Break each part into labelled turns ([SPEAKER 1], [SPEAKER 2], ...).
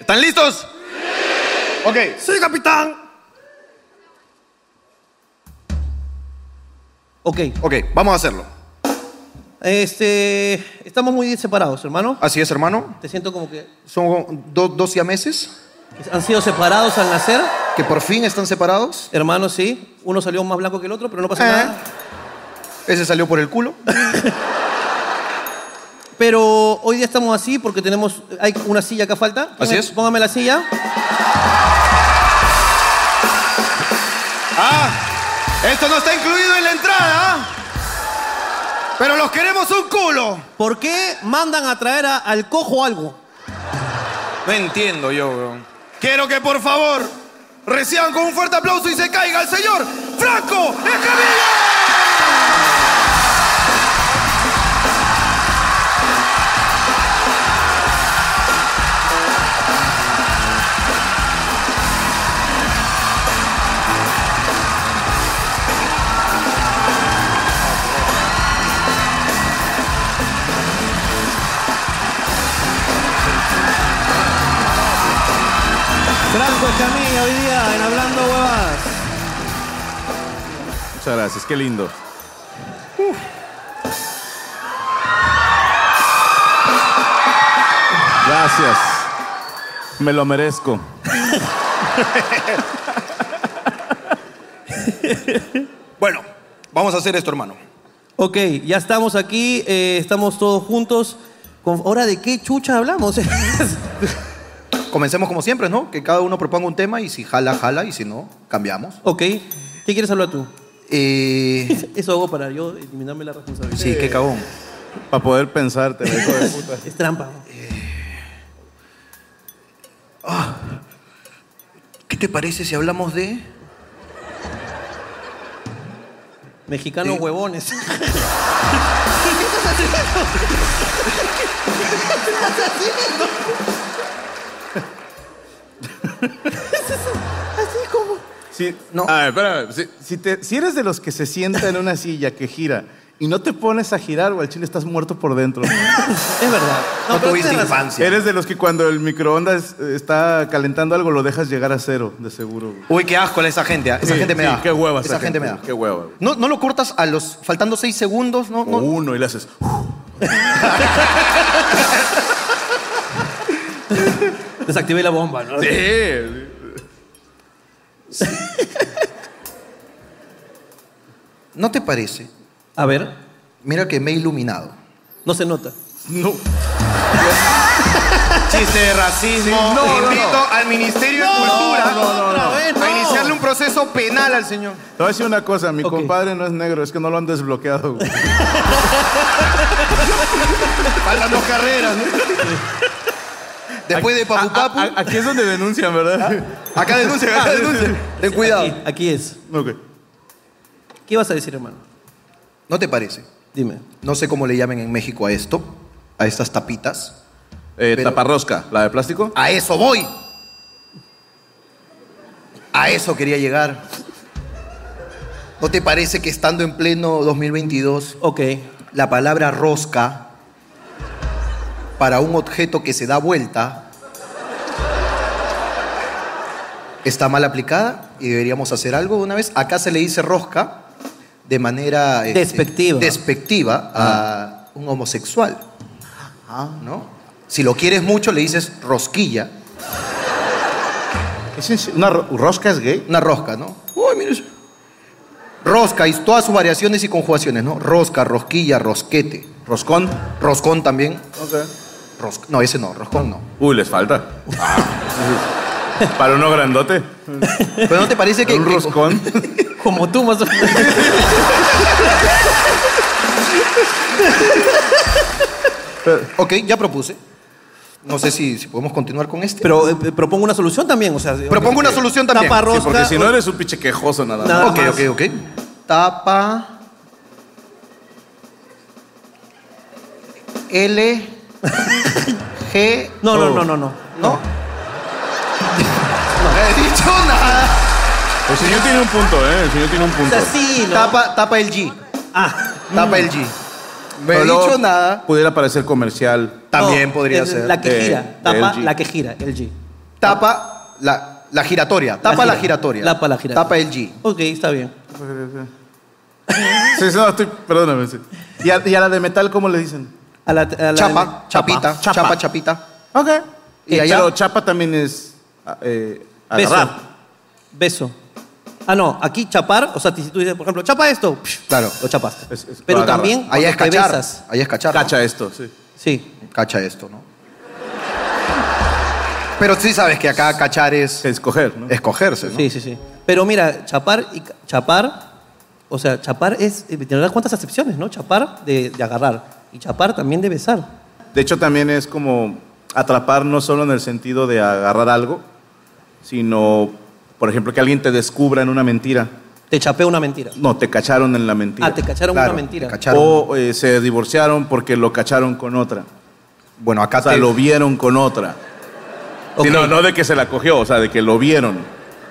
[SPEAKER 1] ¿Están listos? Ok.
[SPEAKER 2] Sí, capitán.
[SPEAKER 3] Ok.
[SPEAKER 1] Ok, vamos a hacerlo.
[SPEAKER 3] Este, estamos muy separados, hermano.
[SPEAKER 1] Así es, hermano.
[SPEAKER 3] Te siento como que
[SPEAKER 1] Son do- dos siameses
[SPEAKER 3] han sido separados al nacer.
[SPEAKER 1] que por fin están separados.
[SPEAKER 3] Hermano, sí. Uno salió más blanco que el otro, pero no pasa
[SPEAKER 1] Eh.
[SPEAKER 3] nada.
[SPEAKER 1] Ese salió por el culo.
[SPEAKER 3] Pero hoy día estamos así porque tenemos. Hay una silla que falta.
[SPEAKER 1] Así es.
[SPEAKER 3] Póngame la silla.
[SPEAKER 1] Ah, esto no está incluido en la entrada. ¿ah? Pero los queremos un culo.
[SPEAKER 3] ¿Por qué mandan a traer a- al cojo algo?
[SPEAKER 1] No entiendo yo, weón. Quiero que por favor reciban con un fuerte aplauso y se caiga el señor Franco Escamilla.
[SPEAKER 3] Franco Escamilla hoy día en Hablando Huevas.
[SPEAKER 4] Muchas gracias, qué lindo. Gracias. Me lo merezco.
[SPEAKER 1] Bueno, vamos a hacer esto, hermano.
[SPEAKER 3] Ok, ya estamos aquí, eh, estamos todos juntos. Con- ¿Ahora de qué chucha hablamos?
[SPEAKER 1] Comencemos como siempre, ¿no? Que cada uno proponga un tema y si jala, jala y si no, cambiamos.
[SPEAKER 3] ok, ¿qué quieres hablar tú?
[SPEAKER 1] Eh,
[SPEAKER 3] Eso hago para yo eliminarme la responsabilidad.
[SPEAKER 1] sí, qué cagón.
[SPEAKER 4] Para poder pensarte, hijo de puta.
[SPEAKER 3] Es trampa.
[SPEAKER 1] Eh. Ah. ¿Qué te parece si hablamos de...
[SPEAKER 3] Mexicanos
[SPEAKER 1] Eh.
[SPEAKER 3] huevones. ¿Qué estás haciendo? ¿Qué estás haciendo? Es eso, Así como.
[SPEAKER 4] Sí,
[SPEAKER 1] No.
[SPEAKER 4] A ver, espérame. Si, si te- si eres de los que se sienta en una silla que gira y no te pones a girar, o al chile estás muerto por dentro.
[SPEAKER 3] Es verdad.
[SPEAKER 1] No,
[SPEAKER 3] pero
[SPEAKER 1] tuviste
[SPEAKER 3] tienes razón.
[SPEAKER 1] infancia.
[SPEAKER 4] Eres de los que cuando el microondas eh, está calentando algo lo dejas llegar a cero, de seguro. güey.
[SPEAKER 1] Uy, qué asco esa gente. ah. Esa
[SPEAKER 4] Sí,
[SPEAKER 1] gente me
[SPEAKER 4] sí,
[SPEAKER 1] da.
[SPEAKER 4] qué hueva
[SPEAKER 1] Esa
[SPEAKER 4] esa
[SPEAKER 1] gente,
[SPEAKER 4] gente,
[SPEAKER 1] me da.
[SPEAKER 4] qué hueva.
[SPEAKER 1] No, no lo cortas a los... Faltando seis segundos, ¿no?
[SPEAKER 4] O
[SPEAKER 1] no
[SPEAKER 4] uno y le haces.
[SPEAKER 3] Desactivé la bomba, ¿no?
[SPEAKER 4] Sí.
[SPEAKER 1] ¿No te parece?
[SPEAKER 3] A ver,
[SPEAKER 1] Mira que me he iluminado.
[SPEAKER 3] no se nota.
[SPEAKER 4] No.
[SPEAKER 1] Chiste de racismo.
[SPEAKER 4] Sí, no, no,
[SPEAKER 1] Invito
[SPEAKER 4] no.
[SPEAKER 1] al Ministerio de Cultura
[SPEAKER 4] no, no, no.
[SPEAKER 3] Otra vez, no.
[SPEAKER 1] a iniciarle un proceso penal al señor.
[SPEAKER 4] Te voy a decir una cosa, mi
[SPEAKER 3] Ok.
[SPEAKER 4] compadre no es negro, es que no lo han desbloqueado. güey.
[SPEAKER 1] Faltan dos carreras, ¿no? Después de Papu Papu,
[SPEAKER 4] A- a- aquí es donde denuncian, ¿verdad?
[SPEAKER 1] acá denuncia, acá denuncia. Ten
[SPEAKER 3] Aquí,
[SPEAKER 1] cuidado.
[SPEAKER 3] aquí es.
[SPEAKER 4] Ok.
[SPEAKER 3] ¿Qué vas a decir, hermano?
[SPEAKER 1] ¿No te parece?
[SPEAKER 3] Dime.
[SPEAKER 1] No sé cómo le llamen en México a esto, a estas tapitas.
[SPEAKER 4] Eh,
[SPEAKER 1] Pero-
[SPEAKER 4] Taparrosca, la de plástico.
[SPEAKER 1] A eso voy. A eso quería llegar. ¿No te parece que estando en pleno 2022
[SPEAKER 3] Ok.
[SPEAKER 1] la palabra rosca para un objeto que se da vuelta está mal aplicada y deberíamos hacer algo de una vez. Acá se le dice rosca de manera este,
[SPEAKER 3] Despectiva.
[SPEAKER 1] despectiva
[SPEAKER 4] Ah.
[SPEAKER 1] a un homosexual. ¿no? Si lo quieres mucho le dices rosquilla,
[SPEAKER 4] ¿Es en serio? ¿Una ro- rosca es gay?
[SPEAKER 1] una rosca, ¿no? Uy, mira eso. Rosca y todas sus variaciones y conjugaciones, ¿no? Rosca, rosquilla, rosquete,
[SPEAKER 4] Roscón.
[SPEAKER 1] roscón también.
[SPEAKER 4] Ok.
[SPEAKER 1] Rosc- no, ese no, roscón no.
[SPEAKER 4] Uy, les falta. Para uno grandote.
[SPEAKER 1] Pero no te parece que.
[SPEAKER 4] Un
[SPEAKER 1] que-
[SPEAKER 4] roscón.
[SPEAKER 3] Como tú más o menos.
[SPEAKER 1] Ok, ya propuse. No sé si, si podemos continuar con este.
[SPEAKER 3] Pero eh, eh, propongo una solución también, o sea.
[SPEAKER 1] Propongo una solución también.
[SPEAKER 3] Tapa
[SPEAKER 4] Sí,
[SPEAKER 3] rosca.
[SPEAKER 4] porque si no eres un pinche quejoso nada más.
[SPEAKER 3] Nada
[SPEAKER 1] ok,
[SPEAKER 3] más.
[SPEAKER 1] ok, ok. Tapa. L. G.
[SPEAKER 3] No, no, no, no, no.
[SPEAKER 1] No. No he dicho nada.
[SPEAKER 4] El señor tiene un punto, ¿eh? El señor tiene un
[SPEAKER 3] O
[SPEAKER 4] punto.
[SPEAKER 3] sea, sí, ¿no?
[SPEAKER 1] Tapa, tapa el G.
[SPEAKER 3] Ah.
[SPEAKER 1] Tapa el G. No he
[SPEAKER 4] Pero luego
[SPEAKER 1] dicho nada.
[SPEAKER 4] Pudiera parecer comercial.
[SPEAKER 1] También
[SPEAKER 3] No,
[SPEAKER 1] podría
[SPEAKER 3] es
[SPEAKER 1] ser.
[SPEAKER 3] La que
[SPEAKER 4] de-
[SPEAKER 3] gira.
[SPEAKER 4] de
[SPEAKER 3] Tapa
[SPEAKER 4] LG.
[SPEAKER 3] la que gira, el G.
[SPEAKER 1] tapa la, la giratoria. Tapa la,
[SPEAKER 3] gira-
[SPEAKER 1] giratoria.
[SPEAKER 3] Tapa la giratoria.
[SPEAKER 1] Tapa el G.
[SPEAKER 3] Ok, está bien.
[SPEAKER 4] Sí, sí, no, estoy, perdóname. sí. ¿Y, a, y a la de metal cómo le dicen?
[SPEAKER 3] A la- a la-
[SPEAKER 1] Chapa, chapita,
[SPEAKER 4] chapa.
[SPEAKER 1] chapa, chapita.
[SPEAKER 4] Ok.
[SPEAKER 1] ¿Y allá?
[SPEAKER 4] Pero chapa también es ah, eh,
[SPEAKER 3] Beso.
[SPEAKER 4] agarrar.
[SPEAKER 3] Beso. Ah, no, aquí chapar, o sea, si tú dices, por ejemplo, chapa esto, psh,
[SPEAKER 1] Claro.
[SPEAKER 3] lo chapaste.
[SPEAKER 4] Es- es-
[SPEAKER 3] Pero
[SPEAKER 4] lo agarra.
[SPEAKER 3] también
[SPEAKER 1] Allá es
[SPEAKER 3] cuando te
[SPEAKER 1] cachar.
[SPEAKER 3] besas.
[SPEAKER 1] Allá es cachar. ¿no?
[SPEAKER 4] Cacha esto, sí.
[SPEAKER 3] Sí.
[SPEAKER 1] Cacha esto, ¿no? Pero sí sabes que acá cachar es
[SPEAKER 4] Escoger, ¿no?
[SPEAKER 1] escogerse, ¿no?
[SPEAKER 3] Sí, sí, sí. Pero mira, chapar y ca- chapar, o sea, chapar es, eh, tendrá cuántas acepciones, ¿no? Chapar de, de agarrar y chapar también de besar.
[SPEAKER 4] De hecho, también es como atrapar no solo en el sentido de agarrar algo, sino, por ejemplo, que alguien te descubra en una mentira.
[SPEAKER 3] Te chapé una mentira.
[SPEAKER 4] No, te cacharon en la mentira.
[SPEAKER 3] Ah, te cacharon
[SPEAKER 1] Claro,
[SPEAKER 3] una mentira.
[SPEAKER 1] te cacharon.
[SPEAKER 4] O eh, se divorciaron porque lo cacharon con otra.
[SPEAKER 1] Bueno, acá
[SPEAKER 4] O sea,
[SPEAKER 1] te-
[SPEAKER 4] lo vieron con otra.
[SPEAKER 3] Ok.
[SPEAKER 4] Sí, no, no de que se la cogió, o sea, de que lo vieron.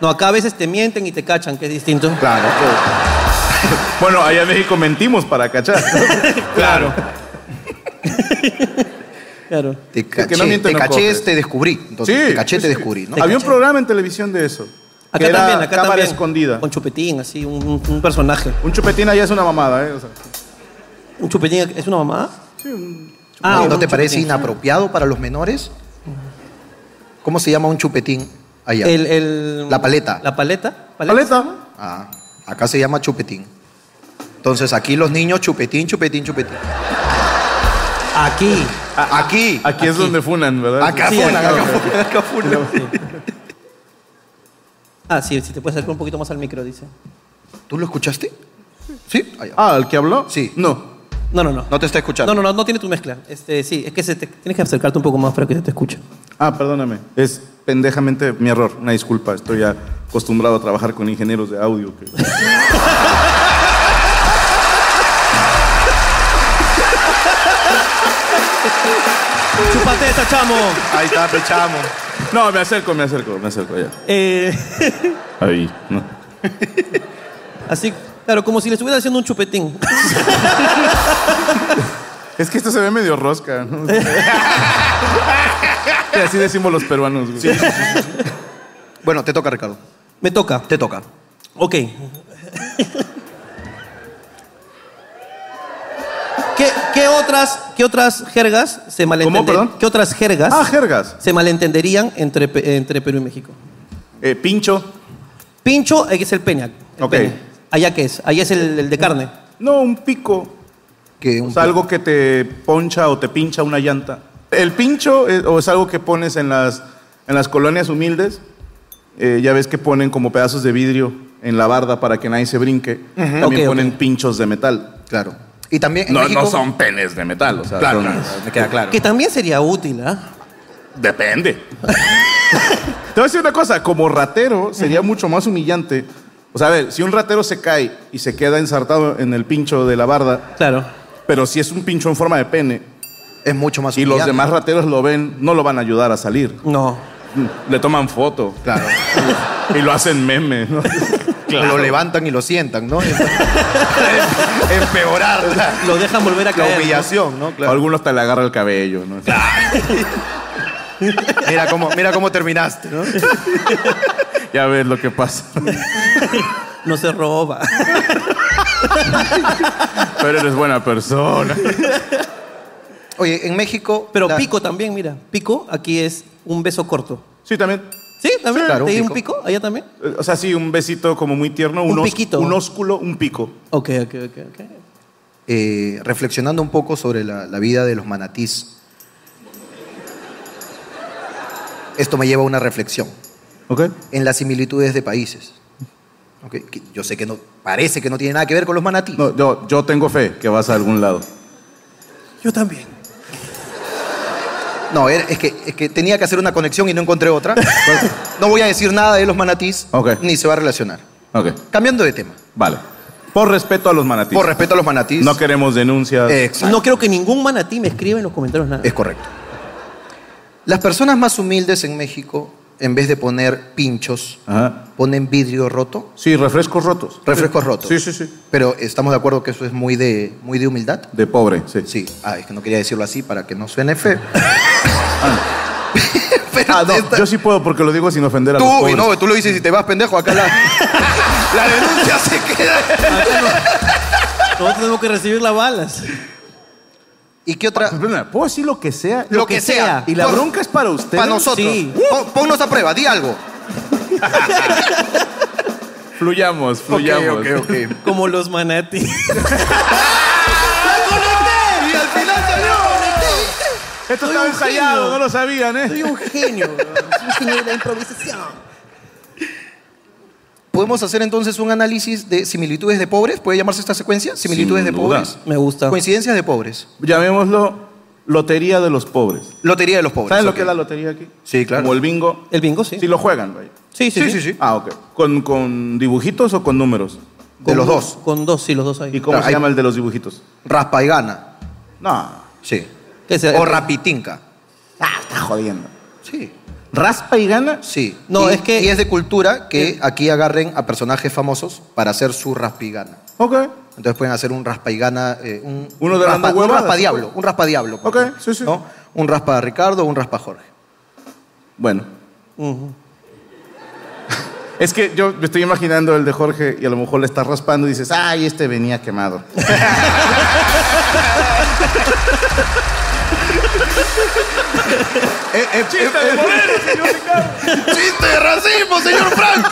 [SPEAKER 3] No, acá a veces te mienten y te cachan, que es distinto.
[SPEAKER 1] Claro.
[SPEAKER 4] Bueno, allá en México mentimos para cachar. claro.
[SPEAKER 3] Claro.
[SPEAKER 1] Te
[SPEAKER 4] que no
[SPEAKER 1] caché,
[SPEAKER 4] miente,
[SPEAKER 1] te
[SPEAKER 4] no
[SPEAKER 1] caché,
[SPEAKER 4] coges.
[SPEAKER 1] te descubrí. Entonces, te caché, te descubrí, ¿no?
[SPEAKER 3] Te
[SPEAKER 4] Había un
[SPEAKER 3] caché.
[SPEAKER 4] programa en televisión de eso. que
[SPEAKER 3] Acá
[SPEAKER 4] era
[SPEAKER 3] también, acá
[SPEAKER 4] cámara
[SPEAKER 3] también.
[SPEAKER 4] escondida.
[SPEAKER 3] Con chupetín, así, un, un- un personaje.
[SPEAKER 4] Un chupetín allá es una mamada, ¿eh? O sea,
[SPEAKER 3] ¿Un chupetín es una mamá? Sí, Ah,
[SPEAKER 1] Ah, ¿No te parece inapropiado para los menores? ¿Cómo se llama un chupetín allá?
[SPEAKER 3] El, el-
[SPEAKER 1] La paleta.
[SPEAKER 3] La paleta.
[SPEAKER 4] paleta.
[SPEAKER 1] Ah, acá se llama chupetín. Entonces, aquí los niños chupetín, chupetín, chupetín.
[SPEAKER 3] Aquí.
[SPEAKER 1] Aquí.
[SPEAKER 4] Aquí, es
[SPEAKER 3] Aquí.
[SPEAKER 4] donde funan, ¿verdad?
[SPEAKER 1] Acá
[SPEAKER 3] Sí,
[SPEAKER 1] funan,
[SPEAKER 3] acá.
[SPEAKER 1] acá funan, acá funan.
[SPEAKER 3] Ah, sí, sí, te puedes acercar un poquito más al micro, dice.
[SPEAKER 1] ¿Tú lo escuchaste? Sí. allá.
[SPEAKER 4] Ah, ¿el que habló?
[SPEAKER 1] Sí.
[SPEAKER 4] No.
[SPEAKER 3] No, no, no.
[SPEAKER 1] No te está escuchando.
[SPEAKER 3] No, no, no, no tiene tu mezcla. Este, sí, es que se te- tienes que acercarte un poco más para que se te escuche.
[SPEAKER 4] Ah, perdóname. Es pendejamente mi error. Una disculpa. Estoy ya acostumbrado a trabajar con ingenieros de audio. que-
[SPEAKER 3] ¡Chúpate esta, chamo!
[SPEAKER 1] Ahí está, pechamo.
[SPEAKER 4] No, me acerco, me acerco, me acerco ya.
[SPEAKER 3] Eh,
[SPEAKER 4] Ahí. No.
[SPEAKER 3] así, claro, como si le estuviera haciendo un chupetín.
[SPEAKER 4] Es que esto se ve medio rosca. ¿no? Sí, así decimos los peruanos. güey.
[SPEAKER 1] Bueno, te toca, Ricardo.
[SPEAKER 3] Me toca.
[SPEAKER 1] Te toca.
[SPEAKER 3] Ok. ¿Qué, qué otras, ¿Qué otras jergas se
[SPEAKER 4] perdón?
[SPEAKER 3] malentenden? ¿Qué otras jergas
[SPEAKER 4] Ah, jergas.
[SPEAKER 3] se malentenderían entre, Pe- entre Perú y México?
[SPEAKER 4] Eh, pincho.
[SPEAKER 3] Pincho eh, que es el peña. el
[SPEAKER 4] Ok.
[SPEAKER 3] pene. ¿Allá qué es? Allá es el, el de carne.
[SPEAKER 4] No, un pico.
[SPEAKER 1] Que
[SPEAKER 4] O
[SPEAKER 1] un
[SPEAKER 4] sea, algo que te poncha o te pincha una llanta. El pincho es, o es algo que pones en las, en las colonias humildes. Eh, ya ves que ponen como pedazos de vidrio en la barda para que nadie se brinque. También
[SPEAKER 3] Ok, ok.
[SPEAKER 4] ponen pinchos de metal.
[SPEAKER 1] Claro. Y también en
[SPEAKER 5] No,
[SPEAKER 1] México-
[SPEAKER 5] no son penes de metal, o sea,
[SPEAKER 1] Claro,
[SPEAKER 5] son-
[SPEAKER 1] claro, me queda claro.
[SPEAKER 3] Que también sería útil, ¿ah?
[SPEAKER 5] depende.
[SPEAKER 4] Te voy a decir una cosa, como ratero sería mucho más humillante. O sea, a ver, si un ratero se cae y se queda ensartado en el pincho de la barda,
[SPEAKER 3] Claro.
[SPEAKER 4] pero si es un pincho en forma de pene
[SPEAKER 1] Es mucho más
[SPEAKER 4] y los
[SPEAKER 1] humillante.
[SPEAKER 4] demás rateros lo ven, no lo van a ayudar a salir. Mm,
[SPEAKER 3] No.
[SPEAKER 4] Le toman foto
[SPEAKER 1] Claro.
[SPEAKER 4] y lo hacen meme. ¿no?
[SPEAKER 1] Lo levantan y lo sientan, ¿no? Empeorar la,
[SPEAKER 3] Lo dejan volver a
[SPEAKER 1] la
[SPEAKER 3] caer. ¿no?
[SPEAKER 1] humillación, ¿no?
[SPEAKER 4] O
[SPEAKER 1] Claro.
[SPEAKER 4] Algunos hasta le agarra el cabello. ¿no?
[SPEAKER 1] Mira cómo, mira cómo terminaste, ¿no?
[SPEAKER 4] Ya ves lo que pasa.
[SPEAKER 3] No se roba.
[SPEAKER 4] Pero eres buena persona.
[SPEAKER 1] Oye, en México.
[SPEAKER 3] Pero
[SPEAKER 1] la-
[SPEAKER 3] pico también, mira. Pico aquí es un beso corto.
[SPEAKER 4] Sí, también.
[SPEAKER 3] ¿Sí? ¿También?
[SPEAKER 1] claro,
[SPEAKER 3] ¿Te
[SPEAKER 1] un
[SPEAKER 3] di un
[SPEAKER 1] pico.
[SPEAKER 3] pico? ¿Allá también?
[SPEAKER 4] eh, O sea, sí, un besito como muy tierno, un,
[SPEAKER 3] Un
[SPEAKER 4] os-
[SPEAKER 3] piquito.
[SPEAKER 4] un ósculo, un pico.
[SPEAKER 3] Ok, ok, ok, ok.
[SPEAKER 1] eh, reflexionando un poco sobre la, la vida de los manatís. Esto me lleva a una reflexión
[SPEAKER 4] ¿Ok?
[SPEAKER 1] en las similitudes de países. Ok, que Yo sé que no parece que no tiene nada que ver con los manatís.
[SPEAKER 4] No, yo, yo tengo fe que vas a algún lado.
[SPEAKER 3] Yo también.
[SPEAKER 1] No, era- es que, es que tenía que hacer una conexión y no encontré otra. Entonces, no voy a decir nada de los manatís,
[SPEAKER 4] Ok.
[SPEAKER 1] ni se va a relacionar.
[SPEAKER 4] Ok,
[SPEAKER 1] Cambiando de tema,
[SPEAKER 4] vale. Por respeto a los manatíes.
[SPEAKER 1] por respeto a los manatís,
[SPEAKER 4] No queremos denuncias.
[SPEAKER 1] exacto,
[SPEAKER 3] No creo que ningún manatí me escriba en los comentarios nada.
[SPEAKER 1] es correcto. Las personas más humildes en México, en vez de poner pinchos,
[SPEAKER 4] Ajá.
[SPEAKER 1] ponen vidrio roto,
[SPEAKER 4] Sí, refrescos rotos.
[SPEAKER 1] refrescos rotos.
[SPEAKER 4] Sí, sí, sí.
[SPEAKER 1] Pero estamos de acuerdo que eso es muy de, muy de humildad.
[SPEAKER 4] De pobre, sí.
[SPEAKER 1] Sí, ah, es que no quería decirlo así para que no suene feo. Pero
[SPEAKER 4] Ah, no,
[SPEAKER 1] esta-
[SPEAKER 4] yo sí puedo porque lo digo sin ofender a los
[SPEAKER 1] tú, y
[SPEAKER 4] pobres.
[SPEAKER 1] no, tú lo dices y te vas, pendejo, acá la, la denuncia se
[SPEAKER 4] Ah,
[SPEAKER 1] queda.
[SPEAKER 3] Todos tenemos que recibir las balas.
[SPEAKER 1] ¿Y qué otra?
[SPEAKER 4] Perdona, Ah, pues, Puedo decir lo que sea.
[SPEAKER 1] Lo que sea.
[SPEAKER 4] Y la
[SPEAKER 1] Pon-
[SPEAKER 4] bronca es para usted.
[SPEAKER 1] Para nosotros.
[SPEAKER 3] Sí.
[SPEAKER 1] Pon- ponnos a prueba, di algo.
[SPEAKER 5] Fluyamos, fluyamos.
[SPEAKER 1] ok.
[SPEAKER 3] Como los manatí.
[SPEAKER 1] Y al final salió.
[SPEAKER 4] Esto
[SPEAKER 3] Soy
[SPEAKER 4] estaba
[SPEAKER 3] un
[SPEAKER 4] ensayado,
[SPEAKER 3] genio.
[SPEAKER 4] no lo sabían, ¿eh?
[SPEAKER 3] Soy un genio, bro. soy un genio de la improvisación.
[SPEAKER 1] ¿Podemos hacer entonces un análisis de similitudes de pobres? ¿Puede llamarse esta secuencia? ¿Similitudes
[SPEAKER 5] Sin
[SPEAKER 1] de
[SPEAKER 5] duda.
[SPEAKER 1] pobres?
[SPEAKER 3] Me gusta.
[SPEAKER 1] Coincidencias de pobres.
[SPEAKER 4] Pues, Llamémoslo lotería de los pobres.
[SPEAKER 1] Lotería de los pobres.
[SPEAKER 4] ¿Saben lo
[SPEAKER 1] ok.
[SPEAKER 4] que es la lotería aquí?
[SPEAKER 1] Sí, claro.
[SPEAKER 4] Como el bingo.
[SPEAKER 3] El bingo, sí.
[SPEAKER 4] Si lo juegan, vaya.
[SPEAKER 3] Sí, sí, sí.
[SPEAKER 1] Sí, sí, sí.
[SPEAKER 4] Ah, ok. ¿Con, con dibujitos o con números?
[SPEAKER 1] De los
[SPEAKER 3] Con-
[SPEAKER 1] dos.
[SPEAKER 3] Con dos, sí, los dos
[SPEAKER 4] ¿Y
[SPEAKER 3] ahí.
[SPEAKER 4] cómo
[SPEAKER 1] Claro,
[SPEAKER 4] se
[SPEAKER 1] hay-
[SPEAKER 4] llama el de los dibujitos?
[SPEAKER 1] Raspa y gana.
[SPEAKER 4] No,
[SPEAKER 1] Sí.
[SPEAKER 3] Que sea-
[SPEAKER 1] O rapitinca.
[SPEAKER 4] ah, está jodiendo.
[SPEAKER 1] Sí.
[SPEAKER 4] ¿Raspa y gana?
[SPEAKER 1] Sí.
[SPEAKER 3] No,
[SPEAKER 1] Y-
[SPEAKER 3] es que-
[SPEAKER 1] Y es de cultura que aquí agarren a personajes famosos para hacer su raspa y gana.
[SPEAKER 4] Ok,
[SPEAKER 1] Entonces pueden hacer un raspa y gana, eh, un,
[SPEAKER 4] Uno
[SPEAKER 1] un
[SPEAKER 4] de
[SPEAKER 1] raspa,
[SPEAKER 4] dando
[SPEAKER 1] un
[SPEAKER 4] huevadas.
[SPEAKER 1] raspa diablo, un raspa diablo. por
[SPEAKER 4] Ok,
[SPEAKER 1] ejemplo,
[SPEAKER 4] sí, sí.
[SPEAKER 1] ¿no? Un raspa Ricardo, un raspa Jorge.
[SPEAKER 4] bueno.
[SPEAKER 3] Ujú.
[SPEAKER 4] Es que yo me estoy imaginando el de Jorge y a lo mejor le estás raspando y dices, ay, este venía quemado.
[SPEAKER 6] Eh, ¡Chiste de racismo, señor Franco!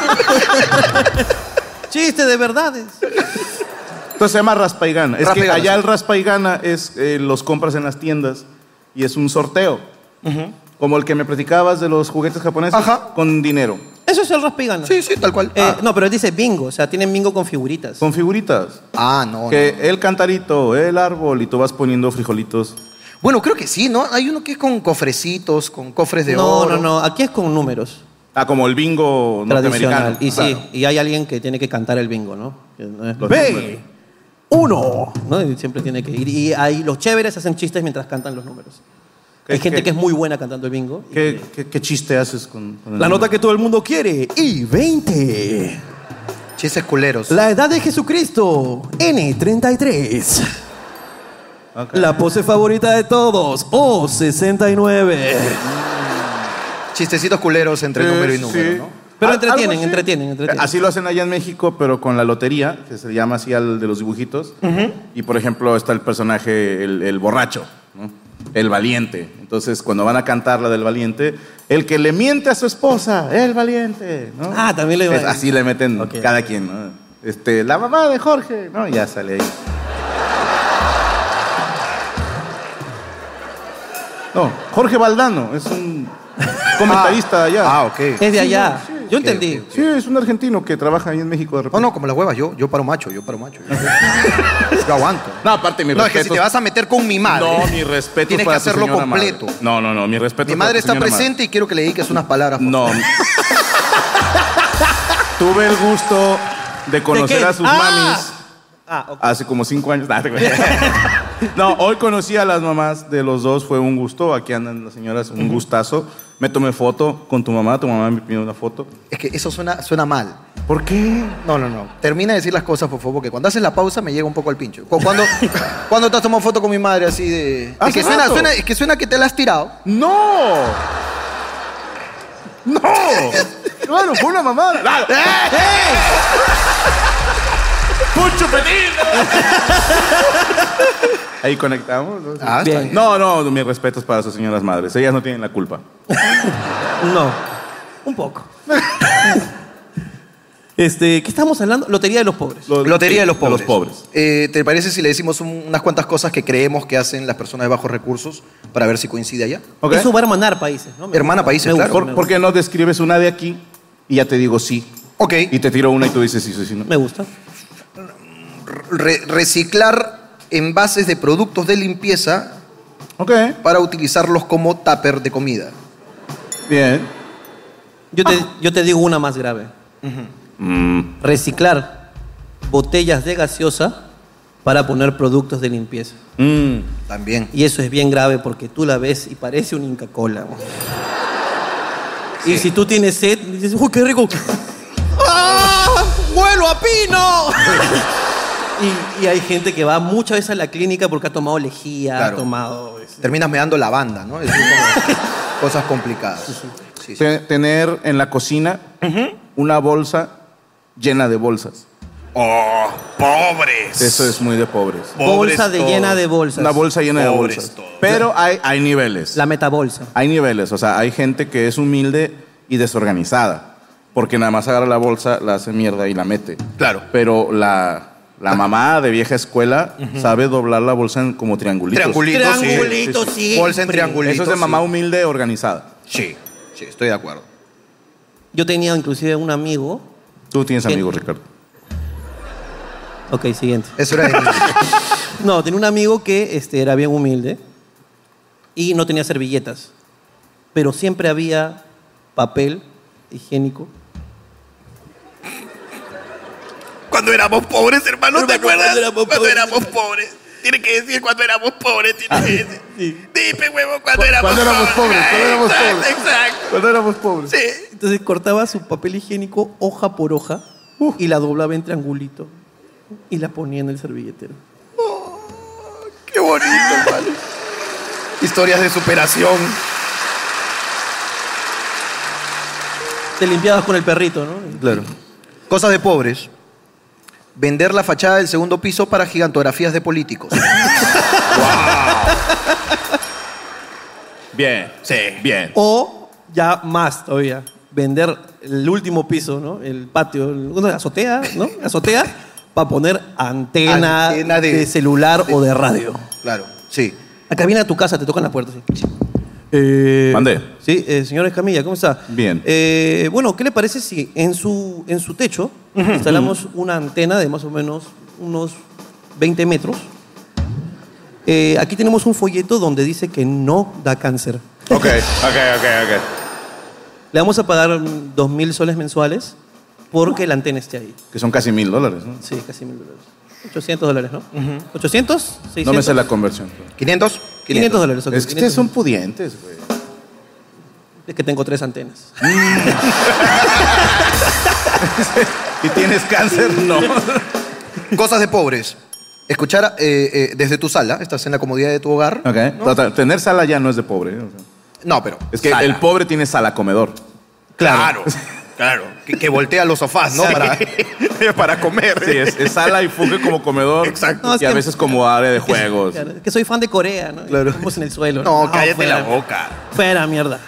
[SPEAKER 3] Chiste de verdades.
[SPEAKER 4] Entonces se llama raspa y gana. Es
[SPEAKER 1] Raspa y
[SPEAKER 4] que
[SPEAKER 1] gana,
[SPEAKER 4] allá
[SPEAKER 1] sí.
[SPEAKER 4] el raspa y gana es eh, los compras en las tiendas y es un sorteo. Como el que me platicabas de los juguetes japoneses
[SPEAKER 1] Ajá.
[SPEAKER 4] con dinero,
[SPEAKER 3] Eso es el raspa y gana.
[SPEAKER 1] Sí, sí, tal cual.
[SPEAKER 3] Eh,
[SPEAKER 1] ah.
[SPEAKER 3] No, pero él dice bingo, o sea, tienen bingo con figuritas.
[SPEAKER 4] con figuritas.
[SPEAKER 1] Ah, no,
[SPEAKER 4] que
[SPEAKER 1] no.
[SPEAKER 4] el cantarito, el árbol y tú vas poniendo frijolitos.
[SPEAKER 1] Bueno, creo que sí, ¿no? Hay uno que es con cofrecitos, con cofres de
[SPEAKER 3] no,
[SPEAKER 1] oro.
[SPEAKER 3] no, no, aquí es con números.
[SPEAKER 4] Ah, como el bingo norteamericano.
[SPEAKER 3] tradicional. Y sí,
[SPEAKER 4] Claro.
[SPEAKER 3] y hay alguien que tiene que cantar el bingo, ¿no? Que no es-
[SPEAKER 4] Los
[SPEAKER 3] ¡Ve! ¡Uno! ¿No? Y siempre tiene que ir. Y ahí los chéveres hacen chistes mientras cantan los números.
[SPEAKER 4] ¿Qué-
[SPEAKER 3] hay gente
[SPEAKER 4] qué-
[SPEAKER 3] que es muy buena cantando el bingo. y que-
[SPEAKER 4] ¿Qué, qué- qué chiste haces con, con el
[SPEAKER 3] La nota
[SPEAKER 4] bingo?
[SPEAKER 3] que todo el mundo quiere. Y 20.
[SPEAKER 1] Chistes culeros.
[SPEAKER 3] La edad de Jesucristo. N33.
[SPEAKER 4] Ok.
[SPEAKER 3] La pose favorita de todos. O69.
[SPEAKER 1] Chistecitos culeros entre
[SPEAKER 4] Sí,
[SPEAKER 1] número y
[SPEAKER 4] sí.
[SPEAKER 1] número, ¿no?
[SPEAKER 3] Pero
[SPEAKER 4] Al-
[SPEAKER 3] entretienen,
[SPEAKER 4] algo así.
[SPEAKER 3] entretienen, entretienen.
[SPEAKER 4] Así lo hacen allá en México, pero con la lotería, que se llama así al de los dibujitos. Y por ejemplo, está el personaje, el, el borracho, ¿no? el valiente. Entonces, cuando van a cantar la del valiente, el que le miente a su esposa, el valiente. ¿no?
[SPEAKER 3] Ah, también le
[SPEAKER 4] Es- Así le meten
[SPEAKER 3] Ok.
[SPEAKER 4] cada quien. ¿no? Este, la mamá de Jorge, ¿no? Ya sale ahí. No, Jorge Valdano es un comentarista allá.
[SPEAKER 1] Ah, ok.
[SPEAKER 3] Es de allá. Yo entendí.
[SPEAKER 1] ok,
[SPEAKER 4] Sí, es un argentino que trabaja ahí en México de
[SPEAKER 1] No,
[SPEAKER 4] repente.
[SPEAKER 1] no, como las huevas, yo, yo paro macho, yo paro macho. Yo, yo aguanto.
[SPEAKER 5] No, aparte, mi
[SPEAKER 1] No, es que si
[SPEAKER 5] respeto.
[SPEAKER 1] te vas a meter con mi madre,
[SPEAKER 5] no, mi respeto.
[SPEAKER 1] tienes que
[SPEAKER 5] para tu
[SPEAKER 1] hacerlo
[SPEAKER 5] señora madre.
[SPEAKER 1] completo.
[SPEAKER 5] No, no, no, mi respeto.
[SPEAKER 1] Mi
[SPEAKER 5] para
[SPEAKER 1] madre
[SPEAKER 5] tu
[SPEAKER 1] está
[SPEAKER 5] señora madre.
[SPEAKER 1] presente y quiero que le dediques unas palabras.
[SPEAKER 5] No.
[SPEAKER 4] Tuve el gusto de conocer
[SPEAKER 3] qué?
[SPEAKER 4] a sus
[SPEAKER 3] Ah.
[SPEAKER 4] mamis
[SPEAKER 3] Ah, ok.
[SPEAKER 4] hace como cinco años. Nah, te cuento. No, hoy conocí a las mamás de los dos, fue un gusto. Aquí andan las señoras, un gustazo. Me tomé foto con tu mamá, tu mamá me pidió una foto.
[SPEAKER 1] Es que eso suena, suena mal.
[SPEAKER 4] ¿Por qué?
[SPEAKER 1] No, no, no. Termina de decir las cosas, por favor, porque cuando haces la pausa me llega un poco al pincho. Cu- Cuando, cuando te has tomado foto con mi madre así de... Es
[SPEAKER 4] Hace
[SPEAKER 1] que suena,
[SPEAKER 4] rato.
[SPEAKER 1] suena, es que suena que te la has tirado.
[SPEAKER 4] ¡No! ¡No! Claro, fue una mamada.
[SPEAKER 6] Eh,
[SPEAKER 3] eh.
[SPEAKER 5] ¡Un chupetín!
[SPEAKER 4] Ahí conectamos. ¿no?
[SPEAKER 1] Ah, está
[SPEAKER 3] Bien.
[SPEAKER 1] bien.
[SPEAKER 4] No, no, mis respetos para sus señoras madres. Ellas no tienen la culpa.
[SPEAKER 3] No, un poco. este, ¿qué estamos hablando? Lotería de los pobres.
[SPEAKER 4] Lo-
[SPEAKER 1] Lotería de los pobres.
[SPEAKER 4] los pobres.
[SPEAKER 1] Eh, ¿Te parece si le decimos un- unas cuantas cosas que creemos que hacen las personas de bajos recursos para ver si coincide allá?
[SPEAKER 4] ¿Ok?
[SPEAKER 3] Eso va a hermanar países, ¿no? Me
[SPEAKER 1] Hermana
[SPEAKER 3] gusta,
[SPEAKER 1] países,
[SPEAKER 3] me gusta,
[SPEAKER 1] claro.
[SPEAKER 3] me
[SPEAKER 4] ¿Por, por
[SPEAKER 3] gusta.
[SPEAKER 4] qué no describes una de aquí y ya te digo sí?
[SPEAKER 1] Ok.
[SPEAKER 4] Y te tiro una y tú dices sí, sí, sí. no?
[SPEAKER 3] Me gusta.
[SPEAKER 1] Re- reciclar envases de productos de limpieza
[SPEAKER 4] Ok,
[SPEAKER 1] para utilizarlos como tupper de comida.
[SPEAKER 4] bien. Ah.
[SPEAKER 3] Yo te, yo te digo una más grave.
[SPEAKER 6] Mm.
[SPEAKER 3] Reciclar botellas de gaseosa para poner productos de limpieza.
[SPEAKER 4] Mm.
[SPEAKER 1] También.
[SPEAKER 3] Y eso es bien grave porque tú la ves y parece un Inca Cola. güey. Y si tú tienes sed, dices, ¡uy, qué rico! ¡Ah! ¡Huelo a pino! y, y hay gente que va muchas veces a la clínica porque ha tomado lejía,
[SPEAKER 1] Claro.
[SPEAKER 3] ha tomado. este
[SPEAKER 1] Terminas meando la banda, ¿no? Es decir, como- cosas complicadas. Sí, sí.
[SPEAKER 4] Te- tener en la cocina una bolsa llena de bolsas.
[SPEAKER 6] Oh, pobres.
[SPEAKER 4] Eso es muy de pobres.
[SPEAKER 6] Pobres
[SPEAKER 3] Bolsa de
[SPEAKER 6] todos.
[SPEAKER 3] llena de bolsas.
[SPEAKER 4] Una bolsa llena
[SPEAKER 6] Pobres
[SPEAKER 4] de bolsas.
[SPEAKER 6] todos.
[SPEAKER 4] Pero hay, hay niveles.
[SPEAKER 3] La metabolsa.
[SPEAKER 4] Hay niveles. O sea, hay gente que es humilde y desorganizada. Porque nada más agarra la bolsa, la hace mierda y la mete.
[SPEAKER 6] Claro.
[SPEAKER 4] Pero la, la mamá de vieja escuela sabe doblar la bolsa en como triangulitos.
[SPEAKER 6] Triangulitos.
[SPEAKER 3] Triangulito,
[SPEAKER 4] sí,
[SPEAKER 3] sí.
[SPEAKER 1] Bolsa en triangulito.
[SPEAKER 4] Eso es de
[SPEAKER 1] sí.
[SPEAKER 4] mamá humilde organizada.
[SPEAKER 6] Sí, sí, estoy de acuerdo.
[SPEAKER 3] Yo tenía inclusive un amigo.
[SPEAKER 4] Tú tienes
[SPEAKER 3] Bien.
[SPEAKER 4] amigos, Ricardo.
[SPEAKER 3] Ok, siguiente.
[SPEAKER 1] Eso era de niño.
[SPEAKER 3] No, tenía un amigo que este, era bien humilde y no tenía servilletas, pero siempre había papel higiénico.
[SPEAKER 6] Cuando éramos pobres, hermano, ¿te acuerdas? Cuando éramos, pobres. Tienes que decir cuando éramos pobres.
[SPEAKER 3] Ah,
[SPEAKER 6] Tienes que decir. Dime, huevo, cuando éramos
[SPEAKER 4] cuando éramos pobres, cuando éramos
[SPEAKER 6] Exacto,
[SPEAKER 4] pobres.
[SPEAKER 6] Exacto.
[SPEAKER 4] Cuando éramos pobres.
[SPEAKER 6] Sí.
[SPEAKER 3] Entonces cortaba su papel higiénico hoja por hoja y la doblaba en triangulito y la ponía en el servilletero.
[SPEAKER 6] Qué bonito, hermano. Historias de superación.
[SPEAKER 3] Te limpiabas con el perrito, ¿no?
[SPEAKER 1] Claro. Cosas de pobres. Vender la fachada del segundo piso para gigantografías de políticos.
[SPEAKER 5] Bien.
[SPEAKER 6] Sí.
[SPEAKER 5] Bien.
[SPEAKER 3] O ya más todavía, vender el último piso, ¿no? El patio, el- una azotea, ¿no? Azotea para poner antena,
[SPEAKER 1] Antena
[SPEAKER 3] de,
[SPEAKER 1] de-
[SPEAKER 3] celular o de radio.
[SPEAKER 1] Claro, sí.
[SPEAKER 3] Acá viene a tu casa, te tocan la puerta. Sí.
[SPEAKER 5] Mandé.
[SPEAKER 3] Sí, eh, señor Escamilla, ¿cómo está?
[SPEAKER 4] Bien.
[SPEAKER 3] Eh, bueno, ¿qué le parece si en su, en su techo instalamos una antena de más o menos unos 20 metros? Eh, aquí tenemos un folleto donde dice que no da cáncer.
[SPEAKER 5] Ok, ok, ok, ok.
[SPEAKER 3] Le vamos a pagar mm, 2.000 soles mensuales porque la antena esté ahí.
[SPEAKER 4] Que son casi mil dólares. ¿no?
[SPEAKER 3] Sí, casi mil dólares. 800 dólares, ¿no? ¿800? ¿600?
[SPEAKER 4] No me sé la conversión.
[SPEAKER 1] ¿500?
[SPEAKER 3] 500 dólares. ok,
[SPEAKER 4] Es
[SPEAKER 3] 500.
[SPEAKER 4] que ustedes son pudientes, güey.
[SPEAKER 3] Es que tengo tres antenas.
[SPEAKER 4] ¿Y tienes cáncer? No.
[SPEAKER 1] Cosas de pobres. Escuchar eh, eh, desde tu sala, estás en la comodidad de tu hogar.
[SPEAKER 4] Ok. O sea, Tener sala ya no es de pobre. ¿eh? O sea,
[SPEAKER 1] No, pero.
[SPEAKER 4] Es que
[SPEAKER 6] Sala.
[SPEAKER 4] el pobre tiene sala comedor.
[SPEAKER 6] Claro. Claro.
[SPEAKER 1] Que, que voltea los sofás, ¿no? Para-
[SPEAKER 6] Para comer.
[SPEAKER 4] Sí, es, es sala y funge como comedor.
[SPEAKER 6] Exacto.
[SPEAKER 3] No, es
[SPEAKER 4] y a
[SPEAKER 3] que-
[SPEAKER 4] veces como área de juegos.
[SPEAKER 3] Claro, es que soy fan de Corea, ¿no?
[SPEAKER 1] Claro.
[SPEAKER 3] Estamos en el suelo.
[SPEAKER 1] No,
[SPEAKER 6] cállate
[SPEAKER 3] fuera.
[SPEAKER 6] la boca.
[SPEAKER 3] Fuera, mierda.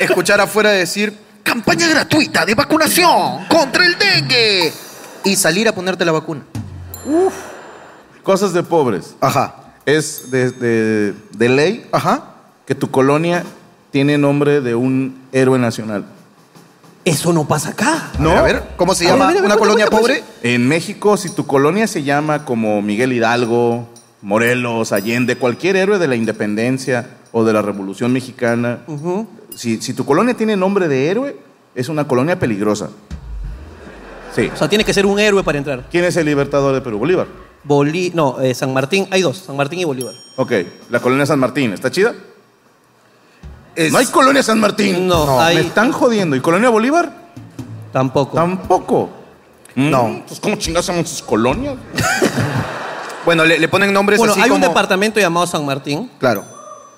[SPEAKER 1] escuchar afuera decir campaña gratuita de vacunación contra el dengue y salir a ponerte la vacuna.
[SPEAKER 4] Cosas de pobres.
[SPEAKER 1] Ajá,
[SPEAKER 4] Es de, de- de ley
[SPEAKER 1] ajá.
[SPEAKER 4] que tu colonia tiene nombre de un héroe nacional.
[SPEAKER 3] Eso no pasa acá.
[SPEAKER 1] A ver, a ver, ¿cómo se
[SPEAKER 3] A ver,
[SPEAKER 1] llama?
[SPEAKER 3] a ver, a ver,
[SPEAKER 1] ¿Una
[SPEAKER 3] cuenta,
[SPEAKER 1] colonia
[SPEAKER 3] cuenta,
[SPEAKER 1] pobre?
[SPEAKER 4] En México, si tu colonia se llama como Miguel Hidalgo, Morelos, Allende, cualquier héroe de la independencia o de la Revolución Mexicana, si, si tu colonia tiene nombre de héroe, es una colonia peligrosa. Sí.
[SPEAKER 3] O sea, tiene que ser un héroe para entrar.
[SPEAKER 4] ¿Quién es el libertador de Perú? Bolívar.
[SPEAKER 3] Bolí... No, eh, San Martín. Hay dos, San Martín y Bolívar.
[SPEAKER 4] Ok, la colonia San Martín, ¿está chida?
[SPEAKER 1] Es-
[SPEAKER 4] No hay colonia San Martín.
[SPEAKER 3] No, hay-
[SPEAKER 4] Me están jodiendo. ¿Y colonia Bolívar?
[SPEAKER 3] Tampoco.
[SPEAKER 4] Tampoco.
[SPEAKER 1] No.
[SPEAKER 4] Mm, pues, ¿Cómo chingados llaman sus colonias?
[SPEAKER 1] Bueno, le, le ponen nombres
[SPEAKER 3] bueno,
[SPEAKER 1] así
[SPEAKER 3] hay un
[SPEAKER 1] como-
[SPEAKER 3] departamento llamado San Martín,
[SPEAKER 1] Claro.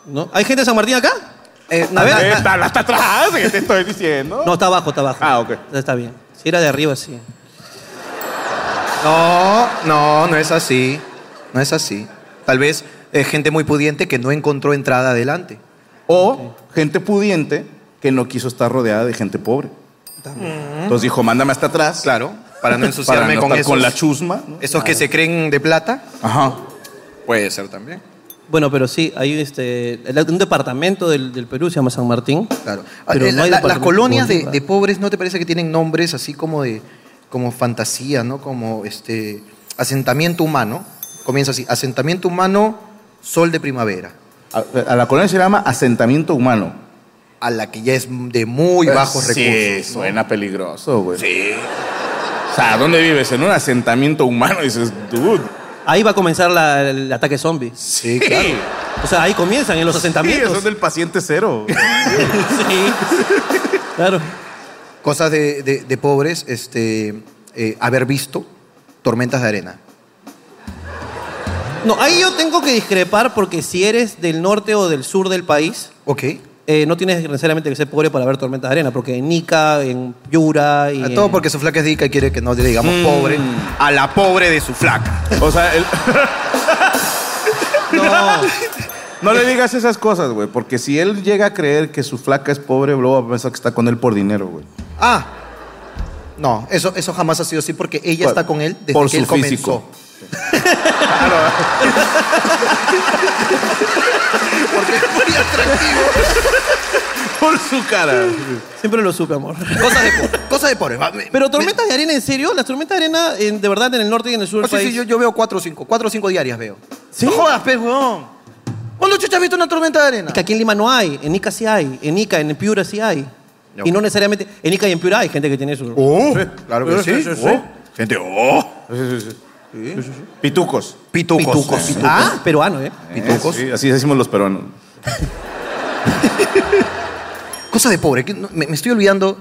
[SPEAKER 3] ¿no? ¿Hay gente de San Martín acá?
[SPEAKER 1] Eh,
[SPEAKER 3] A ver,
[SPEAKER 1] na-
[SPEAKER 3] eh,
[SPEAKER 1] na-
[SPEAKER 5] Está, está atrás, que te estoy diciendo.
[SPEAKER 3] No, está abajo, está abajo.
[SPEAKER 4] Ah, ok.
[SPEAKER 3] Está bien. Si era de arriba, sí.
[SPEAKER 1] no, no, no es así. No es así. Tal vez eh, gente muy pudiente que no encontró entrada adelante.
[SPEAKER 4] O gente pudiente que no quiso estar rodeada de gente pobre. Entonces dijo, mándame hasta atrás.
[SPEAKER 1] Claro, para no ensuciarme
[SPEAKER 4] para no
[SPEAKER 1] con
[SPEAKER 4] estar
[SPEAKER 1] esos.
[SPEAKER 4] con la chusma. ¿no?
[SPEAKER 1] Esos que se creen de plata,
[SPEAKER 4] Ajá.
[SPEAKER 1] puede ser también.
[SPEAKER 3] Bueno, pero sí, hay este, el- un departamento del, del Perú se llama San Martín.
[SPEAKER 1] Claro.
[SPEAKER 3] Pero
[SPEAKER 1] Eh,
[SPEAKER 3] no
[SPEAKER 1] la-
[SPEAKER 3] hay
[SPEAKER 1] la- las
[SPEAKER 3] departamento
[SPEAKER 1] colonias de,
[SPEAKER 3] Bolívar.
[SPEAKER 1] de pobres, ¿no te parece que tienen nombres así como de como fantasía, ¿no? Como este asentamiento humano. Comienza así, asentamiento humano, sol de primavera,
[SPEAKER 4] A, a la colonia se llama asentamiento humano.
[SPEAKER 1] a la que ya es de muy bajos recursos.
[SPEAKER 4] Eh, Sí, suena peligroso, güey.
[SPEAKER 5] Sí.
[SPEAKER 4] O sea, ¿dónde vives? En un asentamiento humano. Y dices, dude.
[SPEAKER 3] Ahí va a comenzar la- el ataque zombie.
[SPEAKER 1] Sí, claro.
[SPEAKER 3] O sea, ahí comienzan en los
[SPEAKER 4] Sí,
[SPEAKER 3] asentamientos.
[SPEAKER 4] son del paciente cero.
[SPEAKER 3] Sí. Claro.
[SPEAKER 1] Cosas de, de- de pobres, este, eh, haber visto tormentas de arena.
[SPEAKER 3] No, ahí yo tengo que discrepar porque si eres del norte o del sur del país,
[SPEAKER 1] Ok.
[SPEAKER 3] eh, no tienes necesariamente que ser pobre para ver tormentas de arena, porque en Ica, en Yura y...
[SPEAKER 1] A
[SPEAKER 3] en- Mm.
[SPEAKER 1] Ah, todo porque su flaca es dica y quiere que no le digamos pobre a la pobre de su flaca.
[SPEAKER 4] O sea, el-
[SPEAKER 3] No,
[SPEAKER 4] no le digas esas cosas, güey, porque si él llega a creer que su flaca es pobre, luego va a pensar que está con él por dinero, güey.
[SPEAKER 1] Ah. No, eso, eso jamás ha sido así porque ella
[SPEAKER 4] Por-
[SPEAKER 1] está con él desde
[SPEAKER 4] por
[SPEAKER 1] que
[SPEAKER 4] su
[SPEAKER 1] él comenzó.
[SPEAKER 4] físico.
[SPEAKER 1] Porque es muy atractivo.
[SPEAKER 4] Por su cara.
[SPEAKER 3] siempre lo supe, amor.
[SPEAKER 1] Cosa de pobre. Cosa de pobre. va, me-
[SPEAKER 3] Pero
[SPEAKER 1] me-
[SPEAKER 3] tormentas de arena, ¿en serio? Las tormentas de arena, en- de verdad, en el norte y en el sur
[SPEAKER 1] Ah,
[SPEAKER 3] del
[SPEAKER 1] sí,
[SPEAKER 3] país.
[SPEAKER 1] sí, yo, yo veo cuatro o cinco. Cuatro o cinco diarias veo.
[SPEAKER 3] ¿Sí?
[SPEAKER 1] No jodas, pez, weón. ¿Cuándo chucha has visto una tormenta de arena?
[SPEAKER 3] Que aquí en Lima no hay, en Ica sí hay, en Ica, en Piura sí hay.
[SPEAKER 1] Ya.
[SPEAKER 3] Y no necesariamente, en Ica y en Piura hay gente que tiene su...
[SPEAKER 1] Oh, claro que sí. Oh.
[SPEAKER 4] Gente, oh. Pitucos.
[SPEAKER 1] Pitucos.
[SPEAKER 3] pitucos, pitucos.
[SPEAKER 1] Ah,
[SPEAKER 3] Peruano, ¿eh?
[SPEAKER 1] Pitucos.
[SPEAKER 4] Eh, sí, así decimos los peruanos.
[SPEAKER 1] Cosa de pobre. que no- Me, me estoy olvidando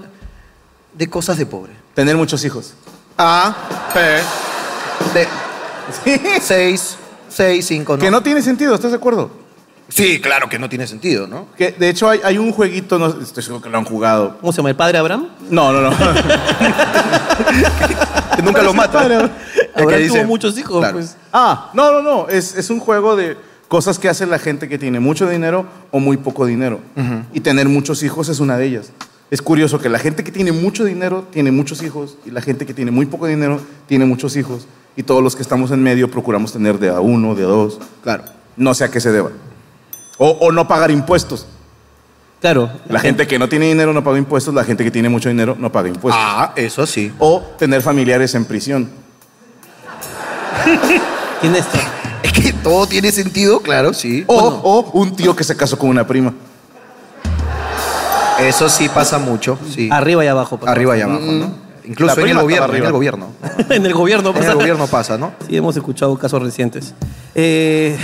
[SPEAKER 1] de cosas de pobre.
[SPEAKER 4] Tener muchos hijos.
[SPEAKER 1] Ah, de seis, seis, cinco, ¿no?
[SPEAKER 4] Que no tiene sentido, ¿estás de acuerdo?
[SPEAKER 1] Sí, claro que no tiene sentido, ¿no?
[SPEAKER 4] Que, de hecho, hay, hay un jueguito, no, estoy seguro que lo han jugado.
[SPEAKER 3] ¿Cómo se llama? ¿El padre Abraham?
[SPEAKER 4] No, no, no.
[SPEAKER 1] Que nunca lo mata.
[SPEAKER 3] Abraham
[SPEAKER 1] que
[SPEAKER 3] tuvo
[SPEAKER 1] dice-
[SPEAKER 3] muchos hijos,
[SPEAKER 1] claro.
[SPEAKER 3] pues.
[SPEAKER 4] ah, no, no, no. Es, es un juego de cosas que hace la gente que tiene mucho dinero o muy poco dinero. Y tener muchos hijos es una de ellas. Es curioso que la gente que tiene mucho dinero tiene muchos hijos y la gente que tiene muy poco dinero tiene muchos hijos. Y todos los que estamos en medio procuramos tener de a uno, de a dos.
[SPEAKER 1] Claro.
[SPEAKER 4] No sé a qué se deba. O, o no pagar impuestos.
[SPEAKER 3] Claro.
[SPEAKER 4] La gente que no tiene dinero no paga impuestos, la gente que tiene mucho dinero no paga impuestos.
[SPEAKER 1] Ah, eso sí.
[SPEAKER 4] O tener familiares en prisión.
[SPEAKER 3] Tiene esto.
[SPEAKER 1] Es que todo tiene sentido, claro, sí.
[SPEAKER 4] O,
[SPEAKER 1] Bueno,
[SPEAKER 4] o un tío que se casó con una prima.
[SPEAKER 1] Eso sí pasa mucho, sí.
[SPEAKER 3] Arriba y abajo. pues. por favor.
[SPEAKER 1] Arriba y abajo, ¿no? Incluso en el
[SPEAKER 4] Mm,
[SPEAKER 1] gobierno,
[SPEAKER 4] prima estaba
[SPEAKER 1] en el
[SPEAKER 4] arriba.
[SPEAKER 1] gobierno.
[SPEAKER 3] en el gobierno.
[SPEAKER 1] En
[SPEAKER 3] pasa.
[SPEAKER 1] el gobierno pasa, ¿no?
[SPEAKER 3] Sí, hemos escuchado casos recientes. Eh,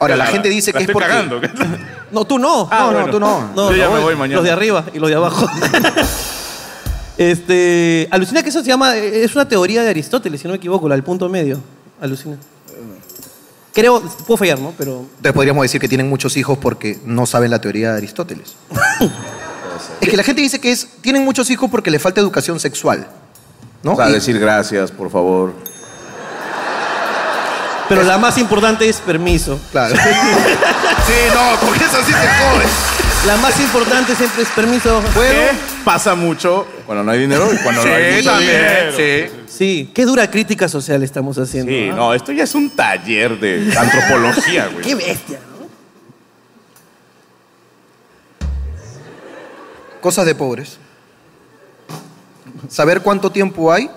[SPEAKER 1] Ahora, la gente dice que es porque... Ah,
[SPEAKER 3] no, tú no.
[SPEAKER 1] No, no,
[SPEAKER 4] bueno.
[SPEAKER 1] tú no.
[SPEAKER 3] Ah, No,
[SPEAKER 4] Yo ya
[SPEAKER 3] no,
[SPEAKER 4] me voy mañana.
[SPEAKER 3] Los de arriba y los de abajo. este, alucina que eso se llama, eh, es una teoría de Aristóteles, si no me equivoco, la del punto medio. Alucina. Creo, puedo fallar, ¿no? Pero
[SPEAKER 1] Entonces podríamos decir que tienen muchos hijos porque no saben la teoría de Aristóteles. es que la gente dice que es, tienen muchos hijos porque le falta educación sexual. ¿No?
[SPEAKER 4] O sea,
[SPEAKER 1] Y-
[SPEAKER 4] decir gracias, por favor.
[SPEAKER 3] Pero la más importante es permiso.
[SPEAKER 1] Claro. sí, no, porque eso sí se jode.
[SPEAKER 3] La más importante siempre es permiso.
[SPEAKER 4] ¿Qué? Pasa mucho cuando no hay dinero y cuando no hay dinero.
[SPEAKER 3] Sí. Qué dura crítica social estamos haciendo.
[SPEAKER 5] Sí,
[SPEAKER 3] ¿ah?
[SPEAKER 5] no, esto ya es un taller de antropología, güey.
[SPEAKER 3] Qué bestia, ¿no?
[SPEAKER 1] Cosas de pobres. Saber cuánto tiempo hay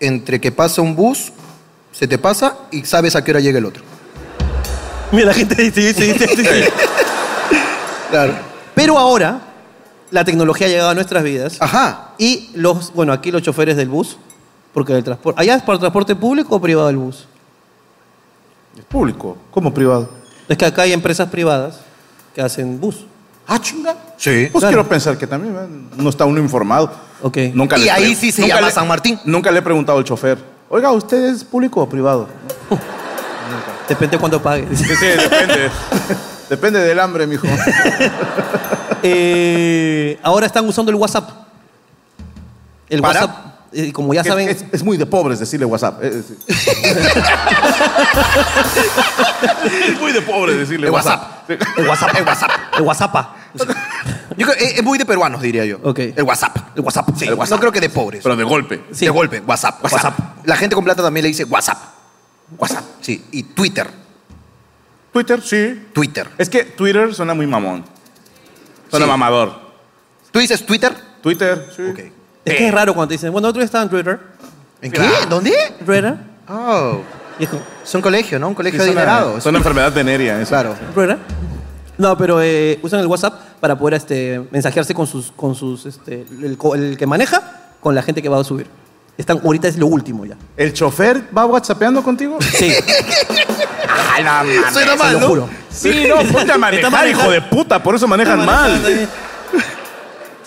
[SPEAKER 1] entre que pasa un bus, se te pasa y sabes a qué hora llega el otro.
[SPEAKER 3] Mira, la gente dice, dice, dice, dice.
[SPEAKER 1] Claro.
[SPEAKER 3] Pero ahora, la tecnología ha llegado a nuestras vidas.
[SPEAKER 1] Ajá.
[SPEAKER 3] Y los, bueno, aquí los choferes del bus, porque el transporte. ¿Allá es para transporte público o privado el bus?
[SPEAKER 4] Es público, como privado.
[SPEAKER 3] Es que acá hay empresas privadas que hacen bus.
[SPEAKER 4] Ah, chinga.
[SPEAKER 1] Sí.
[SPEAKER 4] Pues
[SPEAKER 3] Claro.
[SPEAKER 4] quiero pensar que también ¿verdad? no está uno informado.
[SPEAKER 3] Ok.
[SPEAKER 4] Nunca
[SPEAKER 1] Y
[SPEAKER 4] le
[SPEAKER 1] ahí
[SPEAKER 4] pre-
[SPEAKER 1] sí se
[SPEAKER 4] nunca
[SPEAKER 1] llama
[SPEAKER 4] le-
[SPEAKER 1] San Martín.
[SPEAKER 4] Nunca le he preguntado al chofer. Oiga, ¿usted es público o privado?
[SPEAKER 3] Depende de cuánto pagues.
[SPEAKER 4] Sí, depende. depende del hambre, mijo.
[SPEAKER 3] Eh, ahora están usando el WhatsApp. El
[SPEAKER 4] ¿Para?
[SPEAKER 3] WhatsApp, eh, como ya saben.
[SPEAKER 4] Es, es muy de pobres decirle WhatsApp. Es,
[SPEAKER 5] muy de pobre decirle
[SPEAKER 1] El WhatsApp. El WhatsApp, el WhatsApp.
[SPEAKER 3] El WhatsApp.
[SPEAKER 1] Yo creo, eh, es, es muy de peruanos, diría yo.
[SPEAKER 3] Ok.
[SPEAKER 1] El WhatsApp. El WhatsApp. Sí,
[SPEAKER 4] El WhatsApp.
[SPEAKER 1] No creo que de pobres.
[SPEAKER 5] Pero de golpe.
[SPEAKER 3] Sí.
[SPEAKER 1] De golpe, WhatsApp, WhatsApp. La gente con plata también le dice WhatsApp. WhatsApp. Sí. Y Twitter.
[SPEAKER 4] Twitter, sí.
[SPEAKER 1] Twitter.
[SPEAKER 4] Es que Twitter suena muy mamón. Suena
[SPEAKER 1] Sí.
[SPEAKER 4] mamador.
[SPEAKER 1] ¿Tú dices Twitter?
[SPEAKER 4] Twitter, sí.
[SPEAKER 1] Ok.
[SPEAKER 3] Es que es raro cuando te dicen, bueno, otro día estaba en Twitter.
[SPEAKER 1] ¿En qué? ¿Dónde?
[SPEAKER 3] Twitter.
[SPEAKER 1] Oh.
[SPEAKER 3] Y es como,
[SPEAKER 1] Es un colegio, ¿no? Un colegio
[SPEAKER 4] Sí,
[SPEAKER 1] adinerado.
[SPEAKER 4] suena, suena enfermedad venérea. eso.
[SPEAKER 1] Claro.
[SPEAKER 3] ¿Rueda? No, pero eh, usan el WhatsApp para poder este, mensajearse con sus, con sus este, el, co- el que maneja con la gente que va a subir. Están, ahorita es lo último ya.
[SPEAKER 4] ¿El chofer va whatsapeando contigo?
[SPEAKER 3] Sí,
[SPEAKER 1] Suena
[SPEAKER 3] se
[SPEAKER 1] mal,
[SPEAKER 3] lo
[SPEAKER 1] ¿no?
[SPEAKER 3] juro.
[SPEAKER 5] Sí, no, ponte a manejar,
[SPEAKER 3] manejando.
[SPEAKER 5] hijo de puta, por eso manejan mal.
[SPEAKER 3] Se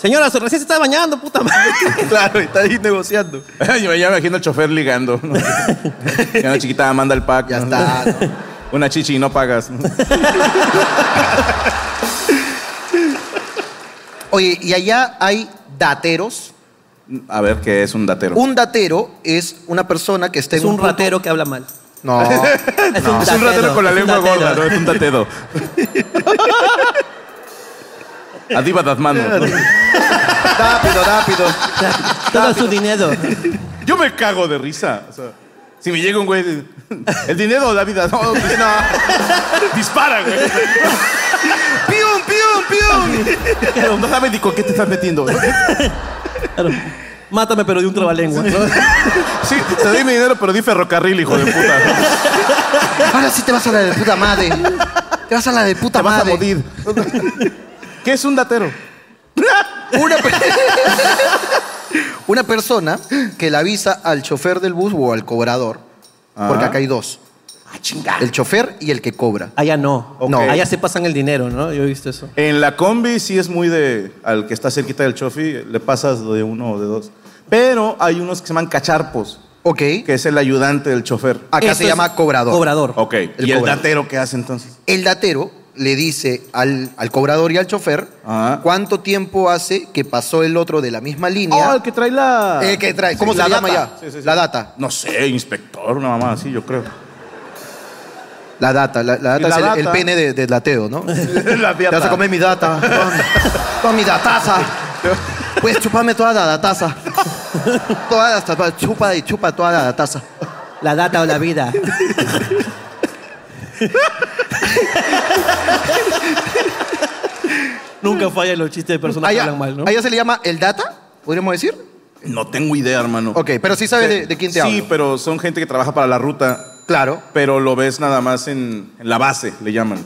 [SPEAKER 3] Señora, su recién se está bañando, puta madre.
[SPEAKER 1] Claro, está ahí negociando.
[SPEAKER 4] Yo ya me imagino al chofer ligando. ¿no? Ya una chiquita manda el pack.
[SPEAKER 1] Ya
[SPEAKER 4] ¿no?
[SPEAKER 1] está. ¿no?
[SPEAKER 4] Una chichi y no pagas. ¿no?
[SPEAKER 1] Oye, y allá hay dateros.
[SPEAKER 4] A ver qué es un datero.
[SPEAKER 1] Un datero es una persona que está
[SPEAKER 3] Es
[SPEAKER 1] en
[SPEAKER 3] un
[SPEAKER 1] punto-
[SPEAKER 3] ratero que habla mal.
[SPEAKER 1] No.
[SPEAKER 3] Es un,
[SPEAKER 4] es un ratero con la
[SPEAKER 3] es un
[SPEAKER 4] lengua
[SPEAKER 3] ratero.
[SPEAKER 4] gorda, ¿no? Es un datedo. Adiva das manos. ¿no?
[SPEAKER 1] rápido, rápido.
[SPEAKER 3] Todo su dinero.
[SPEAKER 4] Yo me cago de risa. o sea, si me llega un güey. de- El dinero o la vida. No, pues, no. Dispara, güey.
[SPEAKER 6] ¡Pión, pión, pión!
[SPEAKER 4] Pero no sabes ni con qué te estás metiendo.
[SPEAKER 3] Claro. Mátame, pero de un trabalengua.
[SPEAKER 4] Sí, te doy mi dinero, pero di ferrocarril, hijo de puta.
[SPEAKER 1] Ahora sí te vas a la de puta madre. Te vas a la de puta
[SPEAKER 4] Te vas a
[SPEAKER 1] madre.
[SPEAKER 4] morir. ¿Qué es un datero?
[SPEAKER 1] Una, pe- una persona que le avisa al chofer del bus o al cobrador. Porque
[SPEAKER 4] Ah.
[SPEAKER 1] acá hay dos.
[SPEAKER 3] Ah,
[SPEAKER 1] El chofer y el que cobra.
[SPEAKER 3] Allá no.
[SPEAKER 4] Ok.
[SPEAKER 3] No, allá se pasan el dinero, ¿no? Yo he visto eso.
[SPEAKER 4] En la combi sí es muy de. Al que está cerquita del chofi, le pasas de uno o de dos. Pero hay unos que se llaman cacharpos,
[SPEAKER 1] Ok.
[SPEAKER 4] que es el ayudante del chofer.
[SPEAKER 1] Acá
[SPEAKER 3] Esto
[SPEAKER 1] se
[SPEAKER 3] es
[SPEAKER 1] llama cobrador.
[SPEAKER 3] Cobrador.
[SPEAKER 4] Ok.
[SPEAKER 1] El
[SPEAKER 4] ¿Y el
[SPEAKER 1] cobrador.
[SPEAKER 4] datero qué hace entonces?
[SPEAKER 1] El datero le dice al, al cobrador y al chofer
[SPEAKER 4] Ah.
[SPEAKER 1] cuánto tiempo hace que pasó el otro de la misma línea.
[SPEAKER 4] Oh, el que trae la.
[SPEAKER 1] El que trae. ¿Cómo
[SPEAKER 4] Sí,
[SPEAKER 1] se
[SPEAKER 4] la
[SPEAKER 1] le llama
[SPEAKER 4] data.
[SPEAKER 1] ya?
[SPEAKER 4] Sí, sí, sí.
[SPEAKER 1] Eh, La data.
[SPEAKER 4] No sé, inspector, una mamá así, yo creo.
[SPEAKER 1] La data. La, la data
[SPEAKER 4] La
[SPEAKER 1] es el-
[SPEAKER 4] data.
[SPEAKER 1] el pene de- del dateo, ¿no?
[SPEAKER 4] la
[SPEAKER 1] Te vas a comer mi data. Toda mi dataza. Puedes chuparme toda la dataza. Toda la chupa y chupa toda la dataza.
[SPEAKER 3] La data o la vida. Nunca fallan los chistes de personas que
[SPEAKER 1] Allá,
[SPEAKER 3] hablan mal, ¿no?
[SPEAKER 1] ¿a ella se le llama el data, podríamos decir.
[SPEAKER 4] No tengo idea, hermano.
[SPEAKER 1] Ok, pero sí sabes de, de quién te
[SPEAKER 4] sí,
[SPEAKER 1] hablo.
[SPEAKER 4] pero son gente que trabaja para la ruta,
[SPEAKER 1] Claro.
[SPEAKER 4] pero lo ves nada más en, en la base, le llaman.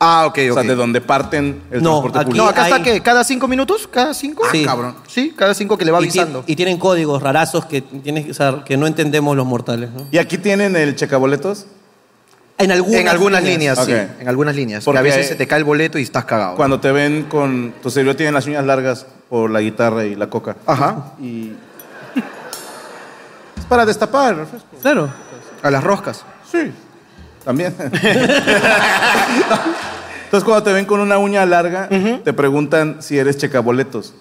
[SPEAKER 1] Ah, ok, ok.
[SPEAKER 4] O sea, de donde parten el
[SPEAKER 3] No,
[SPEAKER 4] transporte
[SPEAKER 3] aquí-
[SPEAKER 1] no,
[SPEAKER 4] público.
[SPEAKER 1] acá está
[SPEAKER 3] hay-
[SPEAKER 1] que cada cinco minutos, cada cinco.
[SPEAKER 3] Sí.
[SPEAKER 1] Ah, cabrón. Sí, cada cinco que le va
[SPEAKER 3] y, ti-
[SPEAKER 1] avisando.
[SPEAKER 3] y tienen códigos rarazos que, tienes, que- o sea, que no entendemos los mortales, ¿no?
[SPEAKER 4] ¿Y aquí tienen el checaboletos?
[SPEAKER 3] En algunas,
[SPEAKER 1] en algunas líneas,
[SPEAKER 4] Ok.
[SPEAKER 1] sí. En algunas líneas. Porque
[SPEAKER 4] Eh. Porque
[SPEAKER 1] a veces
[SPEAKER 4] hay-
[SPEAKER 1] se te cae el boleto y estás cagado.
[SPEAKER 4] Cuando te ven con... Tu cerebro tiene las uñas largas por la guitarra y la coca.
[SPEAKER 1] Ajá.
[SPEAKER 4] Y... Es para destapar, refresco.
[SPEAKER 3] Claro.
[SPEAKER 1] A las roscas.
[SPEAKER 4] Sí. También. Entonces, cuando te ven con una uña larga, te preguntan si eres checaboletos.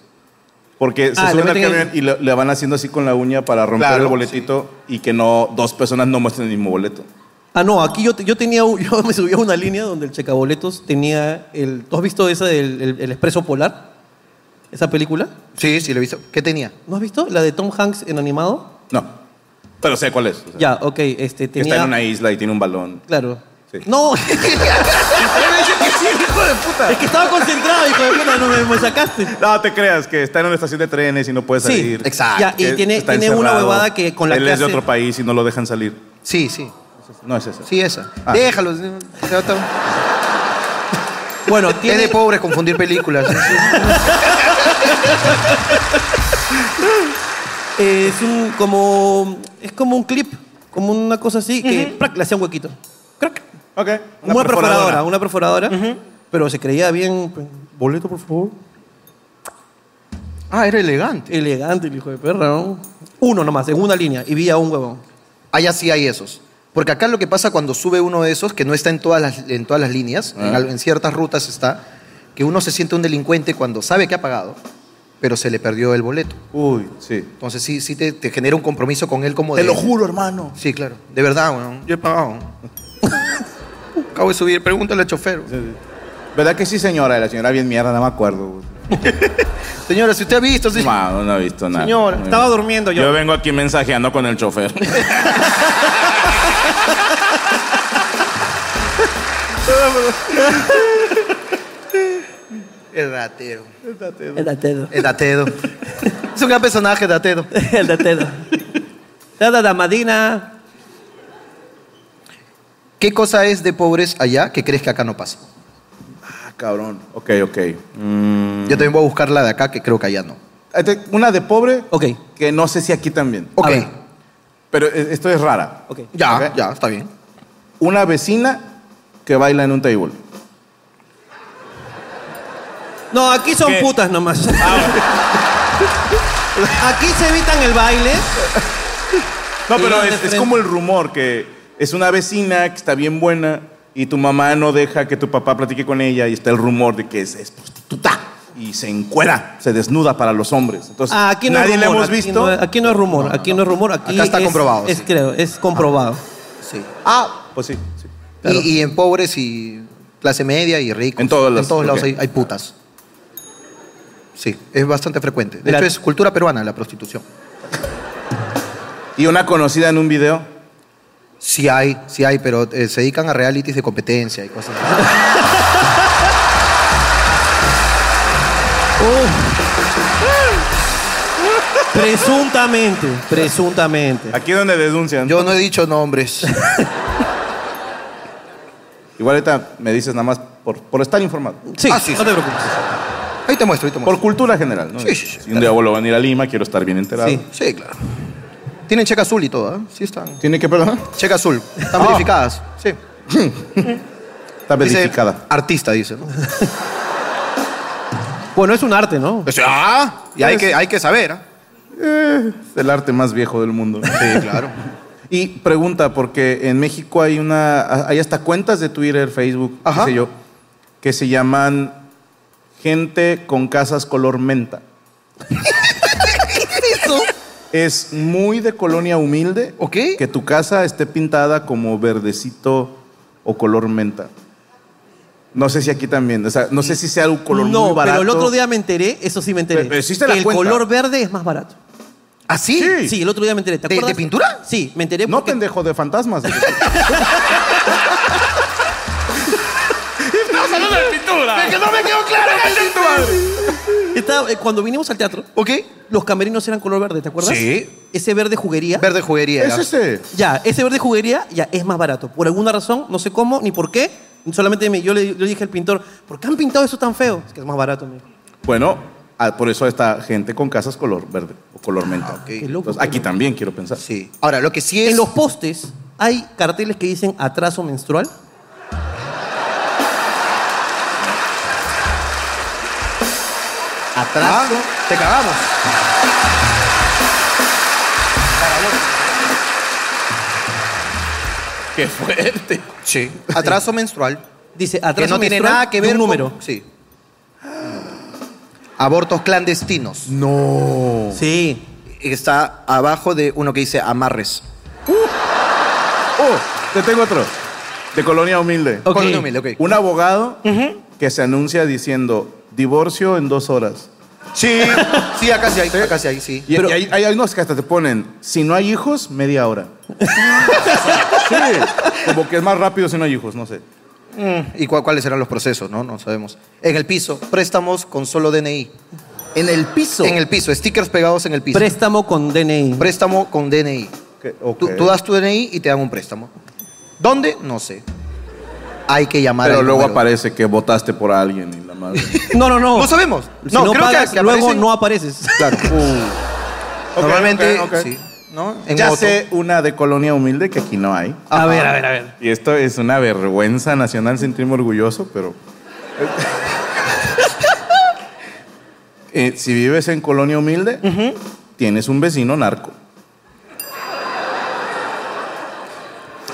[SPEAKER 4] Porque se
[SPEAKER 3] Ah, le
[SPEAKER 4] suben al
[SPEAKER 3] meten el-
[SPEAKER 4] camión y le, le van haciendo así con la uña para romper
[SPEAKER 1] Claro,
[SPEAKER 4] el boletito y que no dos personas no muestren el mismo boleto.
[SPEAKER 3] Ah, no, aquí yo, te- yo tenía, un- yo me subí a una línea donde el checaboletos tenía el. ¿Tú has visto esa del el, el Expreso Polar? ¿Esa película?
[SPEAKER 1] Sí, sí, lo he visto. ¿Qué tenía?
[SPEAKER 3] ¿No has visto? La de Tom Hanks en animado.
[SPEAKER 4] No. Pero sé cuál es. o sea,
[SPEAKER 3] Ya, ok, este
[SPEAKER 4] que
[SPEAKER 3] tenía.
[SPEAKER 4] Está en una isla y tiene un balón.
[SPEAKER 3] Claro.
[SPEAKER 4] Sí.
[SPEAKER 3] No. Es que estaba concentrado, hijo de puta, no me, me sacaste.
[SPEAKER 4] No te creas que está en una estación de trenes y no puede
[SPEAKER 3] Sí,
[SPEAKER 4] salir.
[SPEAKER 1] exacto.
[SPEAKER 3] Ya, y
[SPEAKER 4] que
[SPEAKER 3] tiene,
[SPEAKER 4] está
[SPEAKER 3] tiene una
[SPEAKER 4] encerrado.
[SPEAKER 3] huevada que con la
[SPEAKER 4] Él
[SPEAKER 3] que
[SPEAKER 4] es de
[SPEAKER 3] hace-
[SPEAKER 4] otro país y no lo dejan salir.
[SPEAKER 1] Sí, sí.
[SPEAKER 4] No es eso.
[SPEAKER 1] Sí, esa.
[SPEAKER 4] Ah.
[SPEAKER 1] Déjalo.
[SPEAKER 3] Bueno,
[SPEAKER 1] Es de
[SPEAKER 3] tiene,
[SPEAKER 1] pobres confundir películas.
[SPEAKER 3] eh, es un como es como un clip, como una cosa así que ¡prac! le hacía un huequito. ¡Crac!
[SPEAKER 4] Ok.
[SPEAKER 3] Una, perforadora. una perforadora, pero se creía bien pues, boleto, por favor.
[SPEAKER 1] ah, era elegante.
[SPEAKER 3] Elegante el hijo de perra, ¿no? Uno nomás, en una línea y vi a un huevón.
[SPEAKER 1] Allá sí hay esos. Porque acá lo que pasa cuando sube uno de esos, que no está en todas las, en todas las líneas,
[SPEAKER 4] Ah.
[SPEAKER 1] en, al- en ciertas rutas está, que uno se siente un delincuente cuando sabe que ha pagado, pero se le perdió el boleto.
[SPEAKER 4] Uy, sí.
[SPEAKER 1] Entonces sí, sí te, te genera un compromiso con él como
[SPEAKER 4] Te
[SPEAKER 1] de...
[SPEAKER 4] lo juro, hermano.
[SPEAKER 1] Sí, claro. De verdad, weón. Yo he pagado. Acabo de subir. Pregúntale al chofer.
[SPEAKER 4] ¿Verdad que sí, señora? La señora bien mierda, no me acuerdo.
[SPEAKER 1] Señora, si usted ha visto... sí.
[SPEAKER 4] No, no he visto nada.
[SPEAKER 3] Señor,
[SPEAKER 4] Muy
[SPEAKER 3] estaba
[SPEAKER 4] bien.
[SPEAKER 3] durmiendo yo.
[SPEAKER 5] Yo vengo aquí mensajeando con el chofer.
[SPEAKER 1] El ratero.
[SPEAKER 3] El datedo.
[SPEAKER 1] El datedo. es un gran personaje, datedo.
[SPEAKER 3] El datedo. Dada damadina.
[SPEAKER 1] ¿Qué cosa es de pobres allá que crees que acá no pasa?
[SPEAKER 4] Ah, cabrón. Ok, ok. Mm.
[SPEAKER 1] Yo también voy a buscar la de acá que creo que allá no.
[SPEAKER 4] Este, Una de pobre
[SPEAKER 3] Ok,
[SPEAKER 4] que no sé si aquí también.
[SPEAKER 1] Ok.
[SPEAKER 3] ver.
[SPEAKER 4] Pero eh, esto es rara.
[SPEAKER 3] ok.
[SPEAKER 1] Ya,
[SPEAKER 4] Ok.
[SPEAKER 1] ya, está bien.
[SPEAKER 4] Una vecina que baila en un table.
[SPEAKER 3] No, aquí son
[SPEAKER 5] ¿Qué?
[SPEAKER 3] putas nomás.
[SPEAKER 4] Ah,
[SPEAKER 3] aquí se evitan el baile.
[SPEAKER 4] No,
[SPEAKER 3] Sí,
[SPEAKER 4] pero
[SPEAKER 3] de
[SPEAKER 4] es, es
[SPEAKER 3] frente.
[SPEAKER 4] como el rumor que es una vecina que está bien buena y tu mamá no deja que tu papá platique con ella y está el rumor de que es, es prostituta y se encuera, se desnuda para los hombres. Entonces,
[SPEAKER 3] Ah, aquí no
[SPEAKER 4] nadie
[SPEAKER 3] hay
[SPEAKER 4] le
[SPEAKER 3] rumor,
[SPEAKER 4] hemos
[SPEAKER 3] aquí
[SPEAKER 4] visto.
[SPEAKER 3] no- aquí no es rumor, aquí no es rumor. Aquí
[SPEAKER 1] Acá está
[SPEAKER 3] es-
[SPEAKER 1] comprobado,
[SPEAKER 3] Es,
[SPEAKER 1] sí.
[SPEAKER 3] creo, es comprobado.
[SPEAKER 1] Sí.
[SPEAKER 4] Ah, pues sí. sí.
[SPEAKER 1] Y, y en pobres y clase media y ricos.
[SPEAKER 4] En todos los-
[SPEAKER 1] En todos lados
[SPEAKER 4] ok.
[SPEAKER 1] hay, hay putas. Sí, es bastante frecuente. De
[SPEAKER 3] La-
[SPEAKER 1] hecho, es cultura peruana la prostitución.
[SPEAKER 4] Y una conocida en un video.
[SPEAKER 1] Sí hay, sí hay, pero eh, se dedican a realities de competencia y cosas así.
[SPEAKER 3] Oh, Presuntamente, presuntamente.
[SPEAKER 4] Aquí es donde denuncian.
[SPEAKER 1] Yo no he dicho nombres.
[SPEAKER 4] Igual ahorita me dices nada más por, por estar informado.
[SPEAKER 3] Sí,
[SPEAKER 1] Ah, sí,
[SPEAKER 3] no te preocupes.
[SPEAKER 1] Ahí te muestro, ahí te
[SPEAKER 4] Por
[SPEAKER 1] muestro.
[SPEAKER 4] cultura general. ¿no?
[SPEAKER 1] Sí, sí, sí.
[SPEAKER 4] Si un día van a ir a Lima, quiero estar bien enterado.
[SPEAKER 3] Sí.
[SPEAKER 1] Sí, claro. Tienen checa azul y todo, ¿eh? Sí están.
[SPEAKER 4] ¿Tiene que perdonar?
[SPEAKER 1] Checa azul. Están verificadas. Sí.
[SPEAKER 4] Está
[SPEAKER 1] Dice,
[SPEAKER 4] verificada.
[SPEAKER 1] artista, dice. ¿no?
[SPEAKER 3] Bueno, es un arte, ¿no?
[SPEAKER 1] Dice, ah, y hay
[SPEAKER 4] Pues-
[SPEAKER 1] que, hay que saber, ¿ah?
[SPEAKER 4] Es Eh, el arte más viejo del mundo.
[SPEAKER 1] Sí, claro.
[SPEAKER 4] Y pregunta, porque en México hay una. hay hasta cuentas de Twitter, Facebook,
[SPEAKER 1] Ajá.
[SPEAKER 4] qué sé yo, que se llaman Gente con casas color menta. es muy de colonia humilde
[SPEAKER 1] Ok.
[SPEAKER 4] que tu casa esté pintada como verdecito o color menta. No sé si aquí también. O sea, no sé si sea un color
[SPEAKER 3] Mm. no,
[SPEAKER 4] muy barato.
[SPEAKER 3] pero el otro día me enteré, eso sí me enteré.
[SPEAKER 4] Pero existe la
[SPEAKER 3] que el
[SPEAKER 4] cuenta. ¿Ah,
[SPEAKER 3] color verde es más barato.
[SPEAKER 1] ¿Así?
[SPEAKER 4] Sí.
[SPEAKER 3] Sí, el otro día me enteré. ¿Te
[SPEAKER 1] ¿De-
[SPEAKER 3] acuerdas?
[SPEAKER 1] de pintura?
[SPEAKER 3] Sí, me enteré
[SPEAKER 4] No,
[SPEAKER 3] porque
[SPEAKER 4] pendejo, de fantasmas.
[SPEAKER 5] ¡Estamos hablando de pintura!
[SPEAKER 6] ¡Que no me quedó claro que es tu madre!
[SPEAKER 3] estaba- eh, cuando vinimos al teatro,
[SPEAKER 1] ¿Ok?
[SPEAKER 3] los camerinos eran color verde, ¿te acuerdas?
[SPEAKER 1] Sí.
[SPEAKER 3] Ese verde juguería.
[SPEAKER 1] Verde juguería.
[SPEAKER 4] es ese.
[SPEAKER 3] Ya, ese verde juguería ya es más barato. Por alguna razón, no sé cómo ni por qué. Solamente me- yo le yo dije al pintor, ¿por qué han pintado eso tan feo? Es que es más barato. me dijo.
[SPEAKER 4] Bueno, ah, por eso está gente con casas color verde o color menta.
[SPEAKER 1] Ah, ok. Qué
[SPEAKER 3] loco,
[SPEAKER 4] Entonces, aquí también quiero pensar.
[SPEAKER 1] Sí. Ahora, lo que sí es...
[SPEAKER 3] En los postes hay carteles que dicen atraso menstrual.
[SPEAKER 1] Ah, te cagamos.
[SPEAKER 5] ¡Qué fuerte!
[SPEAKER 1] Sí. Atraso menstrual.
[SPEAKER 3] Dice
[SPEAKER 1] Que
[SPEAKER 3] atraso
[SPEAKER 1] no tiene
[SPEAKER 3] menstrual
[SPEAKER 1] nada que
[SPEAKER 3] de
[SPEAKER 1] ver
[SPEAKER 3] un
[SPEAKER 1] con-
[SPEAKER 3] número.
[SPEAKER 1] Sí. Abortos clandestinos.
[SPEAKER 3] Sí.
[SPEAKER 1] Está abajo de uno que dice amarres.
[SPEAKER 4] Uh. Oh, te tengo otro. De Colonia Humilde.
[SPEAKER 3] Ok.
[SPEAKER 1] Colonia humilde, ok.
[SPEAKER 4] Un abogado que se anuncia diciendo divorcio en dos horas.
[SPEAKER 1] Sí, sí, acá sí hay, acá sí hay, sí.
[SPEAKER 4] Y, y hay, hay unos que hasta te ponen, si no hay hijos, media hora. sí, como que es más rápido si no hay hijos, no sé.
[SPEAKER 7] Eh,
[SPEAKER 1] ¿Y cua- cuáles serán los procesos? No, no sabemos. En el piso, préstamos con solo DNI.
[SPEAKER 4] En el piso.
[SPEAKER 1] En el piso, stickers pegados en el piso.
[SPEAKER 3] Préstamo con DNI.
[SPEAKER 1] préstamo con DNI.
[SPEAKER 4] Que- ok.
[SPEAKER 1] Tú, tú das tu DNI y te dan un préstamo. ¿Dónde? No sé. Hay que llamar
[SPEAKER 4] Pero
[SPEAKER 1] al
[SPEAKER 4] luego
[SPEAKER 1] número.
[SPEAKER 4] aparece que votaste por alguien y la madre.
[SPEAKER 3] No, no, no.
[SPEAKER 1] No sabemos.
[SPEAKER 3] Si
[SPEAKER 1] no,
[SPEAKER 3] no,
[SPEAKER 1] creo que-
[SPEAKER 3] pagas,
[SPEAKER 1] que
[SPEAKER 3] luego
[SPEAKER 1] aparecen-
[SPEAKER 3] no apareces.
[SPEAKER 1] Claro.
[SPEAKER 4] Ok,
[SPEAKER 1] Normalmente,
[SPEAKER 4] ok, ok.
[SPEAKER 1] sí. ¿No? En
[SPEAKER 4] Ya
[SPEAKER 1] moto.
[SPEAKER 4] sé una de Colonia Humilde que aquí no hay.
[SPEAKER 3] A ver, a ver, a ver.
[SPEAKER 4] Y esto es una vergüenza nacional, sentirme orgulloso, pero... Eh, si vives en Colonia Humilde, tienes un vecino narco.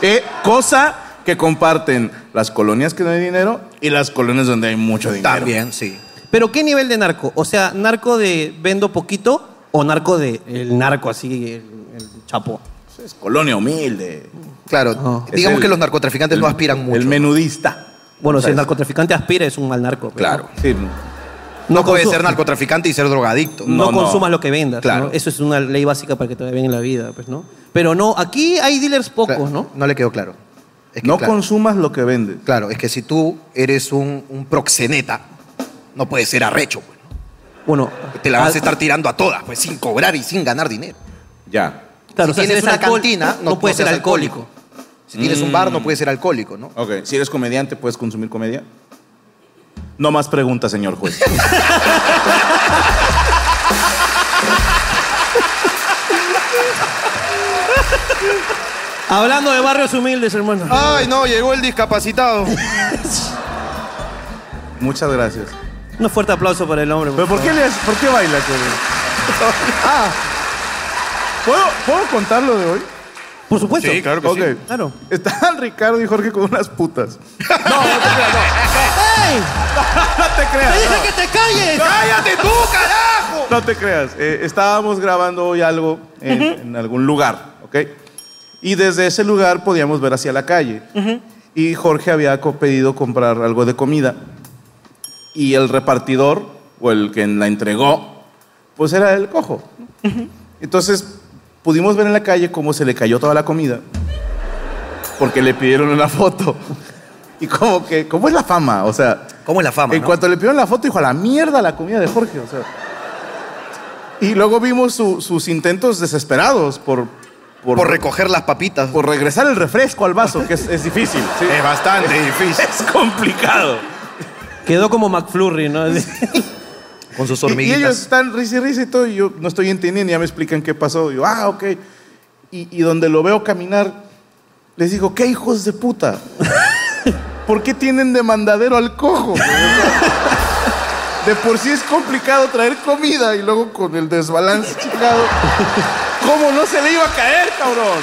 [SPEAKER 4] Eh, cosa que comparten las colonias que no hay dinero y las colonias donde hay mucho dinero.
[SPEAKER 1] También, sí.
[SPEAKER 3] Pero ¿qué nivel de narco? O sea, narco de vendo poquito o narco de el narco así, el, el chapo.
[SPEAKER 4] Es Colonia Humilde.
[SPEAKER 1] Claro,
[SPEAKER 3] No.
[SPEAKER 1] digamos
[SPEAKER 4] Es el-
[SPEAKER 1] que los narcotraficantes no
[SPEAKER 4] el-
[SPEAKER 1] aspiran mucho.
[SPEAKER 4] El menudista.
[SPEAKER 3] Bueno,
[SPEAKER 4] O sea,
[SPEAKER 3] si el
[SPEAKER 4] es-
[SPEAKER 3] narcotraficante aspira es un mal narco. pero
[SPEAKER 4] Claro. Sí.
[SPEAKER 1] no puede
[SPEAKER 3] consu-
[SPEAKER 1] ser narcotraficante y ser drogadicto.
[SPEAKER 3] No,
[SPEAKER 4] No, no.
[SPEAKER 3] consumas lo que vendas.
[SPEAKER 1] Claro.
[SPEAKER 3] ¿no? Eso es una ley básica para que te vaya bien en la vida, pues, ¿no? Pero no, aquí hay dealers pocos, ¿no?
[SPEAKER 1] No le quedó claro. Es que,
[SPEAKER 4] no
[SPEAKER 1] claro,
[SPEAKER 4] consumas lo que vendes.
[SPEAKER 1] claro, es que si tú eres un, un proxeneta, no puedes ser arrecho. pues, ¿no?
[SPEAKER 3] Bueno,
[SPEAKER 1] Te la vas a
[SPEAKER 3] ah,
[SPEAKER 1] estar tirando a todas, pues sin cobrar y sin ganar dinero.
[SPEAKER 4] Ya.
[SPEAKER 3] claro,
[SPEAKER 1] si
[SPEAKER 3] o sea,
[SPEAKER 1] tienes
[SPEAKER 3] eres
[SPEAKER 1] una
[SPEAKER 3] alcohol-
[SPEAKER 1] cantina, no,
[SPEAKER 3] no, puedes ser
[SPEAKER 1] seas
[SPEAKER 3] alcohólico. Mm.
[SPEAKER 1] Si tienes un bar, no puedes ser alcohólico, ¿no?
[SPEAKER 4] Ok, si eres comediante, ¿puedes consumir comedia? No más preguntas, señor juez.
[SPEAKER 3] Hablando de barrios humildes, hermano.
[SPEAKER 6] Ay, no, llegó el discapacitado.
[SPEAKER 4] Muchas gracias.
[SPEAKER 3] Un fuerte aplauso para el hombre.
[SPEAKER 4] ¿Pero por qué,
[SPEAKER 3] favor.
[SPEAKER 4] le haces- por qué bailas, güey? Ah. ¿Puedo, ¿Puedo contar lo de hoy?
[SPEAKER 3] Por supuesto.
[SPEAKER 6] Sí, claro que sí.
[SPEAKER 4] Ok.
[SPEAKER 3] Claro.
[SPEAKER 4] Estaban Ricardo y Jorge con unas putas.
[SPEAKER 3] ¡Ey!
[SPEAKER 4] No te
[SPEAKER 3] ¡Te
[SPEAKER 4] creas.
[SPEAKER 3] dije que te calles!
[SPEAKER 6] ¡Cállate tú, carajo!
[SPEAKER 4] No te creas. Eh, estábamos grabando hoy algo en, en algún lugar, ¿ok? Y desde ese lugar podíamos ver hacia la calle. Y Jorge había co- pedido comprar algo de comida. Y el repartidor, o el que la entregó, pues era el cojo. ¿no? Entonces pudimos ver en la calle cómo se le cayó toda la comida. Porque le pidieron una foto. Y como que, ¿cómo es la fama? O sea,
[SPEAKER 1] ¿Cómo es la fama?
[SPEAKER 4] en
[SPEAKER 1] no?
[SPEAKER 4] cuanto le pidieron la foto, dijo, a la mierda la comida de Jorge. O sea. Y luego vimos su- sus intentos desesperados por, por,
[SPEAKER 1] Por recoger las papitas.
[SPEAKER 4] por regresar el refresco al vaso, que es, es difícil. ¿sí?
[SPEAKER 6] Es bastante difícil.
[SPEAKER 4] Es complicado.
[SPEAKER 3] Quedó como McFlurry, ¿no?
[SPEAKER 1] Con sus
[SPEAKER 4] Y, y
[SPEAKER 1] hormiguitas.
[SPEAKER 4] ellos están risa y risa y todo, y yo no estoy entendiendo, ya me explican qué pasó. Yo, ah, ok. Y, y donde lo veo caminar, les digo, ¿qué hijos de puta? ¿Por qué tienen de mandadero al cojo? güey? O sea, De por sí es complicado traer comida y luego con el desbalance chingado. ¿Cómo no se le iba a caer, cabrón?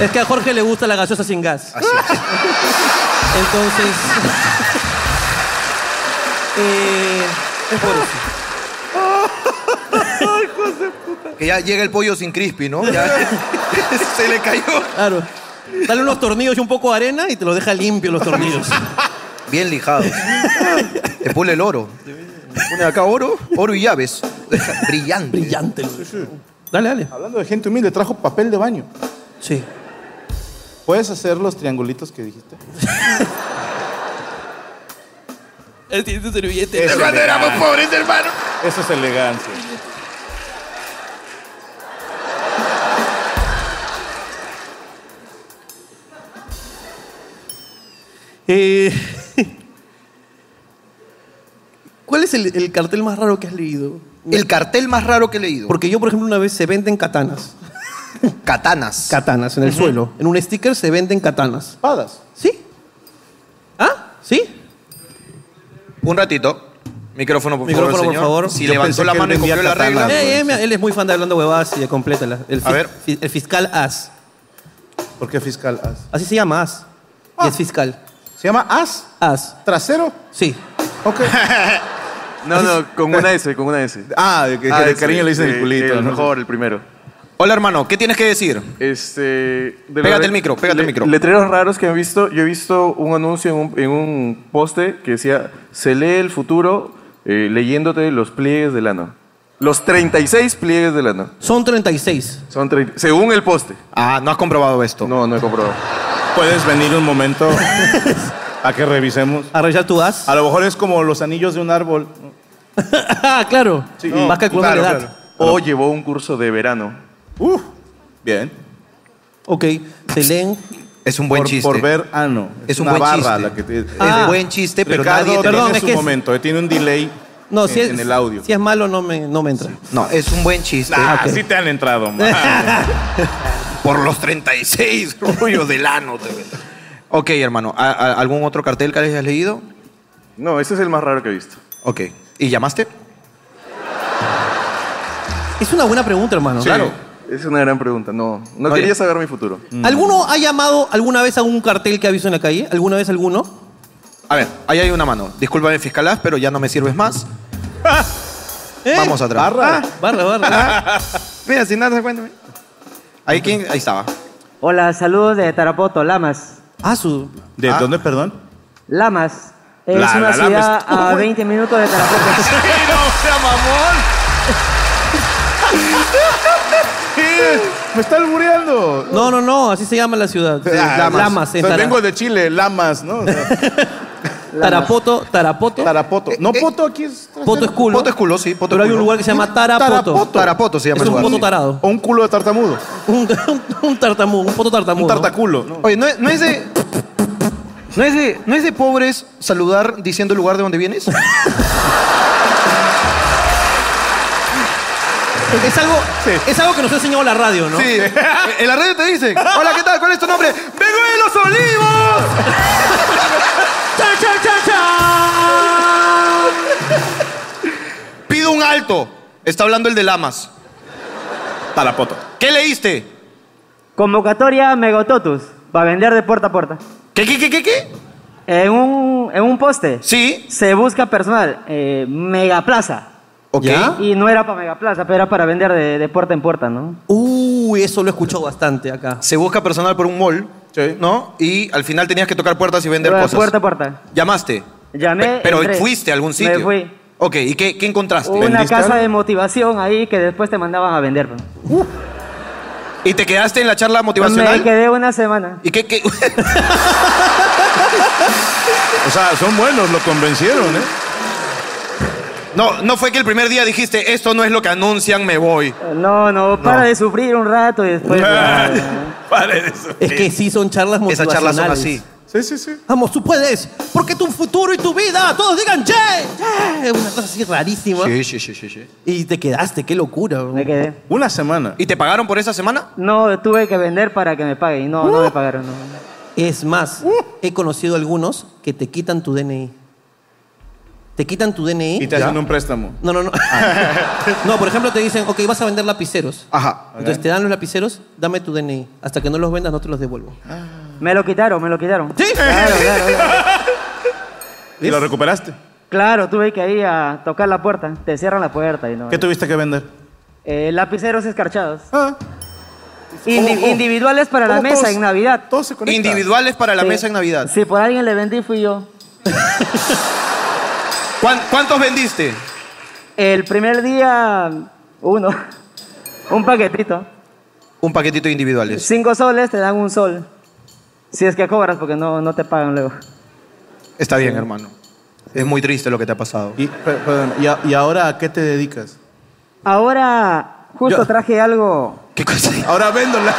[SPEAKER 3] Es que a Jorge le gusta la gaseosa sin gas. Entonces. eh, es por eso.
[SPEAKER 1] Que ya llega el pollo sin crispy, ¿no? Ya- se le cayó.
[SPEAKER 3] Claro. Dale unos tornillos y un poco de arena y te lo deja limpio los tornillos.
[SPEAKER 1] Bien lijado. Te pone el oro. Te pone acá oro, oro y llaves. Brillante.
[SPEAKER 3] Brillante. Dale, dale.
[SPEAKER 4] Hablando de gente humilde, trajo papel de baño.
[SPEAKER 3] Sí.
[SPEAKER 4] ¿Puedes hacer los triangulitos que dijiste?
[SPEAKER 3] Él tiene su servillete.
[SPEAKER 4] Eso,
[SPEAKER 6] Cuando éramos pobres, hermano.
[SPEAKER 4] eso es elegancia.
[SPEAKER 3] Eh, ¿Cuál es el, el cartel más raro que has leído?
[SPEAKER 1] El cartel más raro que he leído.
[SPEAKER 3] Porque yo, por ejemplo, una vez se venden katanas.
[SPEAKER 1] Katanas.
[SPEAKER 3] Katanas en el suelo. En un sticker se venden katanas.
[SPEAKER 4] Espadas.
[SPEAKER 3] ¿Sí? ¿Ah? ¿Sí?
[SPEAKER 1] Un ratito. Micrófono, por
[SPEAKER 3] Micrófono,
[SPEAKER 1] favor,
[SPEAKER 3] por
[SPEAKER 1] señor.
[SPEAKER 3] favor.
[SPEAKER 1] Si
[SPEAKER 4] Yo
[SPEAKER 1] levantó
[SPEAKER 4] pensé
[SPEAKER 1] la
[SPEAKER 4] que
[SPEAKER 1] mano y
[SPEAKER 4] él vendía
[SPEAKER 1] cumplió la
[SPEAKER 4] katanas.
[SPEAKER 1] regla.
[SPEAKER 4] bueno,
[SPEAKER 3] Eh, eh, mira, él es muy fan de hablando huevadas y de complétala. El
[SPEAKER 1] A ver.
[SPEAKER 3] fi- el fiscal As.
[SPEAKER 4] ¿Por qué fiscal as?
[SPEAKER 3] Así se llama As.
[SPEAKER 4] Ah.
[SPEAKER 3] Y es fiscal.
[SPEAKER 4] ¿Se llama as?
[SPEAKER 3] As.
[SPEAKER 4] ¿Trasero?
[SPEAKER 3] Sí.
[SPEAKER 4] Ok.
[SPEAKER 8] No, no, con una S, con una S.
[SPEAKER 4] Ah, de, que-
[SPEAKER 8] Ah,
[SPEAKER 4] que de
[SPEAKER 8] ese,
[SPEAKER 4] cariño le dicen
[SPEAKER 8] eh,
[SPEAKER 4] el culito.
[SPEAKER 8] El
[SPEAKER 4] ¿no?
[SPEAKER 8] mejor, el primero.
[SPEAKER 1] Hola, hermano. ¿Qué tienes que decir?
[SPEAKER 8] Este, de
[SPEAKER 1] Pégate el micro, pégate el micro.
[SPEAKER 8] Letreros raros que he visto. Yo he visto un anuncio en un, en un poste que decía: se lee el futuro eh, leyéndote los pliegues del ano. Los 36 pliegues del ano.
[SPEAKER 3] Son 36.
[SPEAKER 8] Son 30, según el poste.
[SPEAKER 1] Ah, no has comprobado esto.
[SPEAKER 8] No, no he comprobado.
[SPEAKER 4] Puedes venir un momento a que revisemos.
[SPEAKER 3] ¿A revisar tu As?
[SPEAKER 4] A lo mejor es como los anillos de un árbol.
[SPEAKER 3] Ah, claro.
[SPEAKER 4] Sí.
[SPEAKER 3] Vas calculando
[SPEAKER 4] Claro,
[SPEAKER 3] la edad.
[SPEAKER 4] claro.
[SPEAKER 8] O llevó un curso de verano.
[SPEAKER 4] Uf, bien.
[SPEAKER 3] Ok. Se leen.
[SPEAKER 1] Es un buen
[SPEAKER 4] por,
[SPEAKER 1] chiste.
[SPEAKER 4] por ver ano.
[SPEAKER 1] Es un
[SPEAKER 4] una
[SPEAKER 1] buen
[SPEAKER 4] barra
[SPEAKER 1] chiste.
[SPEAKER 4] la que te-
[SPEAKER 1] Es
[SPEAKER 3] Ah.
[SPEAKER 1] buen chiste, pero
[SPEAKER 4] Ricardo
[SPEAKER 1] nadie...
[SPEAKER 3] Perdón,
[SPEAKER 4] tiene
[SPEAKER 3] es
[SPEAKER 4] su
[SPEAKER 3] que es-
[SPEAKER 4] momento, eh, tiene un delay
[SPEAKER 3] No,
[SPEAKER 4] en,
[SPEAKER 3] si es,
[SPEAKER 4] en el audio.
[SPEAKER 3] Si es malo, no me, no me entra.
[SPEAKER 1] No, es un buen chiste.
[SPEAKER 4] Ah,
[SPEAKER 3] ok.
[SPEAKER 4] sí te han entrado, man.
[SPEAKER 6] Por los 36 rollos del ano. te ves.
[SPEAKER 1] Ok, hermano. ¿a- a- ¿Algún otro cartel que hayas leído?
[SPEAKER 8] No, ese es el más raro que he visto.
[SPEAKER 1] Ok. ¿Y llamaste?
[SPEAKER 3] Es una buena pregunta, hermano.
[SPEAKER 4] Claro.
[SPEAKER 8] Es una gran pregunta. No, no,
[SPEAKER 1] No,
[SPEAKER 8] quería
[SPEAKER 1] ya-
[SPEAKER 8] saber mi futuro.
[SPEAKER 1] Mm.
[SPEAKER 3] ¿Alguno ha llamado alguna vez a un cartel que ha visto en la calle? ¿Alguna vez alguno?
[SPEAKER 1] A ver, ahí hay una mano. Discúlpame, fiscalás, pero ya no me sirves más.
[SPEAKER 5] Ah.
[SPEAKER 3] ¿Eh?
[SPEAKER 1] Vamos atrás. Ah.
[SPEAKER 4] Barra.
[SPEAKER 3] Barra, barra.
[SPEAKER 1] Mira, sin nada, cuéntame. Ahí, ¿quién? ahí estaba.
[SPEAKER 9] Hola, saludos de Tarapoto, Lamas.
[SPEAKER 3] Ah, su.
[SPEAKER 4] ¿De
[SPEAKER 1] Ah.
[SPEAKER 4] dónde, perdón?
[SPEAKER 9] Lamas es
[SPEAKER 4] La-
[SPEAKER 9] una
[SPEAKER 4] la Lamas.
[SPEAKER 9] ciudad a 20 minutos de Tarapoto.
[SPEAKER 4] Me está albureando.
[SPEAKER 3] No, no, no, así se llama la ciudad.
[SPEAKER 4] Ah,
[SPEAKER 3] Lamas. en
[SPEAKER 4] O sea,
[SPEAKER 3] Tara-
[SPEAKER 4] vengo de Chile, Lamas, ¿no? O sea,
[SPEAKER 3] Tarapoto, Tarapoto.
[SPEAKER 6] Eh,
[SPEAKER 4] Tarapoto. No, Poto aquí es.
[SPEAKER 3] Poto es culo.
[SPEAKER 1] Poto es culo, sí, poto
[SPEAKER 3] Pero
[SPEAKER 1] es
[SPEAKER 3] hay un
[SPEAKER 1] culo.
[SPEAKER 3] lugar que se llama Tarapoto.
[SPEAKER 4] Tarapoto.
[SPEAKER 1] Tarapoto se llama
[SPEAKER 3] Es
[SPEAKER 1] el
[SPEAKER 3] un
[SPEAKER 1] lugar.
[SPEAKER 3] poto tarado.
[SPEAKER 4] O un culo de tartamudo.
[SPEAKER 3] Un, un, un tartamudo, un poto tartamudo.
[SPEAKER 4] Un
[SPEAKER 3] ¿no?
[SPEAKER 4] tartaculo. ¿no?
[SPEAKER 1] Oye, ¿no es, no es de... ¿No es, de, ¿No es de pobres saludar diciendo el lugar de donde vienes?
[SPEAKER 3] Es algo,
[SPEAKER 4] Sí.
[SPEAKER 3] es algo que nos ha enseñado la radio, ¿no?
[SPEAKER 1] Sí. En la radio te dicen, hola, ¿qué tal? ¿Cuál es tu nombre? ¡Vengo de los olivos!
[SPEAKER 3] ¡Cha, cha, cha, cha!
[SPEAKER 6] Alto, está hablando el de Lamas.
[SPEAKER 4] Tarapoto.
[SPEAKER 6] ¿Qué leíste?
[SPEAKER 9] Convocatoria Megototus. Para vender de puerta a puerta.
[SPEAKER 6] ¿Qué, qué, qué, qué, qué?
[SPEAKER 9] En un, en un poste.
[SPEAKER 6] Sí.
[SPEAKER 9] Se busca personal. eh, Megaplaza.
[SPEAKER 6] Ok.
[SPEAKER 3] ¿Ya?
[SPEAKER 9] Y no era para Megaplaza, pero era para vender de, de puerta en puerta, ¿no?
[SPEAKER 3] Uy, eso lo he escuchado bastante acá.
[SPEAKER 1] Se busca personal por un mall,
[SPEAKER 4] Sí.
[SPEAKER 1] ¿no? Y al final tenías que tocar puertas y vender
[SPEAKER 9] Era
[SPEAKER 1] cosas.
[SPEAKER 9] Puerta a puerta.
[SPEAKER 1] Llamaste.
[SPEAKER 9] Llamé.
[SPEAKER 1] Pe- pero
[SPEAKER 9] entré.
[SPEAKER 1] fuiste a algún sitio.
[SPEAKER 9] Me fui.
[SPEAKER 1] Ok, ¿y qué, qué encontraste?
[SPEAKER 9] Una
[SPEAKER 4] ¿Vendiste
[SPEAKER 9] casa
[SPEAKER 4] algo?
[SPEAKER 9] de motivación ahí que después te mandaban a vender. pues.
[SPEAKER 1] ¿Y te quedaste en la charla
[SPEAKER 9] Me
[SPEAKER 1] motivacional?
[SPEAKER 9] quedé una semana.
[SPEAKER 1] ¿Y qué, qué?
[SPEAKER 4] O sea, son buenos, lo convencieron, ¿eh?
[SPEAKER 6] No, no fue que el primer día dijiste, esto no es lo que anuncian, me voy.
[SPEAKER 9] Eh, No, no, para de sufrir un rato y después.
[SPEAKER 4] Pare de eso.
[SPEAKER 3] Es que sí son charlas
[SPEAKER 1] Esas
[SPEAKER 3] motivacionales.
[SPEAKER 1] charlas son así.
[SPEAKER 4] Sí, sí, sí.
[SPEAKER 3] Vamos, tú puedes, porque tu futuro y tu vida, todos digan, che, che", una cosa así rarísima.
[SPEAKER 1] Sí, sí, sí, sí, sí.
[SPEAKER 3] Y te quedaste, qué locura. bro.
[SPEAKER 9] me quedé.
[SPEAKER 4] Una semana.
[SPEAKER 6] ¿Y te pagaron por esa semana?
[SPEAKER 9] No, tuve que vender para que me paguen. y No, no me pagaron. no.
[SPEAKER 3] Es más, he conocido algunos que te quitan tu DNI. Te quitan tu DNI.
[SPEAKER 4] Y te hacen un préstamo.
[SPEAKER 3] No, no, no. no, por ejemplo, te dicen, ok, vas a vender lapiceros.
[SPEAKER 1] Ajá.
[SPEAKER 3] Entonces te dan los lapiceros, dame tu DNI. Hasta que no los vendas, no te los devuelvo.
[SPEAKER 9] Me lo quitaron, me lo quitaron.
[SPEAKER 3] ¿Sí?
[SPEAKER 9] Claro, claro, claro.
[SPEAKER 4] ¿Y lo recuperaste?
[SPEAKER 9] Claro, tuve que ir a tocar la puerta. Te cierran la puerta y no.
[SPEAKER 4] ¿Qué tuviste que vender?
[SPEAKER 9] Eh, lapiceros escarchados.
[SPEAKER 4] Ah,
[SPEAKER 9] Indi-
[SPEAKER 4] ¿Cómo?
[SPEAKER 9] Individuales para la
[SPEAKER 4] ¿Cómo
[SPEAKER 9] mesa
[SPEAKER 4] todos-
[SPEAKER 9] en Navidad.
[SPEAKER 4] todo se conecta.
[SPEAKER 6] Individuales para la
[SPEAKER 9] Sí.
[SPEAKER 6] mesa en Navidad.
[SPEAKER 9] Si por alguien le vendí, fui yo.
[SPEAKER 6] ¿Cuán- ¿Cuántos vendiste?
[SPEAKER 9] El primer día, uno. Un paquetito.
[SPEAKER 1] Un paquetito de individuales.
[SPEAKER 9] Cinco soles te dan un sol. Si es que cobras, porque no, no te pagan luego.
[SPEAKER 1] Está bien, hermano. Es muy triste lo que te ha pasado.
[SPEAKER 4] Y, per- perdón, ¿y, a- y ahora a qué te dedicas?
[SPEAKER 9] Ahora, justo
[SPEAKER 4] Yo-
[SPEAKER 9] traje algo.
[SPEAKER 1] ¿Qué cosa?
[SPEAKER 4] Ahora vendo la...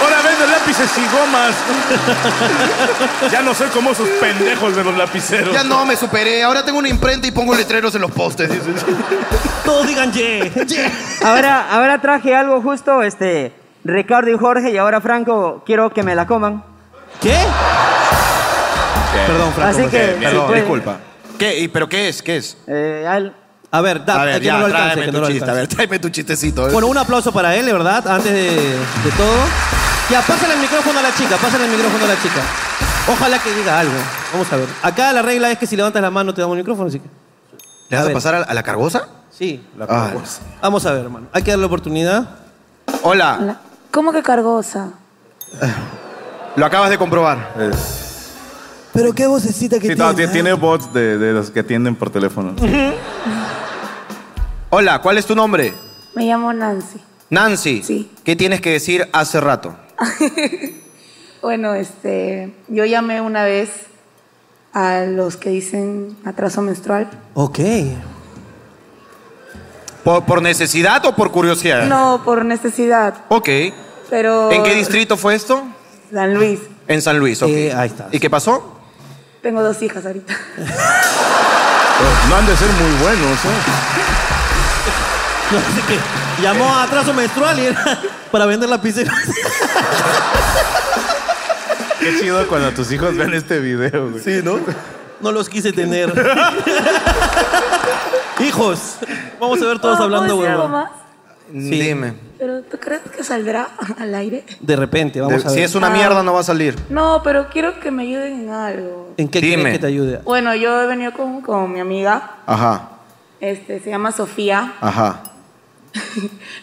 [SPEAKER 4] Ahora vendo lápices y gomas. ya no soy como esos pendejos de los lapiceros.
[SPEAKER 6] Ya no, me superé. Ahora tengo una imprenta y pongo letreros en los postes.
[SPEAKER 3] Todos digan, yeah, yeah.
[SPEAKER 9] Ahora, ahora traje algo justo, este. Ricardo y Jorge, y ahora Franco, quiero que me la coman.
[SPEAKER 3] ¿Qué? Perdón, Franco.
[SPEAKER 9] Así que. si
[SPEAKER 1] Perdón,
[SPEAKER 9] pueden,
[SPEAKER 1] disculpa. ¿Qué? ¿Y- ¿Pero qué es? ¿Qué es?
[SPEAKER 9] eh, al-
[SPEAKER 3] A ver, da,
[SPEAKER 6] Pues, A ver,
[SPEAKER 3] que no
[SPEAKER 6] ya,
[SPEAKER 3] lo alcance,
[SPEAKER 6] tráeme
[SPEAKER 3] que no
[SPEAKER 6] tu
[SPEAKER 3] lo
[SPEAKER 6] chiste. A
[SPEAKER 3] alcance.
[SPEAKER 6] ver, tráeme tu chistecito. a ver.
[SPEAKER 3] Bueno, un aplauso para él, de verdad, antes de, de todo. Ya, pásale el micrófono a la chica, pásale el micrófono a la chica. Ojalá que diga algo. Vamos a ver. Acá la regla es que si levantas la mano te damos el micrófono, así que.
[SPEAKER 1] ¿Le vas
[SPEAKER 3] A
[SPEAKER 1] a,
[SPEAKER 3] ver.
[SPEAKER 1] pasar a, a la cargosa?
[SPEAKER 3] Sí.
[SPEAKER 1] Ah.
[SPEAKER 3] Vamos a ver, hermano. Hay que darle oportunidad.
[SPEAKER 6] Hola,
[SPEAKER 10] La- ¿Cómo que cargosa?
[SPEAKER 6] lo acabas de comprobar.
[SPEAKER 4] Es-
[SPEAKER 3] Pero qué vocecita que ¿eh?
[SPEAKER 4] sí, no, ti- tiene bots de, de los que atienden por teléfono.
[SPEAKER 6] Hola, ¿cuál es tu nombre?
[SPEAKER 10] Me llamo Nancy.
[SPEAKER 6] Nancy.
[SPEAKER 10] Sí.
[SPEAKER 6] ¿Qué tienes que decir hace rato?
[SPEAKER 10] Bueno, este, yo llamé una vez a los que dicen atraso menstrual.
[SPEAKER 3] Ok.
[SPEAKER 6] ¿Por, por necesidad o por
[SPEAKER 3] Ah.
[SPEAKER 6] curiosidad?
[SPEAKER 10] No, por necesidad,
[SPEAKER 6] Ok.
[SPEAKER 10] pero...
[SPEAKER 6] ¿En qué distrito fue esto?
[SPEAKER 10] San Luis.
[SPEAKER 6] En San Luis, ok.
[SPEAKER 3] Eh, ahí está.
[SPEAKER 6] ¿Y qué pasó?
[SPEAKER 10] Tengo dos hijas ahorita.
[SPEAKER 4] no han de ser muy buenos, ¿eh?
[SPEAKER 3] No sé qué. Llamó a atraso menstrual y era para vender la pizza.
[SPEAKER 4] Qué chido cuando tus hijos ven este video, güey.
[SPEAKER 3] Sí, ¿no? No los quise tener. Hijos, vamos a ver todos
[SPEAKER 10] Oh, ¿puedo
[SPEAKER 3] hablando,
[SPEAKER 10] decir algo
[SPEAKER 3] huevón.
[SPEAKER 10] más?
[SPEAKER 1] Dime.
[SPEAKER 10] ¿Pero tú crees que saldrá al aire?
[SPEAKER 3] De repente, vamos a ver.
[SPEAKER 1] si es una
[SPEAKER 10] Ah.
[SPEAKER 1] mierda, no va a salir.
[SPEAKER 10] No, pero quiero que me ayuden en algo.
[SPEAKER 3] ¿En qué
[SPEAKER 6] Dime.
[SPEAKER 3] quieres que te ayude?
[SPEAKER 10] Bueno, yo he venido con, con mi amiga,
[SPEAKER 1] Ajá,
[SPEAKER 10] este, se llama Sofía.
[SPEAKER 1] ajá.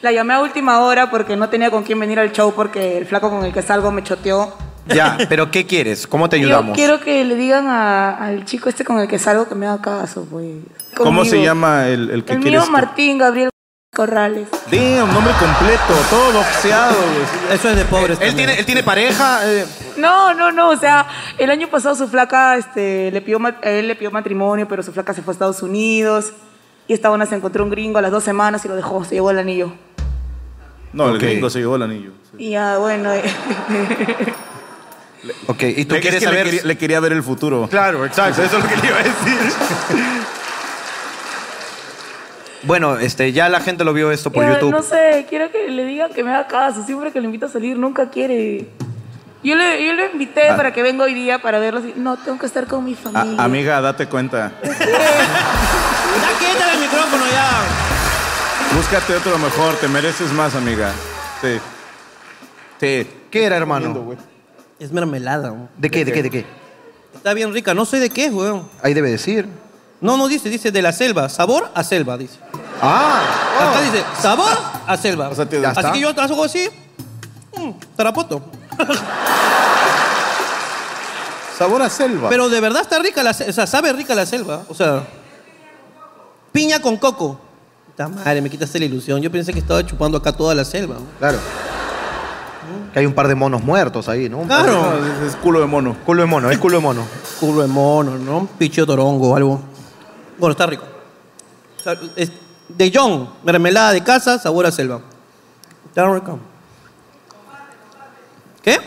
[SPEAKER 10] La llamé a última hora porque no tenía con quién venir al show porque el flaco con el que salgo me choteó.
[SPEAKER 1] Ya, pero ¿qué quieres? ¿Cómo te
[SPEAKER 10] Yo
[SPEAKER 1] ayudamos?
[SPEAKER 10] quiero que le digan a- al chico este con el que salgo que me haga caso, pues.
[SPEAKER 4] ¿Cómo
[SPEAKER 10] Conmigo.
[SPEAKER 4] se llama Ah, el, el que
[SPEAKER 10] El
[SPEAKER 4] quieres?
[SPEAKER 10] mío Martín Gabriel Corrales.
[SPEAKER 4] que- Damn, nombre completo, todo boxeado, güey.
[SPEAKER 3] Eso es de
[SPEAKER 1] Eh,
[SPEAKER 3] pobres.
[SPEAKER 6] ¿Él
[SPEAKER 3] también.
[SPEAKER 6] tiene, él tiene pareja? Eh,
[SPEAKER 10] No, no, no, o sea, el año pasado su flaca, este, le pidió, ma- él le pidió matrimonio, pero su flaca se fue a Estados Unidos y esta una se encontró un gringo a las dos semanas y lo dejó, se llevó el anillo.
[SPEAKER 4] No,
[SPEAKER 1] Ok.
[SPEAKER 4] el gringo se llevó el anillo. sí.
[SPEAKER 10] Y ya, bueno, eh,
[SPEAKER 1] Ok, ¿y tú
[SPEAKER 4] Es
[SPEAKER 1] quieres
[SPEAKER 4] que le
[SPEAKER 1] saber?
[SPEAKER 4] quería- Le quería ver el futuro.
[SPEAKER 6] Claro, exacto, eso es lo que le iba a decir.
[SPEAKER 1] Bueno, este, ya la gente lo vio esto por
[SPEAKER 10] ya,
[SPEAKER 1] YouTube.
[SPEAKER 10] no sé, quiero que le digan que me haga caso, siempre que lo invito a salir nunca quiere. Yo le, yo le invité
[SPEAKER 4] Ah.
[SPEAKER 10] para que Ah, venga hoy día para verlo, así, no, tengo que estar con mi
[SPEAKER 4] A-
[SPEAKER 10] familia.
[SPEAKER 4] amiga, date cuenta.
[SPEAKER 3] Ya quítale el micrófono ya.
[SPEAKER 4] Búscate otro mejor, te mereces más, amiga. Sí. Sí.
[SPEAKER 1] ¿Qué era, hermano?
[SPEAKER 3] Es mermelada. weón.
[SPEAKER 1] ¿De qué, de qué, de qué?
[SPEAKER 3] Está bien rica. No sé de qué, weón.
[SPEAKER 1] Ahí debe decir.
[SPEAKER 3] No, no dice, dice de la selva. Sabor a selva, dice.
[SPEAKER 1] Ah,
[SPEAKER 3] Acá dice sabor a selva.
[SPEAKER 4] sea, te- ya
[SPEAKER 3] así
[SPEAKER 1] está.
[SPEAKER 3] que yo hago así. mm, tarapoto.
[SPEAKER 4] Sabor a selva.
[SPEAKER 3] Pero de verdad está rica la selva. O sea, sabe rica la selva. O sea, piña con coco. Puta madre, me quitaste la ilusión. Yo pensé que estaba chupando acá toda la selva.
[SPEAKER 1] claro. Que hay un par de monos muertos ahí, ¿no? Un par de-
[SPEAKER 3] Claro.
[SPEAKER 4] No, es, es culo de mono.
[SPEAKER 1] Culo de mono, es culo de mono.
[SPEAKER 3] Culo de mono, ¿no? Picheo torongo o algo. Bueno, está rico. O sea, es de John, mermelada de casa, sabor a selva. Está rico. ¿Qué?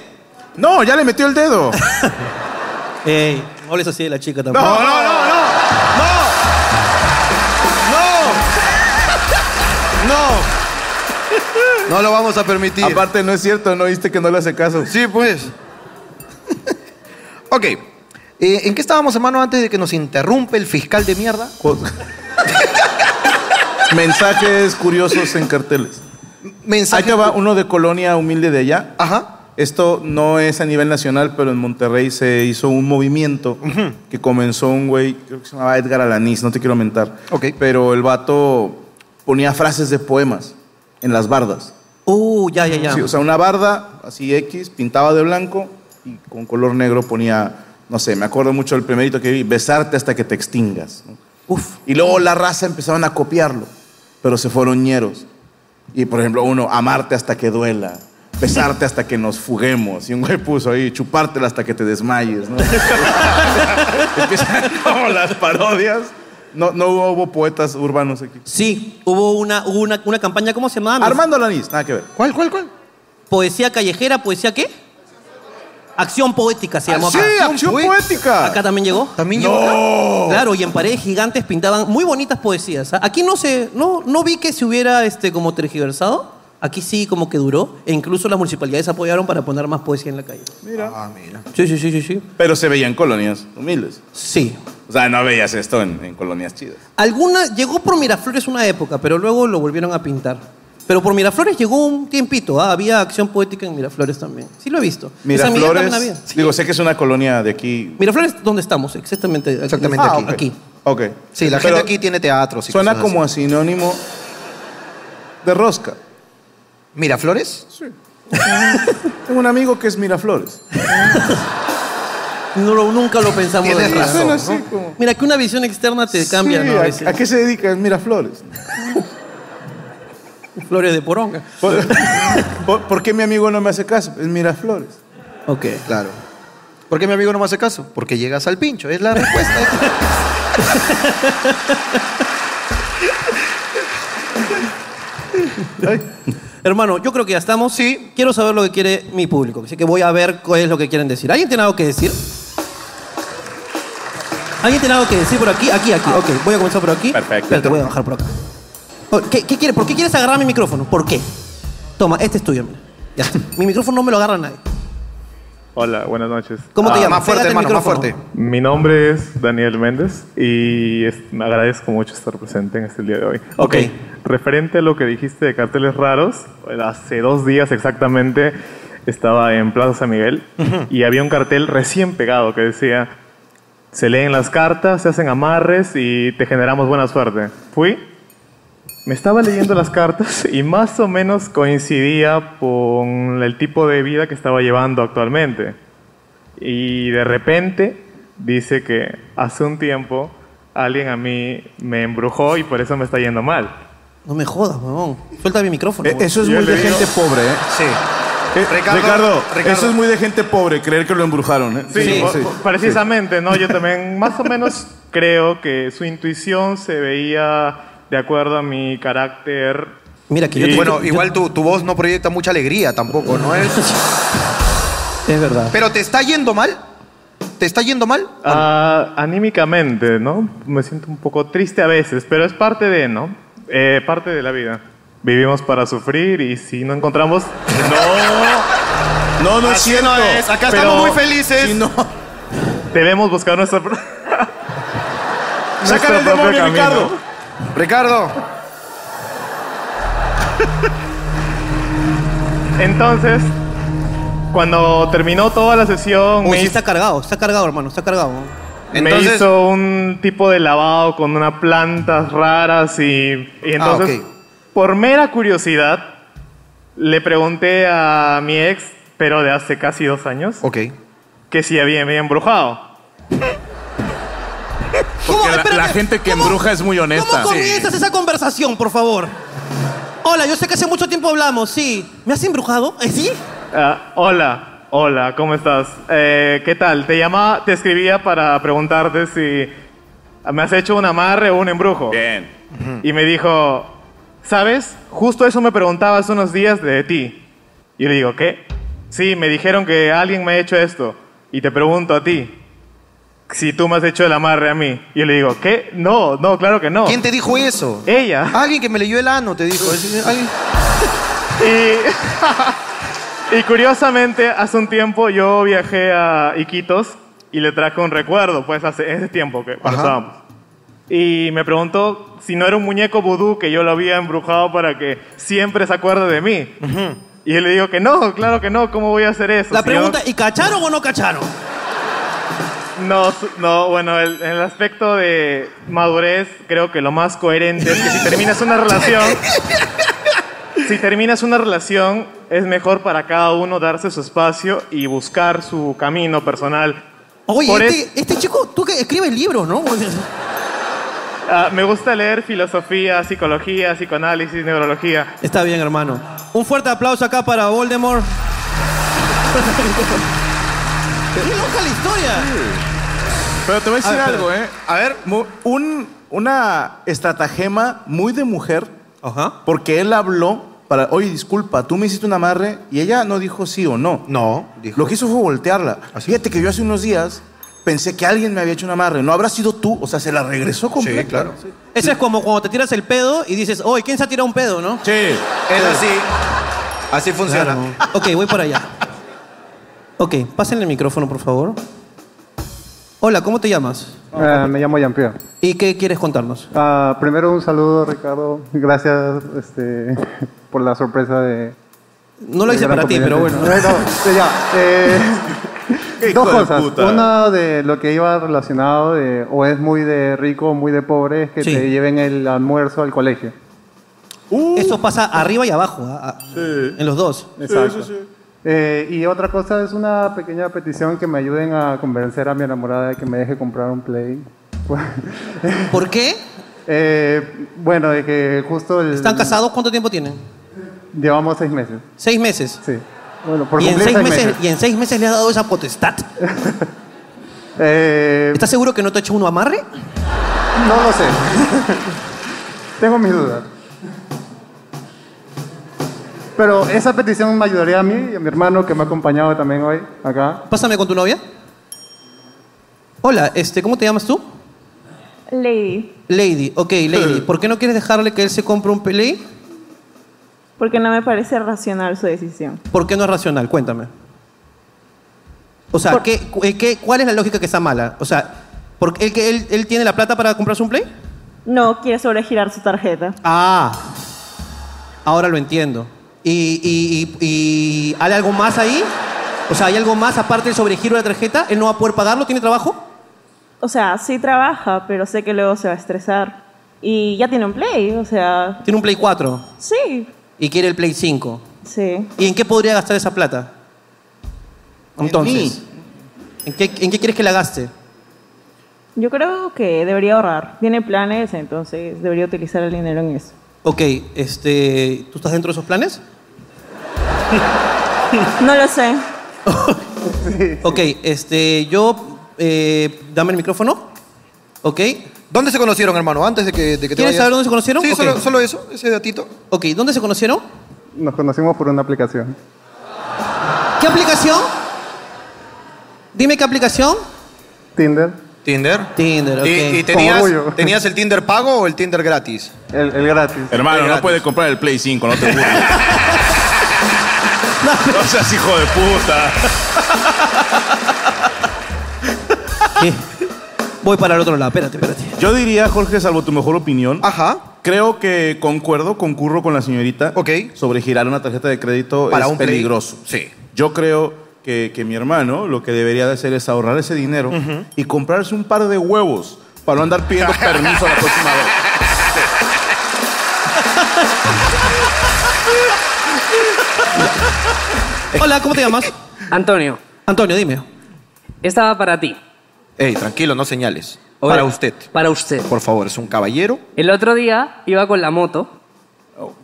[SPEAKER 4] No, ya le metió el dedo.
[SPEAKER 3] Ey, no hables así de la chica
[SPEAKER 4] No,
[SPEAKER 3] tampoco.
[SPEAKER 4] no, no, no.
[SPEAKER 1] No lo vamos a permitir.
[SPEAKER 4] Aparte, no es cierto, no viste que no le hace caso.
[SPEAKER 1] Sí, pues. ok. Eh, ¿En qué estábamos, hermano, antes de que nos interrumpe el fiscal de mierda?
[SPEAKER 4] Co- Mensajes curiosos en carteles. Ahí
[SPEAKER 1] Mensaje.
[SPEAKER 4] te va uno de colonia humilde de allá.
[SPEAKER 1] Ajá.
[SPEAKER 4] Esto no es a nivel nacional, pero en Monterrey se hizo un movimiento que comenzó un güey, creo que se llamaba Edgar Alanís, no te quiero mentar.
[SPEAKER 1] Ok.
[SPEAKER 4] Pero el vato ponía frases de poemas en las bardas.
[SPEAKER 3] Uh, ya, ya, ya.
[SPEAKER 4] Sí, o sea, una barda así X, pintaba de blanco y con color negro ponía, no sé, me acuerdo mucho del primerito que vi, besarte hasta que te extingas. ¿no?
[SPEAKER 3] Uf.
[SPEAKER 4] Y luego la raza empezaron a copiarlo, pero se fueron ñeros. Y por ejemplo, uno, amarte hasta que duela, besarte hasta que nos fuguemos. Y un güey puso ahí, chupártela hasta que te desmayes. ¿no? Empiezan como las parodias. No, no hubo, hubo poetas urbanos aquí.
[SPEAKER 3] Sí, hubo una, hubo una, una campaña, ¿cómo se llamaba?
[SPEAKER 4] Armando Lanís, nada que ver.
[SPEAKER 1] ¿Cuál, cuál, cuál?
[SPEAKER 3] Poesía callejera, poesía qué? Acción poética se llamó
[SPEAKER 4] Sí,
[SPEAKER 3] acá.
[SPEAKER 4] acción
[SPEAKER 1] poe-
[SPEAKER 4] poética.
[SPEAKER 3] Acá también llegó.
[SPEAKER 1] También llegó acá.
[SPEAKER 3] Claro, y en paredes gigantes pintaban muy bonitas poesías. ¿ah? Aquí no se, no, no vi que se hubiera este, como tergiversado. Aquí sí como que duró. E incluso las municipalidades apoyaron para poner más poesía en la calle.
[SPEAKER 4] Ah, Mira.
[SPEAKER 3] Sí, sí, sí, sí, sí.
[SPEAKER 4] Pero se veían colonias humildes.
[SPEAKER 3] Sí.
[SPEAKER 4] O sea, no veías esto en, en colonias chidas.
[SPEAKER 3] Alguna, llegó por Miraflores una época, pero luego lo volvieron a pintar. Pero por Miraflores llegó un tiempito. ah, Había acción poética en Miraflores también. Sí lo he visto. En San Miguel también había.
[SPEAKER 4] Miraflores. Digo, sé que es una colonia de aquí.
[SPEAKER 3] Miraflores, ¿dónde estamos? Exactamente. aquí.
[SPEAKER 1] Exactamente
[SPEAKER 3] Ah,
[SPEAKER 1] aquí.
[SPEAKER 3] ok. aquí.
[SPEAKER 4] Ok.
[SPEAKER 1] Sí, la
[SPEAKER 4] Pero
[SPEAKER 1] gente aquí tiene teatros. y
[SPEAKER 4] Suena
[SPEAKER 1] cosas así.
[SPEAKER 4] como a sinónimo de rosca.
[SPEAKER 1] ¿Miraflores?
[SPEAKER 4] Tengo un amigo que es Miraflores.
[SPEAKER 3] No lo- nunca lo pensamos
[SPEAKER 1] Tienes
[SPEAKER 3] de
[SPEAKER 1] razón.
[SPEAKER 4] Suena así como.
[SPEAKER 3] Mira, que una visión externa te cambia,
[SPEAKER 4] Sí,
[SPEAKER 3] ¿no? A
[SPEAKER 4] ¿a-
[SPEAKER 3] veces.
[SPEAKER 4] ¿A, qué se dedica? Es Miraflores.
[SPEAKER 3] Flores de poronga.
[SPEAKER 4] ¿Por, por- por qué mi amigo no me hace caso? Es Miraflores.
[SPEAKER 3] Ok.
[SPEAKER 1] Claro. ¿Por qué mi amigo no me hace caso? Porque llegas al pincho, es la respuesta.
[SPEAKER 3] Hermano, yo creo que ya estamos. Sí. Quiero saber lo que quiere mi público. Así que voy a ver cuál es lo que quieren decir. ¿Alguien tiene algo que decir? ¿Alguien tiene algo que decir por aquí? Aquí, aquí. Ok, voy a comenzar por aquí.
[SPEAKER 4] Perfecto.
[SPEAKER 3] Espérate, voy a bajar por acá. Oh, ¿Qué, qué quieres? ¿Por qué quieres agarrar mi micrófono? ¿Por qué? Toma, este es tuyo, mira. Ya está. Mi micrófono no me lo agarra nadie.
[SPEAKER 8] Hola, buenas noches.
[SPEAKER 3] ¿Cómo te
[SPEAKER 1] Ah,
[SPEAKER 3] llamas?
[SPEAKER 1] más fuerte,
[SPEAKER 3] Pégate el
[SPEAKER 1] hermano, más
[SPEAKER 3] micrófono.
[SPEAKER 1] fuerte.
[SPEAKER 8] Mi nombre es Daniel Méndez y es- me agradezco mucho estar presente en este día de hoy.
[SPEAKER 3] Ok.
[SPEAKER 8] Referente a lo que dijiste de carteles raros, hace dos días exactamente estaba en Plaza San Miguel y había un cartel recién pegado que decía, se leen las cartas, se hacen amarres y te generamos buena suerte. Fui, me estaba leyendo las cartas y más o menos coincidía con el tipo de vida que estaba llevando actualmente. Y de repente dice que hace un tiempo alguien a mí me embrujó y por eso me está yendo mal.
[SPEAKER 3] No me jodas, huevón. Suelta mi micrófono.
[SPEAKER 4] Eh,
[SPEAKER 3] huevón.
[SPEAKER 4] Eso es
[SPEAKER 8] Yo
[SPEAKER 4] muy
[SPEAKER 8] le
[SPEAKER 4] de
[SPEAKER 8] digo-
[SPEAKER 4] gente pobre, ¿eh?
[SPEAKER 1] Sí.
[SPEAKER 4] Eh,
[SPEAKER 1] Ricardo,
[SPEAKER 4] Ricardo,
[SPEAKER 1] Ricardo.
[SPEAKER 4] eso es muy de gente pobre, creer que lo embrujaron, ¿eh?
[SPEAKER 8] Sí, o- o- precisamente, ¿no? Yo también más o menos creo que su intuición se veía de acuerdo a mi carácter.
[SPEAKER 3] Mira, que yo te-
[SPEAKER 1] bueno,
[SPEAKER 3] yo-
[SPEAKER 1] igual tu, tu voz no proyecta mucha alegría tampoco, ¿no? Es-
[SPEAKER 3] Es verdad.
[SPEAKER 1] Pero te está yendo mal. ¿Te está yendo mal?
[SPEAKER 8] Ah, anímicamente, ¿no? Me siento un poco triste a veces, pero es parte de, ¿no? Eh, parte de la vida. Vivimos para sufrir y si no encontramos...
[SPEAKER 4] No, no es
[SPEAKER 1] Así
[SPEAKER 4] cierto.
[SPEAKER 1] no es, acá
[SPEAKER 8] pero-
[SPEAKER 1] estamos muy felices.
[SPEAKER 4] Sí, no.
[SPEAKER 8] Debemos buscar nuestra... pro-
[SPEAKER 4] Sacar el
[SPEAKER 8] Nuestro propio
[SPEAKER 4] demonio,
[SPEAKER 8] camino.
[SPEAKER 4] Ricardo.
[SPEAKER 1] Ricardo,
[SPEAKER 8] Entonces, cuando terminó toda la sesión,
[SPEAKER 3] Uy,
[SPEAKER 8] me,
[SPEAKER 3] sí
[SPEAKER 8] hizo,
[SPEAKER 3] está cargado, está cargado, hermano, está cargado.
[SPEAKER 8] me
[SPEAKER 1] Entonces-
[SPEAKER 8] hizo un tipo de lavado con unas plantas raras y, y
[SPEAKER 3] Ah,
[SPEAKER 8] entonces,
[SPEAKER 11] ok.
[SPEAKER 8] por mera curiosidad, le pregunté a mi ex, pero de hace casi dos años,
[SPEAKER 11] Ok.
[SPEAKER 8] que si había, me había embrujado.
[SPEAKER 3] ¿Cómo?
[SPEAKER 6] la-
[SPEAKER 3] Espérate,
[SPEAKER 6] la gente que
[SPEAKER 3] ¿cómo-
[SPEAKER 6] embruja es muy honesta.
[SPEAKER 3] ¿Cómo comienzas esa conversación, por favor? Hola, yo sé que hace mucho tiempo hablamos, sí. ¿Me has embrujado? ¿Eh, ¿Sí?
[SPEAKER 8] Ah, hola, hola, ¿cómo estás? Eh, ¿Qué tal? Te llamaba, te escribía para preguntarte si me has hecho un amarre o un embrujo.
[SPEAKER 6] Bien.
[SPEAKER 8] Y me dijo, ¿sabes? Justo eso me preguntaba hace unos días de ti. Y le digo, ¿qué? Sí, me dijeron que alguien me ha hecho esto. Y te pregunto a ti, si tú me has hecho el amarre a mí. Y yo le digo, ¿qué? No, no, claro que no.
[SPEAKER 11] ¿Quién te dijo eso?
[SPEAKER 8] Ella.
[SPEAKER 11] Alguien que me leyó el ano te dijo. Es- alguien-
[SPEAKER 8] Y, y curiosamente, hace un tiempo yo viajé a Iquitos y le traje un recuerdo, pues hace ese tiempo que cuando
[SPEAKER 11] Ajá.
[SPEAKER 8] estábamos. Y me preguntó si no era un muñeco vudú que yo lo había embrujado para que siempre se acuerde de mí. Y yo le digo que no, claro que no, ¿cómo voy a hacer eso?
[SPEAKER 3] La
[SPEAKER 8] Si
[SPEAKER 3] pregunta, ¿y cacharon o no cacharon?
[SPEAKER 8] yo- no, su- no, bueno, el, el aspecto de madurez, creo que lo más coherente es que si terminas una relación, si terminas una relación, es mejor para cada uno darse su espacio y buscar su camino personal.
[SPEAKER 3] Oye,
[SPEAKER 8] Por
[SPEAKER 3] este, este chico, tú que escribes libros, ¿no?
[SPEAKER 8] Ah, me gusta leer filosofía, psicología, psicoanálisis, neurología.
[SPEAKER 3] Está bien, hermano. Un fuerte aplauso acá para Voldemort. ¡Qué loca la historia!
[SPEAKER 4] Pero te voy a decir
[SPEAKER 3] A ver,
[SPEAKER 4] algo, ¿eh? A ver, mu- un, una estratagema muy de mujer,
[SPEAKER 3] Ajá.
[SPEAKER 4] porque él habló para, oye, disculpa, tú me hiciste un amarre y ella no dijo sí o no.
[SPEAKER 11] No, dijo.
[SPEAKER 4] Lo que hizo fue voltearla. Fíjate que yo hace unos días pensé que alguien me había hecho un amarre. ¿No habrá sido tú? O sea, se la regresó completa.
[SPEAKER 11] claro.
[SPEAKER 3] Eso es como cuando te tiras el pedo y dices, oye, ¿quién se ha tirado un pedo, no?
[SPEAKER 4] Sí.
[SPEAKER 1] es así. Así funciona.
[SPEAKER 3] Ok, voy para allá. Ok, pásenle el micrófono, por favor. Hola, ¿cómo te llamas?
[SPEAKER 7] Ah, me llamo Jean-Pierre.
[SPEAKER 3] ¿Y qué quieres contarnos?
[SPEAKER 7] Ah, primero un saludo, Ricardo. Gracias este, por la sorpresa de...
[SPEAKER 3] No lo
[SPEAKER 7] del
[SPEAKER 3] hice
[SPEAKER 7] gran
[SPEAKER 3] para ti, pero
[SPEAKER 7] comediante.
[SPEAKER 3] bueno.
[SPEAKER 7] No, sí, ya.
[SPEAKER 4] Qué
[SPEAKER 7] eh,
[SPEAKER 4] hijo
[SPEAKER 7] dos
[SPEAKER 4] de
[SPEAKER 7] cosas.
[SPEAKER 4] puta.
[SPEAKER 7] Una de lo que iba relacionado, de- o es muy de rico o muy de pobre, es que
[SPEAKER 3] Sí.
[SPEAKER 7] te lleven el almuerzo al colegio.
[SPEAKER 4] Uh.
[SPEAKER 3] Eso pasa arriba y abajo, a- a- en los dos.
[SPEAKER 7] Exacto. Eh, y otra cosa es una pequeña petición que me ayuden a convencer a mi enamorada de que me deje comprar un Play.
[SPEAKER 3] ¿Por qué?
[SPEAKER 7] Eh, bueno, de que justo el...
[SPEAKER 3] ¿Están casados? ¿Cuánto tiempo tienen?
[SPEAKER 7] Llevamos seis meses.
[SPEAKER 3] Seis meses.
[SPEAKER 7] Sí. Bueno, por
[SPEAKER 3] ¿Y en,
[SPEAKER 7] cumplir
[SPEAKER 3] seis
[SPEAKER 7] seis
[SPEAKER 3] meses, ¿Y en seis meses le has dado esa potestad?
[SPEAKER 7] Eh,
[SPEAKER 3] ¿Estás seguro que no te ha hecho uno amarre?
[SPEAKER 7] no lo sé. Tengo mis dudas. Pero esa petición me ayudaría a mí y a mi hermano que me ha acompañado también hoy acá.
[SPEAKER 3] Pásame con tu novia. Hola, este, ¿cómo te llamas tú?
[SPEAKER 12] Lady,
[SPEAKER 3] Lady. Ok, Lady. ¿Por qué no quieres dejarle que él se compre un Play?
[SPEAKER 12] porque no me parece racional su decisión.
[SPEAKER 3] ¿Por qué no es racional? Cuéntame. O sea,
[SPEAKER 12] Por-
[SPEAKER 3] ¿qué, cu- eh, qué- cuál es la lógica que está mala? O sea, ¿por qué él, que él, él tiene la plata para comprarse un Play?
[SPEAKER 12] No quiere sobregirar su tarjeta.
[SPEAKER 3] Ah, ahora lo entiendo. ¿Y, y, y- y hay algo más ahí? O sea, ¿hay algo más aparte del sobregiro de la tarjeta? ¿Él no va a poder pagarlo? ¿Tiene trabajo?
[SPEAKER 12] O sea, sí trabaja, pero sé que luego se va a estresar. Y ya tiene un play, o sea,
[SPEAKER 3] Tiene un Play 4
[SPEAKER 12] sí,
[SPEAKER 3] y quiere el Play 5.
[SPEAKER 12] sí.
[SPEAKER 3] ¿Y en qué podría gastar esa plata? Entonces,
[SPEAKER 4] mí.
[SPEAKER 3] ¿en qué, en qué quieres que la gaste?
[SPEAKER 12] Yo creo que debería ahorrar. Tiene planes, entonces debería utilizar el dinero en eso.
[SPEAKER 3] Ok, este, ¿tú estás dentro de esos planes?
[SPEAKER 12] No lo sé.
[SPEAKER 3] Ok, este, yo, eh, dame el micrófono. Ok,
[SPEAKER 11] ¿Dónde se conocieron, hermano? Antes de que, de que te
[SPEAKER 3] ¿Quieres
[SPEAKER 11] vayas.
[SPEAKER 3] saber dónde se conocieron?
[SPEAKER 11] Sí,
[SPEAKER 3] Ok.
[SPEAKER 11] solo, solo eso, ese datito.
[SPEAKER 3] ok, ¿dónde se conocieron?
[SPEAKER 7] Nos conocimos por una aplicación.
[SPEAKER 3] ¿Qué aplicación? Dime qué aplicación.
[SPEAKER 7] Tinder,
[SPEAKER 1] ¿Tinder?
[SPEAKER 3] Tinder, ok.
[SPEAKER 1] ¿Y, y
[SPEAKER 7] te-
[SPEAKER 1] tenías,
[SPEAKER 7] Como orgullo.
[SPEAKER 1] tenías el Tinder pago o el Tinder gratis?
[SPEAKER 7] el, el gratis.
[SPEAKER 6] Hermano, no puede comprar el Play 5, no te burles. No seas hijo de puta.
[SPEAKER 3] ¿Qué? Voy para el otro lado. Espérate, espérate.
[SPEAKER 4] Yo diría, Jorge, salvo tu mejor opinión.
[SPEAKER 1] Ajá.
[SPEAKER 4] Creo que concuerdo, concurro con la señorita. Sobre girar una tarjeta de crédito
[SPEAKER 1] Para
[SPEAKER 4] es
[SPEAKER 1] un play.
[SPEAKER 4] peligroso.
[SPEAKER 1] Sí.
[SPEAKER 4] Yo creo que, que mi hermano lo que debería de hacer es ahorrar ese dinero y comprarse un par de huevos para no andar pidiendo permiso la próxima vez.
[SPEAKER 3] Hola, ¿cómo te llamas?
[SPEAKER 13] Antonio.
[SPEAKER 3] Antonio, dime.
[SPEAKER 13] Estaba para ti.
[SPEAKER 1] Ey, tranquilo, no señales.
[SPEAKER 13] Hola.
[SPEAKER 1] Para usted.
[SPEAKER 13] Para usted.
[SPEAKER 1] Por favor, es un caballero.
[SPEAKER 13] El otro día iba con la moto.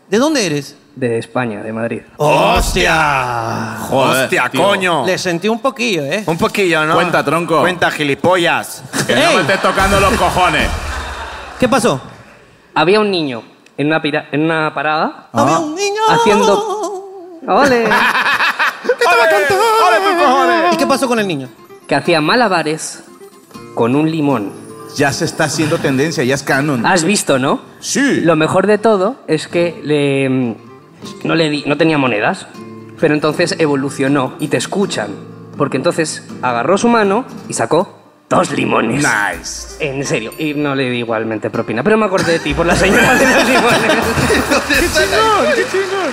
[SPEAKER 3] ¿De dónde eres?
[SPEAKER 13] De España, de Madrid.
[SPEAKER 3] ¡Hostia!
[SPEAKER 13] Joder,
[SPEAKER 6] ¡Hostia,
[SPEAKER 13] tío.
[SPEAKER 6] coño!
[SPEAKER 3] Ah, Le sentí un poquillo, ¿eh?
[SPEAKER 6] Un poquillo, ¿no?
[SPEAKER 5] Cuenta, tronco.
[SPEAKER 6] Cuenta, gilipollas.
[SPEAKER 5] Que no
[SPEAKER 3] Ey.
[SPEAKER 5] me estés tocando los cojones.
[SPEAKER 3] ¿Qué pasó?
[SPEAKER 13] Había un niño en una, pira- en una parada
[SPEAKER 3] Ah. Había un niño.
[SPEAKER 13] haciendo... ¡Ole!
[SPEAKER 3] ¿Y qué pasó con el niño?
[SPEAKER 13] que hacía malabares con un limón.
[SPEAKER 4] Ya se está haciendo tendencia, ya es canon.
[SPEAKER 13] ¿Has visto, no?
[SPEAKER 4] Sí.
[SPEAKER 13] Lo mejor de todo es que le, mm, no, le di- no tenía monedas, pero entonces evolucionó y te escuchan. Porque entonces agarró su mano y sacó dos limones.
[SPEAKER 5] Nice.
[SPEAKER 13] En serio, y no le di igualmente propina. Pero me acordé de ti por la señora de los limones.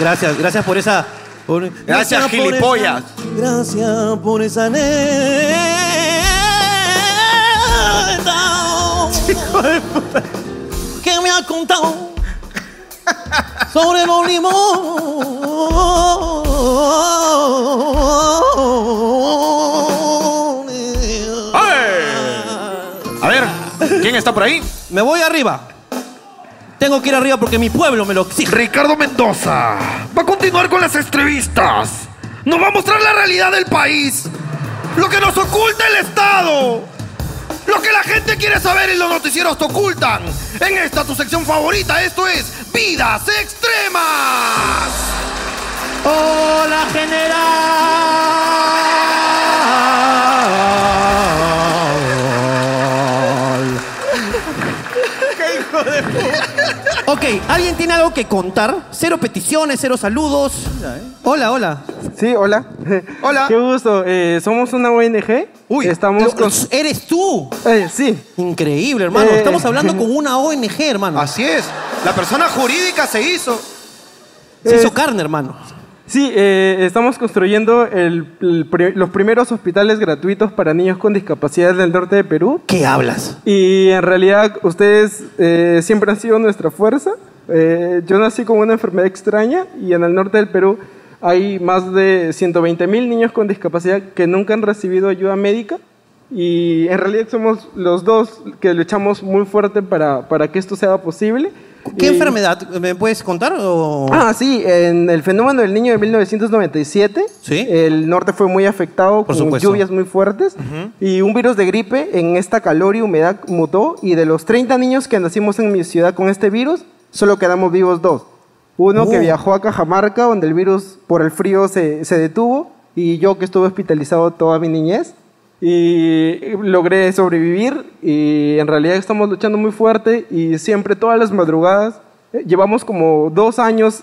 [SPEAKER 3] Gracias, gracias por esa. por-
[SPEAKER 6] Gracias,
[SPEAKER 3] por esa-
[SPEAKER 6] gilipollas.
[SPEAKER 3] gracias por esa anécdota que me ha contado sobre los limones.
[SPEAKER 6] A ver, ¿quién está por ahí?
[SPEAKER 3] Me voy arriba. Tengo que ir arriba porque mi pueblo me lo exige.
[SPEAKER 6] Ricardo Mendoza va a continuar con las entrevistas. Nos va a mostrar la realidad del país. Lo que nos oculta el Estado. Lo que la gente quiere saber y los noticieros te ocultan. En esta tu sección favorita, esto es Vidas Extremas.
[SPEAKER 3] Hola general. Ok, ¿alguien tiene algo que contar? Cero peticiones, cero saludos. Hola, hola.
[SPEAKER 14] Sí, hola.
[SPEAKER 1] Hola.
[SPEAKER 14] Qué gusto. Eh, somos una ONG.
[SPEAKER 3] Uy,
[SPEAKER 14] estamos
[SPEAKER 3] lo-
[SPEAKER 14] con.
[SPEAKER 3] eres tú.
[SPEAKER 14] Eh, sí,
[SPEAKER 3] Increíble, hermano.
[SPEAKER 14] Eh.
[SPEAKER 3] Estamos hablando con una ONG, hermano.
[SPEAKER 1] Así es. La persona jurídica se hizo.
[SPEAKER 3] Se
[SPEAKER 14] eh,
[SPEAKER 3] hizo carne, hermano.
[SPEAKER 14] sí. eh, estamos construyendo el- el pri- los primeros hospitales gratuitos para niños con discapacidad del norte de Perú.
[SPEAKER 3] ¿Qué hablas?
[SPEAKER 14] Y en realidad ustedes eh, siempre han sido nuestra fuerza. Eh, yo nací con una enfermedad extraña y en el norte del Perú hay más de 120 mil niños con discapacidad que nunca han recibido ayuda médica y en realidad somos los dos que luchamos muy fuerte para, para que esto sea posible.
[SPEAKER 3] ¿Qué
[SPEAKER 14] Y-
[SPEAKER 3] enfermedad? ¿Me puedes contar? o-
[SPEAKER 14] Ah, sí, en el fenómeno del niño de 1997,
[SPEAKER 3] Sí.
[SPEAKER 14] el norte fue muy afectado
[SPEAKER 3] Por
[SPEAKER 14] con
[SPEAKER 3] supuesto.
[SPEAKER 14] lluvias muy fuertes y un virus de gripe en esta calor y humedad mutó y de los 30 niños que nacimos en mi ciudad con este virus, solo quedamos vivos dos. Uno que
[SPEAKER 3] Oh.
[SPEAKER 14] viajó a Cajamarca, donde el virus por el frío se, se detuvo, y yo que estuve hospitalizado toda mi niñez. Y logré sobrevivir y en realidad estamos luchando muy fuerte y siempre todas las madrugadas, eh, llevamos como dos años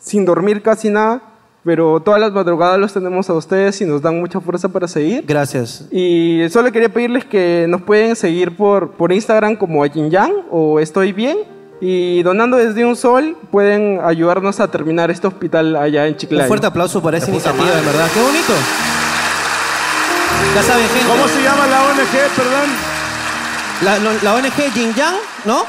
[SPEAKER 14] sin dormir casi nada, pero todas las madrugadas los tenemos a ustedes y nos dan mucha fuerza para seguir.
[SPEAKER 3] Gracias.
[SPEAKER 14] Y solo quería pedirles que nos pueden seguir por, por Instagram como Yang o Estoy Bien. Y donando desde un sol pueden ayudarnos a terminar este hospital allá en Chiclayo.
[SPEAKER 3] Un fuerte aplauso para esa iniciativa, de verdad. ¡Qué bonito! Ya saben, gente.
[SPEAKER 4] ¿Cómo se llama la ONG, perdón?
[SPEAKER 3] La, lo- la ONG Jin Yang, ¿no?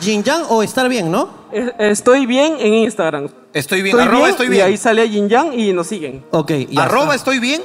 [SPEAKER 3] Jin Yang o Estar Bien, ¿no?
[SPEAKER 14] Es- Estoy bien en Instagram.
[SPEAKER 1] Estoy bien. arroba estoy
[SPEAKER 14] Y
[SPEAKER 1] bien.
[SPEAKER 14] ahí sale Yin Yang y nos siguen.
[SPEAKER 3] Ok. ya
[SPEAKER 1] arroba
[SPEAKER 3] está.
[SPEAKER 1] estoy bien.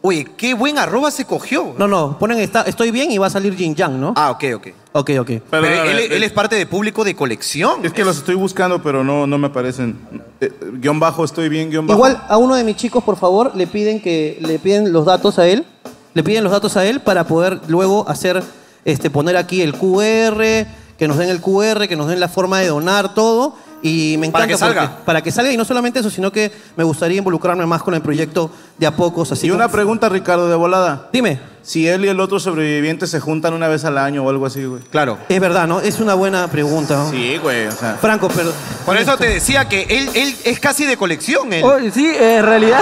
[SPEAKER 1] Oye, qué buen arroba se cogió.
[SPEAKER 3] No, no, ponen esta- Estoy Bien y va a salir Jin Yang, ¿no?
[SPEAKER 1] Ah, ok, ok.
[SPEAKER 3] Ok, ok.
[SPEAKER 1] Pero,
[SPEAKER 5] Pero, a ver,
[SPEAKER 1] él,
[SPEAKER 5] eh,
[SPEAKER 1] él es parte de público de colección.
[SPEAKER 4] Es que los estoy buscando, pero no, no me aparecen. Eh, guión bajo, estoy bien, guión bajo.
[SPEAKER 3] Igual a uno de mis chicos, por favor, le piden que le piden los datos a él, le piden los datos a él para poder luego hacer, este, poner aquí el QR, que nos den el QR, que nos den la forma de donar todo y me encanta
[SPEAKER 1] Para que
[SPEAKER 3] porque-
[SPEAKER 1] salga.
[SPEAKER 3] para que salga y no solamente eso, sino que me gustaría involucrarme más con el proyecto de a pocos, así.
[SPEAKER 4] Y
[SPEAKER 3] como-
[SPEAKER 4] una pregunta, Ricardo, de volada.
[SPEAKER 3] Dime,
[SPEAKER 4] Si él y el otro sobreviviente se juntan una vez al año o algo así, güey.
[SPEAKER 1] Claro.
[SPEAKER 3] es verdad, ¿no? Es una buena pregunta. ¿no?
[SPEAKER 5] Sí, güey, o sea.
[SPEAKER 3] Franco, pero
[SPEAKER 1] Por eso te decía que él, él es casi de colección. él.
[SPEAKER 14] Oh, sí, eh, en realidad.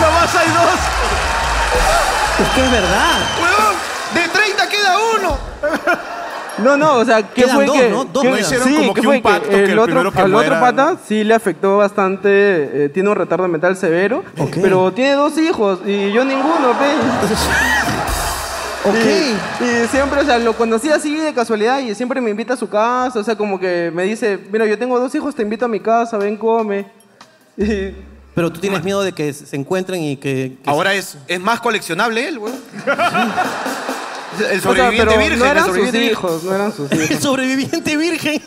[SPEAKER 4] ¡Nomás hay dos!
[SPEAKER 3] Es que es verdad.
[SPEAKER 6] ¡Huevón! ¡De 30 queda uno!
[SPEAKER 14] No, no, o sea, ¿qué
[SPEAKER 3] Quedan
[SPEAKER 14] fue
[SPEAKER 3] dos,
[SPEAKER 14] que,
[SPEAKER 3] ¿no? Dos
[SPEAKER 14] que-
[SPEAKER 3] no hicieron
[SPEAKER 14] sí,
[SPEAKER 3] como
[SPEAKER 14] ¿qué
[SPEAKER 3] que
[SPEAKER 14] fue
[SPEAKER 3] un pacto que el
[SPEAKER 14] otro,
[SPEAKER 3] primero que
[SPEAKER 14] al
[SPEAKER 3] muera,
[SPEAKER 14] otro pata sí le afectó bastante, eh, tiene un retardo mental severo, pero tiene dos hijos y yo ninguno, pe. Y, y siempre, o sea, lo conocí así de casualidad y siempre me invita a su casa, o sea, como que me dice, mira, yo tengo dos hijos, te invito a mi casa, ven, come. Y
[SPEAKER 3] Pero tú tienes miedo de que se encuentren y que. que
[SPEAKER 6] Ahora es, es más coleccionable él, weón. El
[SPEAKER 14] O sea,
[SPEAKER 6] sobreviviente
[SPEAKER 14] pero
[SPEAKER 6] virgen.
[SPEAKER 14] no eran
[SPEAKER 6] el sobreviviente
[SPEAKER 14] sus
[SPEAKER 6] virgen.
[SPEAKER 14] hijos, no eran sus hijos.
[SPEAKER 3] El sobreviviente virgen.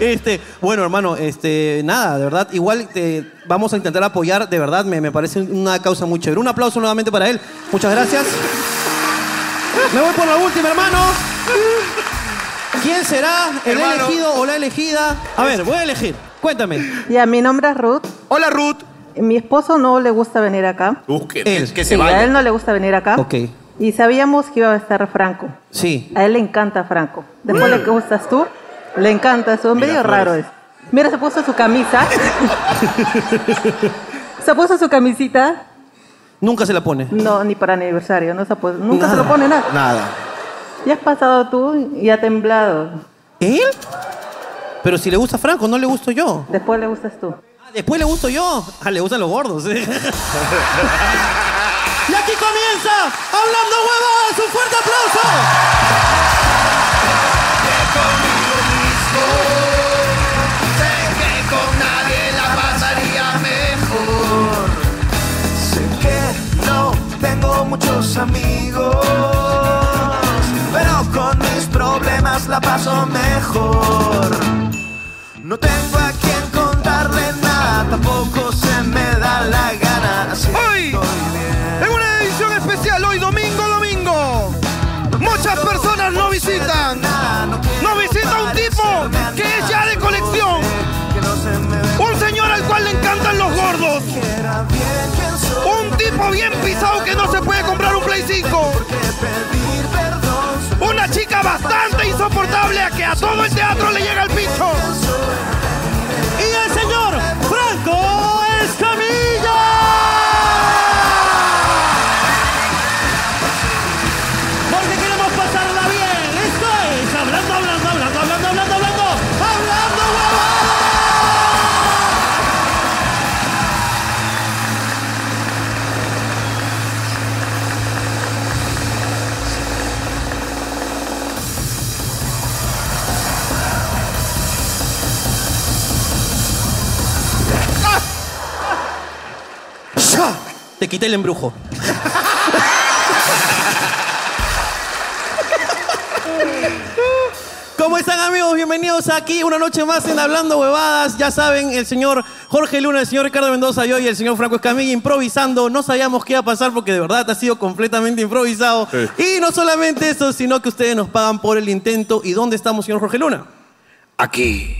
[SPEAKER 3] Este, bueno, hermano, este, nada, de verdad, igual te vamos a intentar apoyar, de verdad, me, me parece una causa muy chévere. Un aplauso nuevamente para él. Muchas gracias. Me voy por la última, hermano. ¿Quién será el
[SPEAKER 6] Hermano.
[SPEAKER 3] elegido o la elegida? A ver, voy a elegir. Cuéntame.
[SPEAKER 15] Ya, mi nombre es Ruth.
[SPEAKER 6] Hola, Ruth.
[SPEAKER 15] Mi esposo no le gusta venir acá.
[SPEAKER 6] Él. Que se
[SPEAKER 15] Sí,
[SPEAKER 6] vaya.
[SPEAKER 15] a él no le gusta venir acá.
[SPEAKER 3] Ok,
[SPEAKER 15] Y sabíamos que iba a estar Franco.
[SPEAKER 3] sí.
[SPEAKER 15] A él le encanta Franco. Después
[SPEAKER 6] Mm.
[SPEAKER 15] le gustas tú, le encanta. Es un medio raro es. Mira, se puso su camisa. se puso su camisita.
[SPEAKER 3] Nunca se la pone.
[SPEAKER 15] No, ni para aniversario. No se ha puesto- Nunca se
[SPEAKER 3] Nada.
[SPEAKER 15] lo pone nada.
[SPEAKER 3] Nada.
[SPEAKER 15] Ya has pasado tú y ha temblado.
[SPEAKER 3] ¿Él? Pero si le gusta Franco, no le gusto yo.
[SPEAKER 15] Después le gustas tú.
[SPEAKER 3] Ah, Después le gusto yo. Ah, le gustan los gordos. ¿eh? Y aquí comienza Hablando Huevadas. Un fuerte aplauso.
[SPEAKER 6] Sé que con nadie la pasaría mejor.
[SPEAKER 16] Sé que no tengo muchos amigos, pero con mis problemas la paso mejor. No tengo a quien contarle nada, tampoco se me da la gana. Así
[SPEAKER 6] Hoy, en una edición especial, hoy domingo, domingo, muchas personas no visitan. Nos visita un tipo que es ya de colección. Un señor al cual le encantan los gordos. Un tipo bien pisado que no se puede comprar un Play 5. Una chica bastante insoportable a que a todo el teatro le llega el pincho.
[SPEAKER 3] Y el señor Franco Escamilla. Porque queremos pasarla bien. Esto es Hablando, Hablando, Hablando, Hablando, Hablando, Hablando. Hablando Huevadas. ¡Ya! Te quité el embrujo. ¿Cómo están amigos? Bienvenidos aquí una noche más en Hablando Huevadas. Ya saben, el señor Jorge Luna, el señor Ricardo Mendoza, yo y el señor Franco Escamilla improvisando. No sabíamos qué iba a pasar porque de verdad ha sido completamente improvisado. Y no solamente eso, sino que ustedes nos pagan por el intento. ¿Y dónde estamos, señor Jorge Luna?
[SPEAKER 6] Aquí.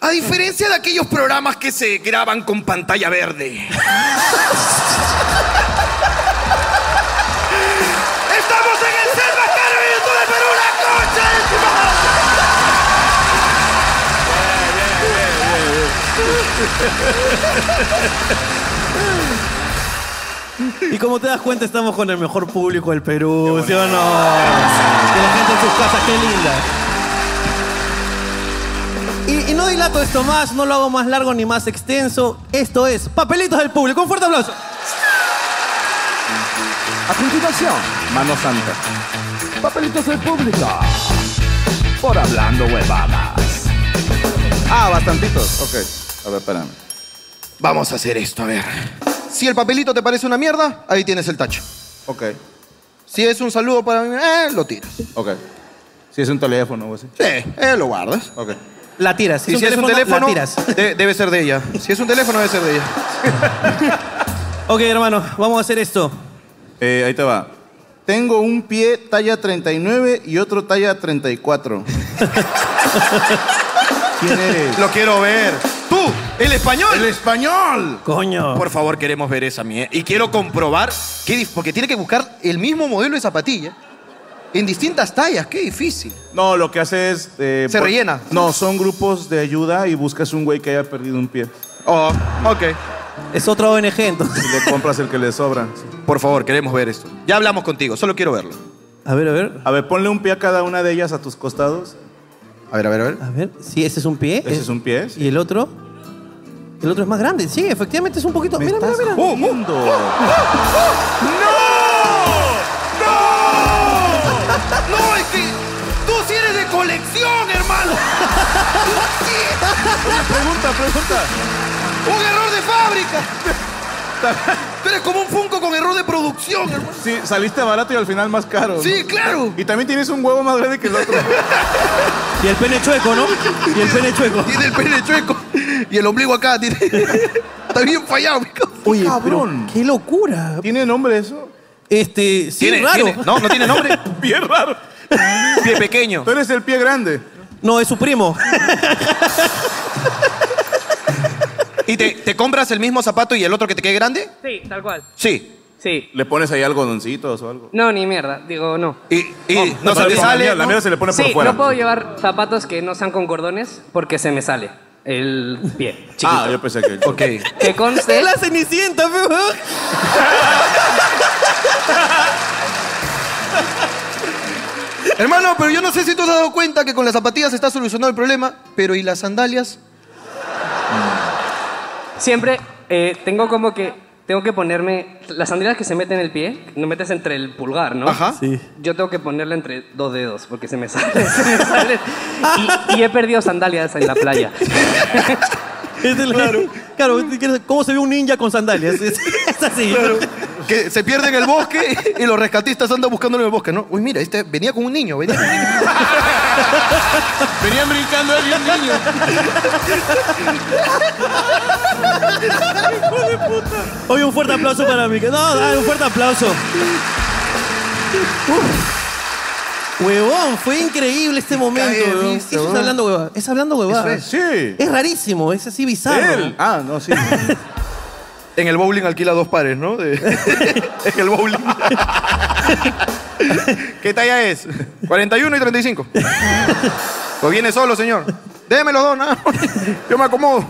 [SPEAKER 6] A diferencia de aquellos programas que se graban con pantalla verde. ¡Estamos en el Selva Carolina de Perú, la concha de tu
[SPEAKER 3] Y como te das cuenta, estamos con el mejor público del Perú, ¿sí o no? Que la gente en sus casas, qué linda. Y, y no dilato esto más, no lo hago más largo ni más extenso. Esto es Papelitos del Público. Un fuerte aplauso.
[SPEAKER 16] A continuación,
[SPEAKER 5] Mano Santa.
[SPEAKER 16] papelitos del público.
[SPEAKER 5] Por hablando huevadas.
[SPEAKER 4] Ah, bastantitos. Ok. A ver, espérame.
[SPEAKER 6] Vamos a hacer esto, a ver.
[SPEAKER 1] Si el papelito te parece una mierda, ahí tienes el tacho.
[SPEAKER 4] Ok,
[SPEAKER 1] Si es un saludo para mí, eh, lo tiras. Sí,
[SPEAKER 4] ok. Si es un teléfono o así.
[SPEAKER 1] eh, lo guardas.
[SPEAKER 4] Ok.
[SPEAKER 3] La tiras.
[SPEAKER 1] Y si es un teléfono, de- debe ser de ella. Si es un teléfono, debe ser de ella.
[SPEAKER 3] Ok, hermano, vamos a hacer esto.
[SPEAKER 4] Eh, ahí te va. Tengo un pie talla 39 y otro talla 34. ¿Quién eres?
[SPEAKER 6] Lo quiero ver. ¡Tú! ¡El español! ¡El español!
[SPEAKER 3] Coño.
[SPEAKER 6] Por favor, queremos ver esa mierda. Y quiero comprobar.
[SPEAKER 1] Qué dif- porque tiene que buscar el mismo modelo de zapatilla en distintas tallas. Qué difícil.
[SPEAKER 4] No, lo que hace es. eh,
[SPEAKER 1] Se rellena.
[SPEAKER 4] No, son grupos de ayuda y buscas un güey que haya perdido un pie.
[SPEAKER 1] Oh, ok.
[SPEAKER 3] Es otra ONG, entonces.
[SPEAKER 4] Y le compras el que le sobra.
[SPEAKER 1] Por favor, queremos ver esto. Ya hablamos contigo, solo quiero verlo.
[SPEAKER 3] A ver, a ver.
[SPEAKER 4] A ver, ponle un pie a cada una de ellas a tus costados.
[SPEAKER 1] A ver, a ver, a ver.
[SPEAKER 3] A ver, sí, ese es un pie.
[SPEAKER 4] Ese es un pie.
[SPEAKER 3] ¿Y el otro? El otro es más grande. Sí, efectivamente es un poquito. Mira, mira, mira.
[SPEAKER 4] ¡Oh, mundo!
[SPEAKER 1] ¡Uh,
[SPEAKER 6] ¡No! ¡No! Es que tú sí eres de colección, hermano. Tú sí.
[SPEAKER 4] Pregunta, pregunta.
[SPEAKER 6] ¡Un error de fábrica! Tú eres como un Funko con error de producción, hermano.
[SPEAKER 4] Sí, saliste barato y al final más caro. ¿no?
[SPEAKER 6] Sí, claro.
[SPEAKER 4] Y también tienes un huevo más grande que el otro.
[SPEAKER 3] Y el pene chueco, ¿no? Y el pene chueco.
[SPEAKER 1] Tiene el pene chueco y el ombligo acá. Tiene... Está bien fallado, mi cabrón.
[SPEAKER 3] Oye,
[SPEAKER 4] Cabrón.
[SPEAKER 3] pero qué locura.
[SPEAKER 4] ¿Tiene nombre eso?
[SPEAKER 3] Este, sí,
[SPEAKER 1] ¿Tiene-
[SPEAKER 3] raro.
[SPEAKER 1] tiene- no, no tiene nombre.
[SPEAKER 4] Bien raro.
[SPEAKER 1] Pie pequeño.
[SPEAKER 4] Tú eres el pie grande.
[SPEAKER 3] No, es su primo.
[SPEAKER 1] ¿Y te, te compras el mismo zapato y el otro que te quede grande?
[SPEAKER 13] Sí, tal cual.
[SPEAKER 1] Sí.
[SPEAKER 13] Sí.
[SPEAKER 4] ¿Le pones ahí algodoncitos o algo?
[SPEAKER 13] No, ni mierda. Digo, no.
[SPEAKER 1] Y, y no, se
[SPEAKER 4] la
[SPEAKER 1] te
[SPEAKER 4] mía-
[SPEAKER 1] sale.
[SPEAKER 4] La
[SPEAKER 1] ¿no?
[SPEAKER 4] mía se le pone por
[SPEAKER 13] Sí,
[SPEAKER 4] fuera.
[SPEAKER 13] no puedo llevar zapatos que no sean con cordones porque se me sale el pie chiquito.
[SPEAKER 4] ah, yo pensé que.
[SPEAKER 1] Ok.
[SPEAKER 13] Que conste...
[SPEAKER 3] Es la cenicienta, feo.
[SPEAKER 1] Hermano, pero yo no sé si tú te has dado cuenta que con las zapatillas está solucionado el problema, pero ¿y las sandalias?
[SPEAKER 13] Siempre eh, tengo como que tengo que ponerme las sandalias que se meten en el pie, no metes entre el pulgar, ¿no?
[SPEAKER 1] Ajá.
[SPEAKER 3] Sí.
[SPEAKER 13] Yo tengo que ponerla entre dos dedos porque se me sale, se me sale. Y, y he perdido sandalias en la playa.
[SPEAKER 3] Es el- claro. ¿cómo se ve un ninja con sandalias? Es, es así.
[SPEAKER 1] Que se pierden en el bosque y los rescatistas andan buscándolo en el bosque, ¿no? Uy, mira, este venía con un niño, venía con un niño.
[SPEAKER 4] Venían brincando él y un niño.
[SPEAKER 3] Oye, un fuerte aplauso para mí. No, dale, un fuerte aplauso. Huevón, fue increíble este momento.
[SPEAKER 1] cagué de
[SPEAKER 3] huevón.
[SPEAKER 1] risa,
[SPEAKER 3] Eso es
[SPEAKER 1] huevón.
[SPEAKER 3] hablando huevada. Es hablando huevada.
[SPEAKER 1] Eso
[SPEAKER 4] Sí.
[SPEAKER 3] Es rarísimo, es así bizarro.
[SPEAKER 4] Él. Ah, no, sí.
[SPEAKER 1] En el bowling alquila dos pares, ¿no? De- en el bowling. ¿Qué talla es? 41 y 35. Pues viene solo, señor. Déjeme los dos, nada. Yo me acomodo.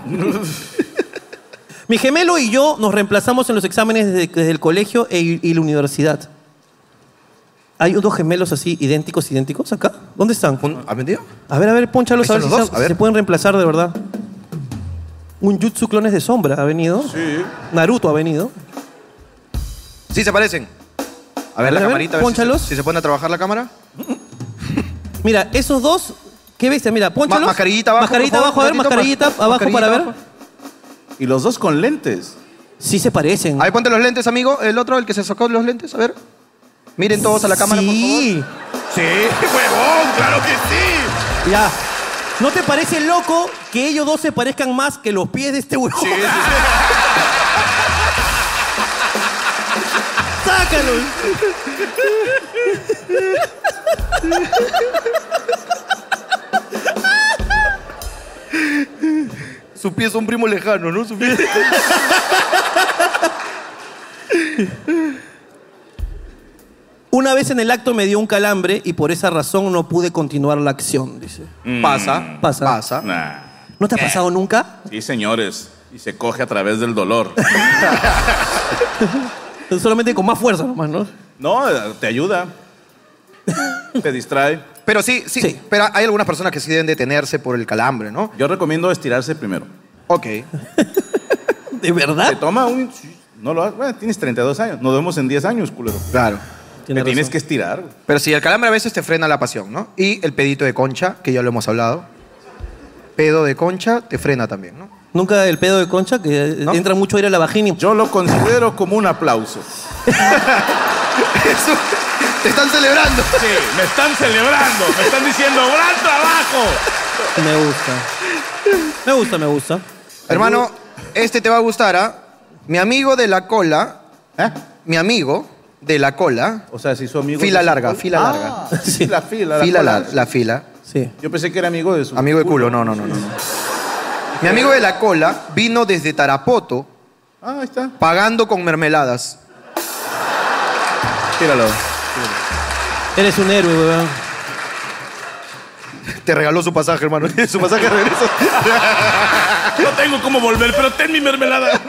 [SPEAKER 3] Mi gemelo y yo nos reemplazamos en los exámenes desde, desde el colegio e- y la universidad. ¿Hay dos gemelos así idénticos, idénticos acá? ¿Dónde están?
[SPEAKER 1] ¿Has vendido?
[SPEAKER 3] A ver, a ver, ponchalos, a
[SPEAKER 1] Ahí
[SPEAKER 3] ver si
[SPEAKER 1] están
[SPEAKER 3] se,
[SPEAKER 1] los dos, a ver.
[SPEAKER 3] se pueden reemplazar de verdad. Un Jutsu Clones de Sombra ha venido.
[SPEAKER 4] Sí.
[SPEAKER 3] Naruto ha venido.
[SPEAKER 1] Sí, se parecen. A
[SPEAKER 3] A ver,
[SPEAKER 1] ver,
[SPEAKER 3] a
[SPEAKER 1] la
[SPEAKER 3] ver,
[SPEAKER 1] camarita. a ver si se-
[SPEAKER 3] pónchalos.
[SPEAKER 1] Si, se pone a trabajar la cámara.
[SPEAKER 3] Mira, esos dos, ¿qué bestia? Mira, ponchalos.
[SPEAKER 1] Ma- mascarillita abajo,
[SPEAKER 3] Mascarillita
[SPEAKER 1] por
[SPEAKER 3] abajo,
[SPEAKER 1] favor,
[SPEAKER 3] a ver,
[SPEAKER 1] un ratito,
[SPEAKER 3] mascarillita
[SPEAKER 1] mas-
[SPEAKER 3] abajo
[SPEAKER 1] mascarillita
[SPEAKER 3] para ver.
[SPEAKER 1] abajo.
[SPEAKER 4] Y los dos con lentes.
[SPEAKER 3] Sí se parecen.
[SPEAKER 1] A ver, ponte los lentes, amigo. El otro, el que se sacó los lentes. A ver. Miren todos a la cámara,
[SPEAKER 3] sí.
[SPEAKER 6] Sí,
[SPEAKER 1] Oh,
[SPEAKER 6] huevón, claro que sí.
[SPEAKER 3] Ya. ¿No te parece loco que ellos dos se parezcan más que los pies de este huevón? ¡Sácalo!
[SPEAKER 1] por favor. Sus pies son primo lejano, ¿no? Sus pies-
[SPEAKER 3] Una vez en el acto me dio un calambre y por esa razón no pude continuar la acción, dice.
[SPEAKER 1] Pasa.
[SPEAKER 3] Pasa.
[SPEAKER 1] Pasa.
[SPEAKER 4] Nah.
[SPEAKER 3] ¿No te ha pasado nunca?
[SPEAKER 4] Sí, señores. Y se coge a través del dolor.
[SPEAKER 3] Solamente con más fuerza nomás, ¿no?
[SPEAKER 4] No, te ayuda. Te distrae.
[SPEAKER 1] Pero sí, sí,
[SPEAKER 3] Sí.
[SPEAKER 1] Pero hay algunas personas que sí deben detenerse por el calambre, ¿no?
[SPEAKER 4] Yo recomiendo estirarse primero.
[SPEAKER 1] Ok.
[SPEAKER 3] ¿De
[SPEAKER 4] Te
[SPEAKER 3] verdad?
[SPEAKER 4] toma un. No lo hagas. Bueno, tienes 32 años. Nos vemos en 10 años, culero.
[SPEAKER 1] Claro.
[SPEAKER 4] Te tienes que estirar. güey.
[SPEAKER 1] Pero sí, el calambre a veces te frena la pasión, ¿no? Y el pedito de concha, que ya lo hemos hablado. Pedo de concha te frena también, ¿no?
[SPEAKER 3] Nunca el pedo de concha que eh,
[SPEAKER 1] ¿No?
[SPEAKER 3] entra mucho aire a la vagina y
[SPEAKER 4] Yo lo considero como un aplauso.
[SPEAKER 1] Eso. Te están celebrando.
[SPEAKER 4] Sí, me están celebrando. Me están diciendo gran trabajo.
[SPEAKER 3] me gusta. Me gusta, me gusta.
[SPEAKER 1] Hermano, este te va a gustar, ¿ah? Mi amigo de la cola,
[SPEAKER 4] ¿Eh?
[SPEAKER 1] mi amigo de la cola,
[SPEAKER 4] O sea, si su amigo.
[SPEAKER 1] Fila
[SPEAKER 4] de su
[SPEAKER 1] larga,
[SPEAKER 4] cola-
[SPEAKER 1] fila
[SPEAKER 4] Ah,
[SPEAKER 1] larga.
[SPEAKER 4] sí, la fila, la
[SPEAKER 1] fila
[SPEAKER 4] cola.
[SPEAKER 1] la, la fila,
[SPEAKER 3] Sí.
[SPEAKER 4] Yo pensé que era amigo de su.
[SPEAKER 1] amigo de culo, no, no, no, no. no. Mi amigo de la cola vino desde Tarapoto
[SPEAKER 4] Ah, ahí está.
[SPEAKER 1] pagando con mermeladas.
[SPEAKER 4] Tíralo.
[SPEAKER 3] Eres un héroe, weón.
[SPEAKER 1] Te regaló su pasaje, hermano. Su pasaje de regreso.
[SPEAKER 4] No tengo cómo volver, pero ten mi mermelada.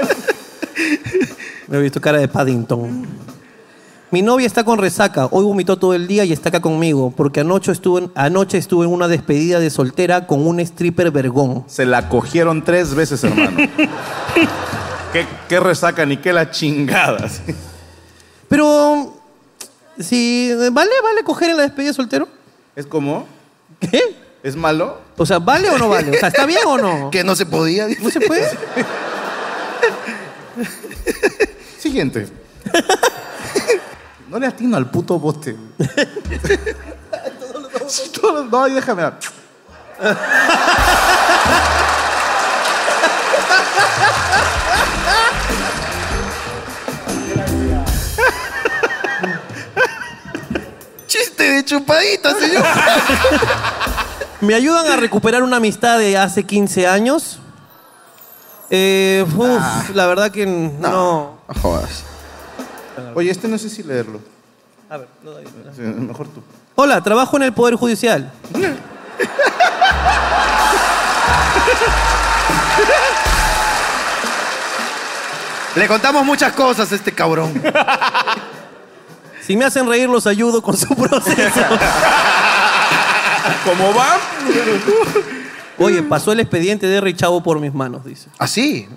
[SPEAKER 3] Me he visto cara de Paddington. Mi novia está con resaca. Hoy vomitó todo el día y está acá conmigo. Porque anoche estuve en, anoche estuve en una despedida de soltera con un stripper vergón.
[SPEAKER 4] Se la cogieron tres veces, hermano. ¿Qué, qué resaca ni qué la chingada. sí.
[SPEAKER 3] Pero. Si. ¿Vale, vale coger en la despedida de soltero?
[SPEAKER 4] ¿Es como?
[SPEAKER 3] ¿Qué?
[SPEAKER 4] ¿Es malo?
[SPEAKER 3] O sea, ¿vale o no vale? O sea, ¿está bien o no?
[SPEAKER 1] Que no se podía.
[SPEAKER 3] ¿No se puede?
[SPEAKER 4] Siguiente. No le atino al puto bote. Todos los- No, ahí déjame. ah.
[SPEAKER 6] Chiste de chupadita, señor.
[SPEAKER 3] ¿Me ayudan a recuperar una amistad de hace 15 años? Eh, uf,
[SPEAKER 6] Ah.
[SPEAKER 3] la verdad que n- no.
[SPEAKER 4] jodas. Oye, este no sé si leerlo.
[SPEAKER 3] A ver, no, David,
[SPEAKER 4] Sí, mejor tú.
[SPEAKER 3] Hola, trabajo en el Poder Judicial.
[SPEAKER 1] Le contamos muchas cosas a este cabrón.
[SPEAKER 3] Si me hacen reír, los ayudo con su proceso.
[SPEAKER 4] ¿Cómo va?
[SPEAKER 3] Oye, pasó el expediente de Richavo por mis manos, dice.
[SPEAKER 1] ¿Ah, sí?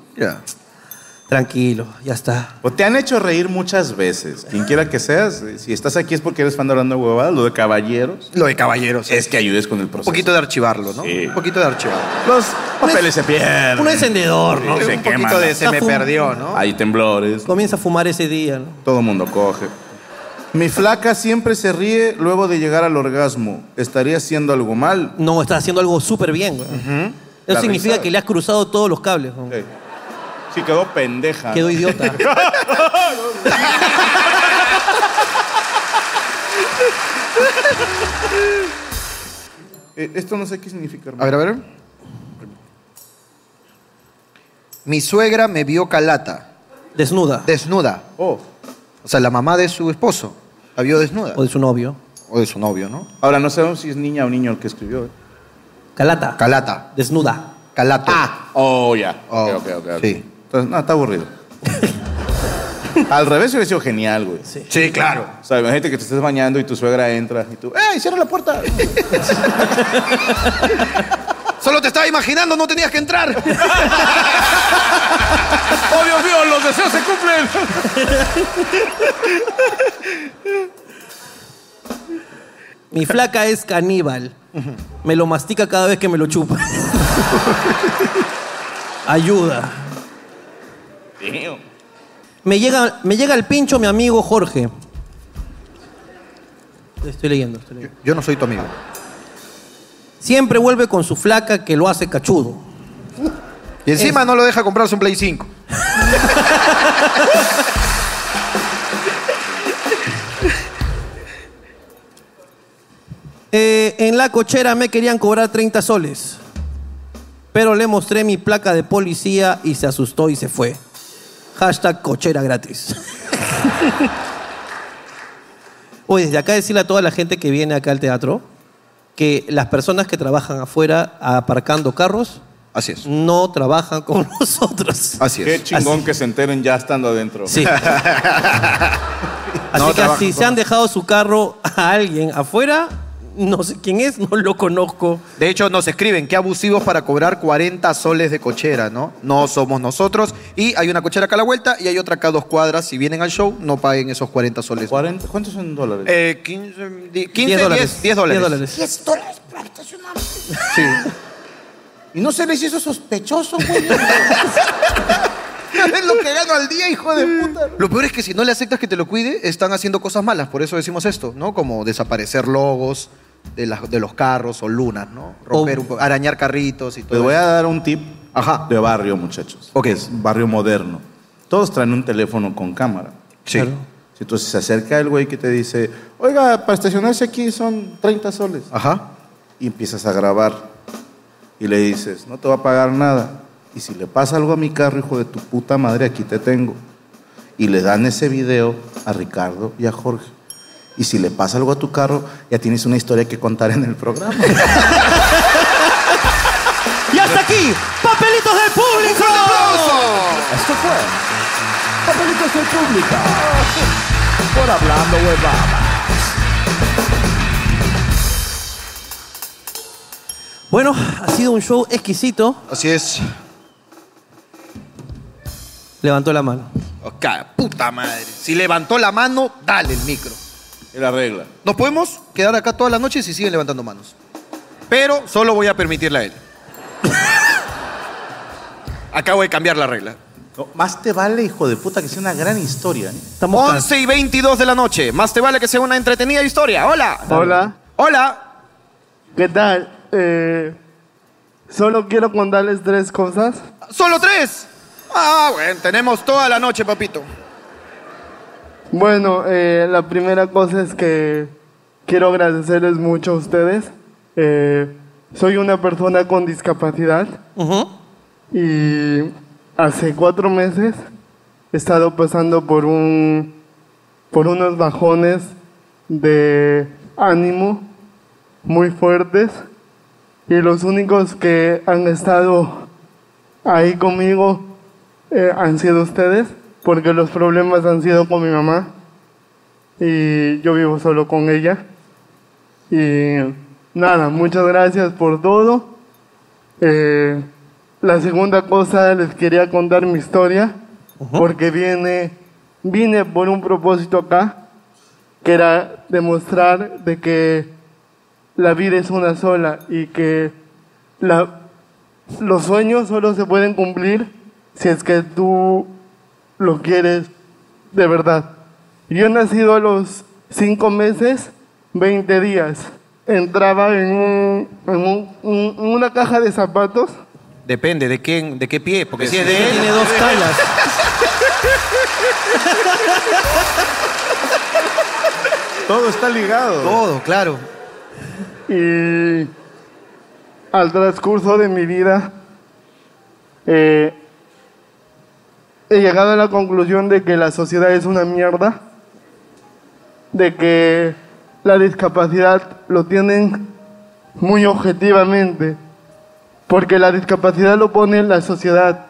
[SPEAKER 3] Tranquilo, ya está.
[SPEAKER 4] O te han hecho reír muchas veces. Quien quiera que seas, eh, si estás aquí es porque eres fan de Hablando Huevadas, lo de caballeros.
[SPEAKER 1] Lo de caballeros.
[SPEAKER 4] Es que ayudes con el proceso. Un
[SPEAKER 1] poquito de archivarlo, ¿no? Un poquito de archivarlo.
[SPEAKER 4] Los papeles se pierden.
[SPEAKER 3] Un encendedor, ¿no?
[SPEAKER 4] Sí, se
[SPEAKER 3] Un
[SPEAKER 4] queman.
[SPEAKER 3] poquito de se me perdió,
[SPEAKER 1] ¿no?
[SPEAKER 4] Hay temblores.
[SPEAKER 3] Comienza a fumar ese día, ¿no?
[SPEAKER 4] Todo mundo coge. Mi flaca siempre se ríe luego de llegar al orgasmo. ¿Estaría haciendo algo mal? ¿Mm?
[SPEAKER 3] No, estás haciendo algo súper bien, güey. Eso
[SPEAKER 4] La
[SPEAKER 3] significa
[SPEAKER 4] risa.
[SPEAKER 3] que le has cruzado todos los cables, güey.
[SPEAKER 4] Sí, quedó pendeja.
[SPEAKER 3] Quedó idiota.
[SPEAKER 4] Eh, esto no sé qué significa, hermano.
[SPEAKER 1] A ver, a ver. Mi suegra me vio calata.
[SPEAKER 3] Desnuda.
[SPEAKER 1] Desnuda.
[SPEAKER 4] Oh.
[SPEAKER 1] O sea, la mamá de su esposo la vio desnuda.
[SPEAKER 3] O de su novio.
[SPEAKER 1] O de su novio, ¿no?
[SPEAKER 4] Ahora no sabemos si es niña o niño el que escribió. ¿eh?
[SPEAKER 3] Calata.
[SPEAKER 1] Calata.
[SPEAKER 3] Desnuda.
[SPEAKER 1] Calato.
[SPEAKER 4] Oh, ya. ok, ok, ok. Sí. Entonces, no, está aburrido. Al revés hubiera sido genial, güey. Sí.
[SPEAKER 1] claro.
[SPEAKER 4] O sea, imagínate que te estés bañando y tu suegra entra y tú, ¡eh, cierra la puerta!
[SPEAKER 1] Solo te estaba imaginando, no tenías que entrar.
[SPEAKER 6] ¡Oh, Dios mío! ¡Los deseos se cumplen!
[SPEAKER 3] Mi flaca es caníbal. Me lo mastica cada vez que me lo chupa. Ayuda. Me llega, me llega el pincho mi amigo Jorge. Estoy leyendo, estoy leyendo.
[SPEAKER 1] Yo no soy tu amigo.
[SPEAKER 3] Siempre vuelve con su flaca que lo hace cachudo.
[SPEAKER 1] Y encima no lo deja comprarse un Play 5.
[SPEAKER 3] Eh, en la cochera me querían cobrar 30 soles. Pero le mostré mi placa de policía y se asustó y se fue. Hashtag cochera gratis. Oye, desde acá decirle a toda la gente que viene acá al teatro que las personas que trabajan afuera aparcando carros
[SPEAKER 1] Así es.
[SPEAKER 3] no trabajan con nosotros.
[SPEAKER 1] Así
[SPEAKER 4] Qué chingón que se enteren ya estando adentro.
[SPEAKER 3] Sí. Así que
[SPEAKER 4] trabajan
[SPEAKER 3] si
[SPEAKER 4] con
[SPEAKER 3] se han dejado su carro a alguien afuera, no sé quién es, no lo conozco.
[SPEAKER 1] De hecho, nos escriben que abusivos para cobrar 40 soles de cochera, ¿no? No somos nosotros. Y hay una cochera acá a la vuelta y hay otra acá a dos cuadras. Si vienen al show, no paguen esos 40 soles.
[SPEAKER 4] ¿Cuántos son dólares?
[SPEAKER 1] Eh, 15, di- 15, 10
[SPEAKER 4] 10 dólares.
[SPEAKER 1] dólares. 10 dólares.
[SPEAKER 4] 10 dólares.
[SPEAKER 17] 10 dólares para estacionar.
[SPEAKER 1] Sí.
[SPEAKER 4] Y no se les hizo sospechoso, güey.
[SPEAKER 1] es lo que gano al día, hijo
[SPEAKER 6] Mm.
[SPEAKER 1] de puta. Lo peor es que si no le aceptas que te lo cuide, están haciendo cosas malas. Por eso decimos esto, ¿no? Como desaparecer logos de, las- de los carros o lunas, ¿no? Romper un po- arañar carritos y todo.
[SPEAKER 4] Les voy
[SPEAKER 1] eso.
[SPEAKER 4] a dar un tip de barrio, muchachos. Ok. Es barrio moderno. Todos traen un teléfono con cámara.
[SPEAKER 1] Sí.
[SPEAKER 4] Entonces se acerca el güey que te dice, oiga, para estacionarse aquí son 30 soles.
[SPEAKER 1] Ajá.
[SPEAKER 4] Y empiezas a grabar. Y le dices, no te va a pagar nada. Y si le pasa algo a mi carro, hijo de tu puta madre, aquí te tengo. Y le dan ese video a Ricardo y a Jorge. Y si le pasa algo a tu carro, ya tienes una historia que contar en el programa.
[SPEAKER 3] Y hasta aquí, papelitos del público.
[SPEAKER 6] ¡Aplauso!
[SPEAKER 4] Esto fue.
[SPEAKER 5] Papelitos de pública. Por hablando huevadas.
[SPEAKER 3] Bueno, ha sido un show exquisito.
[SPEAKER 1] Así es.
[SPEAKER 3] Levantó la mano.
[SPEAKER 1] Ok, puta madre. Si levantó la mano, dale el micro.
[SPEAKER 4] Es la regla.
[SPEAKER 1] Nos podemos quedar acá toda la noche si siguen levantando manos. Pero solo voy a permitirle a él. Acabo de cambiar la regla.
[SPEAKER 4] más te vale, hijo de puta, que sea una gran historia. ¿eh?
[SPEAKER 1] 11 y 22 de la noche. Más te vale que sea una entretenida historia. Hola.
[SPEAKER 11] Hola.
[SPEAKER 1] Hola.
[SPEAKER 11] ¿Qué tal? Eh, solo quiero contarles tres cosas.
[SPEAKER 1] ¿Solo tres? Ah, bueno, tenemos toda la noche, papito.
[SPEAKER 11] Bueno, eh, la primera cosa es que quiero agradecerles mucho a ustedes. Eh, soy una persona con discapacidad y hace cuatro meses he estado pasando por un por unos bajones de ánimo muy fuertes y los únicos que han estado ahí conmigo eh, han sido ustedes, porque los problemas han sido con mi mamá y yo vivo solo con ella. Y nada, muchas gracias por todo. Eh, la segunda cosa, les quería contar mi historia, porque viene, vine por un propósito acá, que era demostrar de que la vida es una sola y que la, los sueños solo se pueden cumplir si es que tú lo quieres de verdad. Yo he nacido a los 5 meses, 20 días. Entraba en, un- en un- un- una caja de zapatos.
[SPEAKER 1] Depende de qué, de qué pie, porque si es de él.
[SPEAKER 3] Tiene dos talas.
[SPEAKER 4] Todo está ligado.
[SPEAKER 1] Todo, claro.
[SPEAKER 11] Y al transcurso de mi vida eh, he llegado a la conclusión de que la sociedad es una mierda, de que la discapacidad lo tienen muy objetivamente, porque la discapacidad lo pone la sociedad.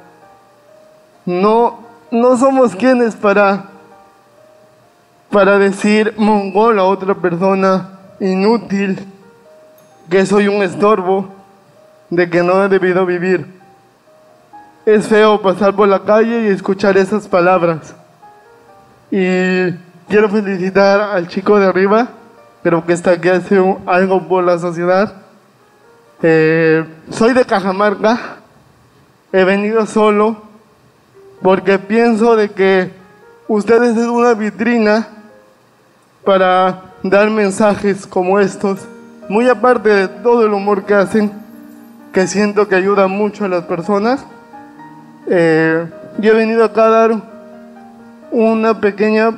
[SPEAKER 11] No, no somos quienes para, para decir mongol a otra persona inútil que soy un estorbo, de que no he debido vivir. Es feo pasar por la calle y escuchar esas palabras. Y quiero felicitar al chico de arriba, creo que está aquí haciendo algo por la sociedad. Eh, soy de Cajamarca, he venido solo porque pienso de que ustedes es una vitrina para dar mensajes como estos, muy aparte de todo el humor que hacen, que siento que ayuda mucho a las personas. eh, yo he venido acá a dar una pequeña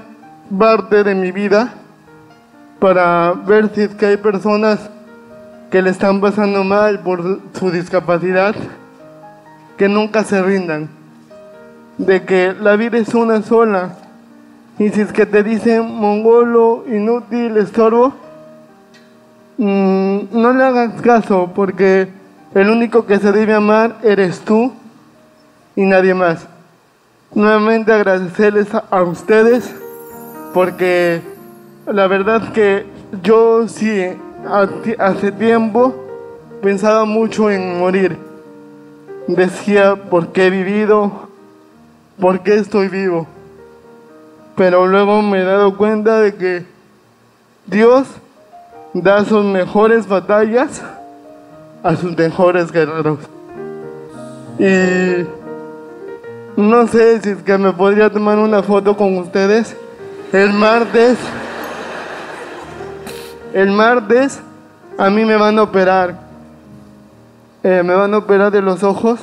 [SPEAKER 11] parte de mi vida para ver si es que hay personas que le están pasando mal por su discapacidad, que nunca se rindan, de que la vida es una sola y si es que te dicen mongolo, inútil, estorbo, mm, no le hagas caso porque el único que se debe amar eres tú y nadie más. Nuevamente agradecerles a, a ustedes porque la verdad que yo sí a ti- hace tiempo pensaba mucho en morir. Decía, ¿por qué he vivido? ¿Por qué estoy vivo? pero luego me he dado cuenta de que Dios da sus mejores batallas a sus mejores guerreros. Y no sé si es que me podría tomar una foto con ustedes el martes. El martes a mí me van a operar. Eh, me van a operar de los ojos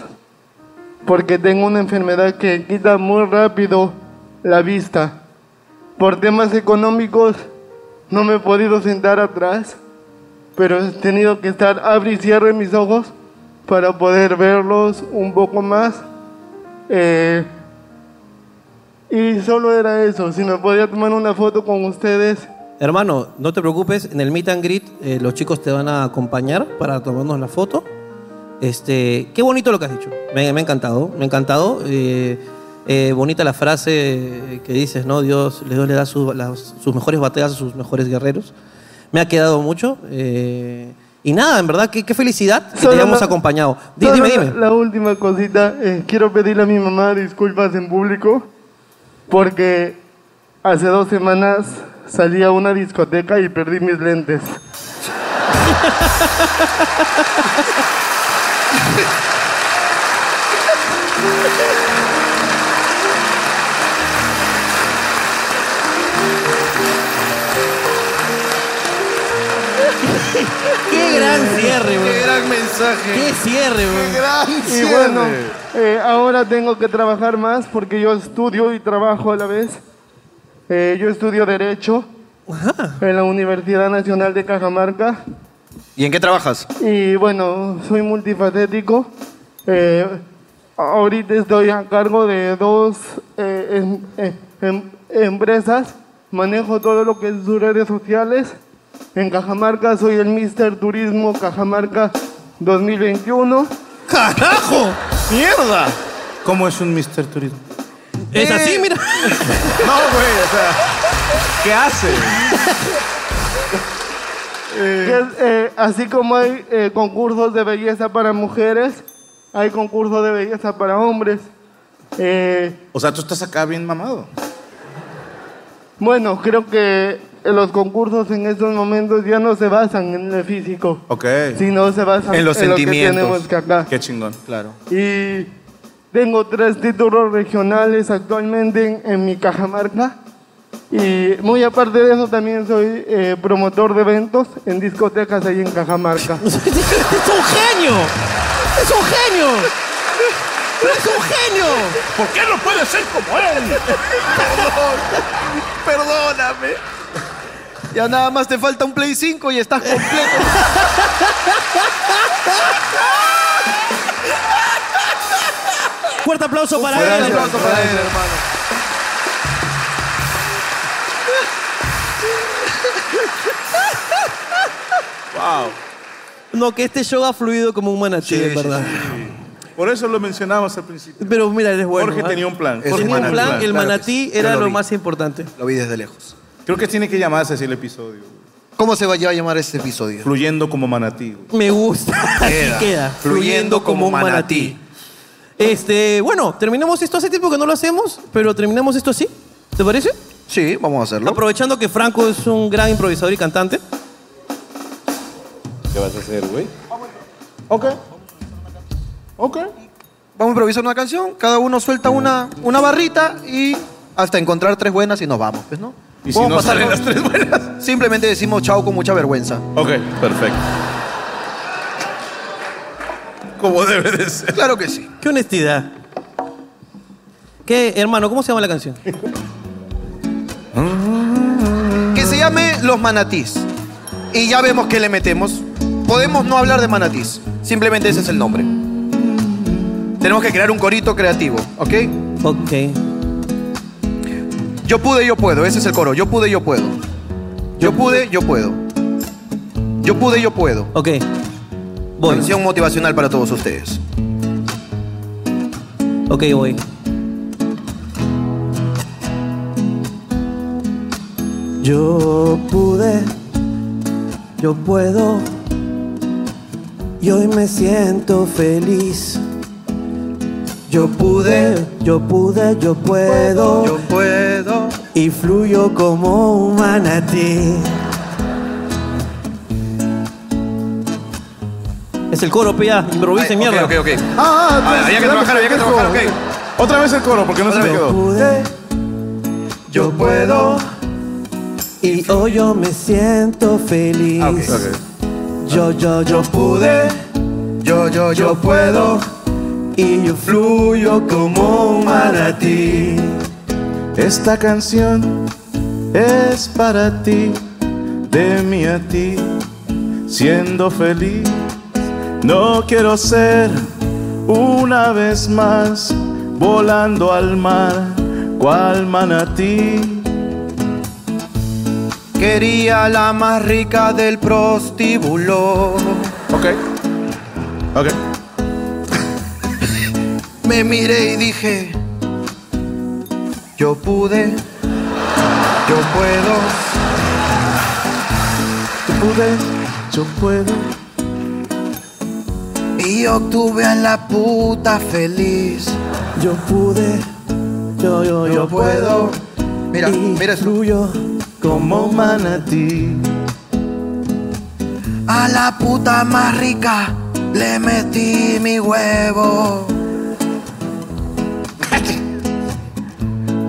[SPEAKER 11] porque tengo una enfermedad que quita muy rápido la vista. Por temas económicos no me he podido sentar atrás, pero he tenido que estar abre y cierre mis ojos para poder verlos un poco más. Eh, y solo era eso, si me podía tomar una foto con ustedes.
[SPEAKER 3] Hermano, no te preocupes, en el meet and greet eh, los chicos te van a acompañar para tomarnos la foto. Este, qué bonito lo que has dicho. Me, me ha encantado, me ha encantado. eh, eh, bonita la frase que dices, ¿no? Dios, Dios le da sus- las- sus mejores batallas a sus mejores guerreros. Me ha quedado mucho. eh, y nada, en verdad, qué, qué felicidad que te
[SPEAKER 11] Solo
[SPEAKER 3] hayamos
[SPEAKER 11] la-
[SPEAKER 3] acompañado. Di-
[SPEAKER 11] Solo
[SPEAKER 3] dime,
[SPEAKER 11] la-
[SPEAKER 3] dime.
[SPEAKER 11] La última cosita, eh, quiero pedirle a mi mamá disculpas en público porque hace dos semanas salí a una discoteca y perdí mis lentes.
[SPEAKER 3] Qué gran cierre, güey.
[SPEAKER 6] Qué gran mensaje.
[SPEAKER 3] Qué cierre,
[SPEAKER 6] Qué gran
[SPEAKER 11] Y
[SPEAKER 6] cierre.
[SPEAKER 11] bueno, eh, ahora tengo que trabajar más porque yo estudio y trabajo a la vez. Eh, yo estudio Derecho en la Universidad Nacional de Cajamarca.
[SPEAKER 1] ¿Y en qué trabajas?
[SPEAKER 11] Y bueno, soy multifacético. Eh, ahorita estoy a cargo de dos eh, em- em- em- empresas. Manejo todo lo que es sus redes sociales. En Cajamarca soy el Mister Turismo Cajamarca 2021.
[SPEAKER 6] ¡Carajo! ¡Mierda!
[SPEAKER 4] ¿Cómo es un Mr. Turismo?
[SPEAKER 3] Es
[SPEAKER 6] Eh.
[SPEAKER 3] así, mira.
[SPEAKER 4] No, güey, o sea, ¿qué hace?
[SPEAKER 11] Que es, eh, así como hay eh, concursos de belleza para mujeres, hay concursos de belleza para hombres. Eh,
[SPEAKER 4] O sea, tú estás acá bien mamado.
[SPEAKER 11] bueno, creo que los concursos en estos momentos ya no se basan en el físico,
[SPEAKER 4] Ok.
[SPEAKER 11] sino se basan
[SPEAKER 4] En los
[SPEAKER 11] lo que
[SPEAKER 4] sentimientos.
[SPEAKER 11] tenemos que acá.
[SPEAKER 4] Qué chingón. Claro.
[SPEAKER 11] Y tengo tres títulos regionales actualmente en, en mi Cajamarca. Y muy aparte de eso, también soy eh, promotor de eventos en discotecas ahí en Cajamarca.
[SPEAKER 3] ¡Es un genio! ¡Es un genio! ¡Es un genio!
[SPEAKER 6] ¿Por qué no puede ser como él?
[SPEAKER 1] Perdón. Perdóname. Ya nada más te falta un Play 5 y estás completo.
[SPEAKER 3] Fuerte aplauso para él.
[SPEAKER 6] aplauso para él, hermano.
[SPEAKER 4] Wow.
[SPEAKER 3] No, que este show ha fluido como un manatí, de verdad.
[SPEAKER 4] Por eso lo mencionamos al principio.
[SPEAKER 3] Pero mira, eres bueno.
[SPEAKER 4] Jorge
[SPEAKER 3] ¿ah?
[SPEAKER 4] tenía un plan.
[SPEAKER 3] Tenía un plan, el manatí era lo, más importante.
[SPEAKER 1] Lo vi desde lejos.
[SPEAKER 4] Creo que tiene que llamarse así el episodio.
[SPEAKER 1] ¿Cómo se va a llamar este episodio?
[SPEAKER 4] Fluyendo como manatí. güey.
[SPEAKER 3] Me gusta. Así queda.
[SPEAKER 1] Fluyendo como manatí.
[SPEAKER 3] Este, bueno, terminamos esto hace tiempo que no lo hacemos, pero terminamos esto así. ¿Te parece?
[SPEAKER 1] Sí, vamos a hacerlo.
[SPEAKER 3] Aprovechando que Franco es un gran improvisador y cantante.
[SPEAKER 17] ¿Qué vas a hacer, güey?
[SPEAKER 1] Ok. Ok. Vamos a improvisar una canción, cada uno suelta una, una barrita y hasta encontrar tres buenas y nos vamos, pues, ¿no?
[SPEAKER 4] Y si
[SPEAKER 1] Vamos
[SPEAKER 4] no
[SPEAKER 1] a pasar
[SPEAKER 4] salen
[SPEAKER 1] con-
[SPEAKER 4] las tres buenas.
[SPEAKER 1] Simplemente decimos chao con mucha vergüenza.
[SPEAKER 4] Ok, perfecto. Como debe de ser.
[SPEAKER 1] Claro que sí.
[SPEAKER 3] Qué honestidad. ¿Qué, hermano, cómo se llama la canción?
[SPEAKER 1] Que se llame Los Manatís. Y ya vemos qué le metemos. Podemos no hablar de manatís. Simplemente ese es el nombre. Tenemos que crear un corito creativo, ¿ok?
[SPEAKER 3] Ok.
[SPEAKER 1] Yo pude, yo puedo. Ese es el coro. Yo pude, yo puedo. Yo pude, yo puedo. Yo pude, yo puedo.
[SPEAKER 3] Ok.
[SPEAKER 1] Canción motivacional para todos ustedes.
[SPEAKER 3] Ok, voy. Yo pude, yo puedo, y hoy me siento feliz. Yo pude, yo pude, yo puedo, yo
[SPEAKER 1] puedo,
[SPEAKER 3] y fluyo como un manatí. Es el coro, pilla, improvisen mierda.
[SPEAKER 1] ok, ok.
[SPEAKER 4] Ah,
[SPEAKER 3] Ah, había que trabajar, había que trabajar,
[SPEAKER 4] ok. Otra vez el coro, porque no se me quedó.
[SPEAKER 3] pude, yo puedo. Y hoy yo me siento feliz. Yo, yo, yo pude.
[SPEAKER 1] Yo, yo,
[SPEAKER 3] yo puedo. Y yo fluyo como un manatí.
[SPEAKER 4] Esta canción es para ti, de mí a ti, siendo feliz. No quiero ser una vez más volando al mar, cual manatí.
[SPEAKER 1] Quería la más rica del prostíbulo.
[SPEAKER 4] Ok. Ok.
[SPEAKER 1] Me miré y dije, Yo pude, yo puedo. Yo pude, yo puedo.
[SPEAKER 16] Y obtuve a la puta feliz.
[SPEAKER 1] Yo pude, yo, yo, yo puedo. Mira, mira eso. como manatí.
[SPEAKER 16] A la puta más rica le metí mi huevo.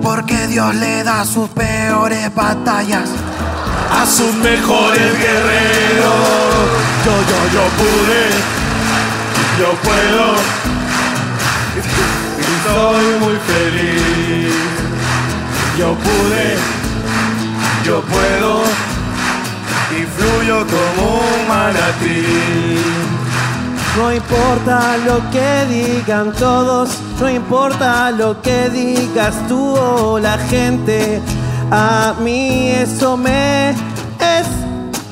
[SPEAKER 16] Porque Dios le da sus peores batallas a sus mejores guerreros.
[SPEAKER 5] Yo, yo, yo pude, yo puedo. Y soy muy feliz. Yo pude, yo puedo. Y fluyo como un manatí.
[SPEAKER 3] No importa lo que digan todos, no importa lo que digas tú o la gente, a mí eso me es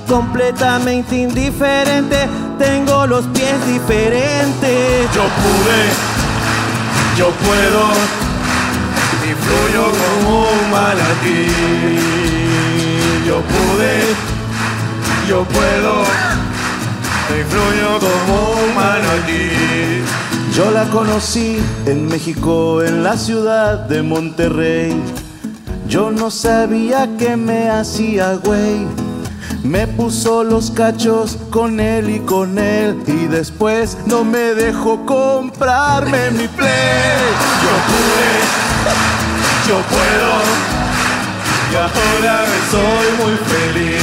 [SPEAKER 3] completamente indiferente, tengo los pies diferentes.
[SPEAKER 5] Yo pude, yo puedo y fluyo como un manatí. Yo pude, yo puedo y fluyo como un manatí. Yo la conocí en México, en la ciudad de Monterrey. Yo no sabía que me hacía güey. Me puso los cachos con él y con él y después no me dejó comprarme mi play. Yo pude, yo puedo y ahora soy muy feliz.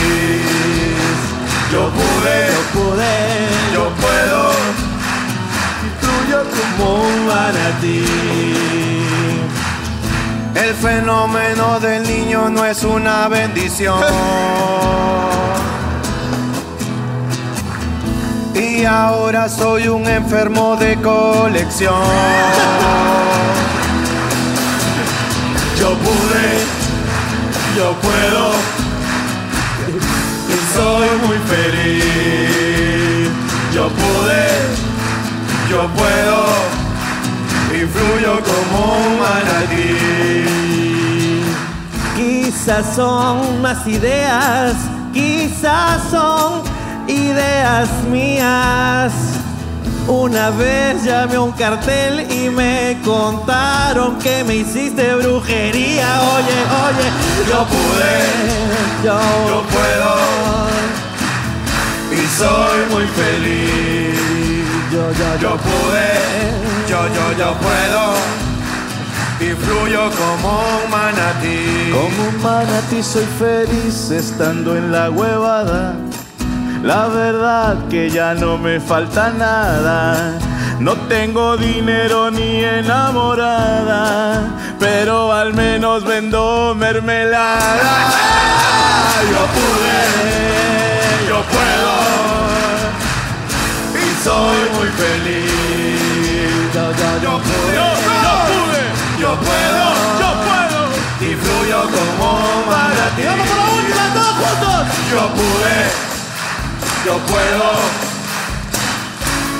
[SPEAKER 5] Yo pude, yo pude, yo puedo y tuyo como un manatí.
[SPEAKER 16] El fenómeno del niño no es una bendición. Y ahora soy un enfermo de colección.
[SPEAKER 5] Yo pude, yo puedo y soy muy feliz. Yo pude, yo puedo y fluyo como un manatí.
[SPEAKER 3] Quizás son más ideas, quizás son ideas mías. Una vez llamé a un cartel y me contaron que me hiciste brujería. Oye, oye, yo pude, yo,
[SPEAKER 5] Yo puedo y soy muy feliz. Yo, pude, yo, yo, yo puedo y fluyo como un manatí.
[SPEAKER 4] Como un manatí soy feliz estando en la huevada.
[SPEAKER 5] La verdad que ya no me falta nada. No tengo dinero ni enamorada, pero al menos vendo mermelada. Yo pude, yo puedo y soy muy feliz. Yo, pude, yo pude, yo puedo, yo puedo y fluyo como para ti. Vamos por la última, todos juntos. Yo pude yo puedo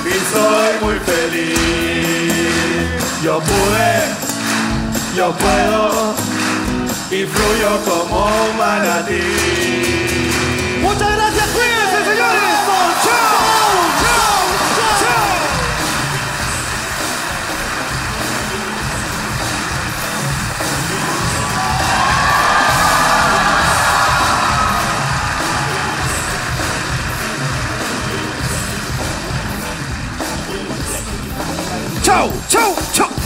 [SPEAKER 5] y soy muy feliz. Yo pude, yo puedo y fluyo como un manatí. Muchas gracias, cuídense, señores.
[SPEAKER 6] ¡Chau, chau, chau!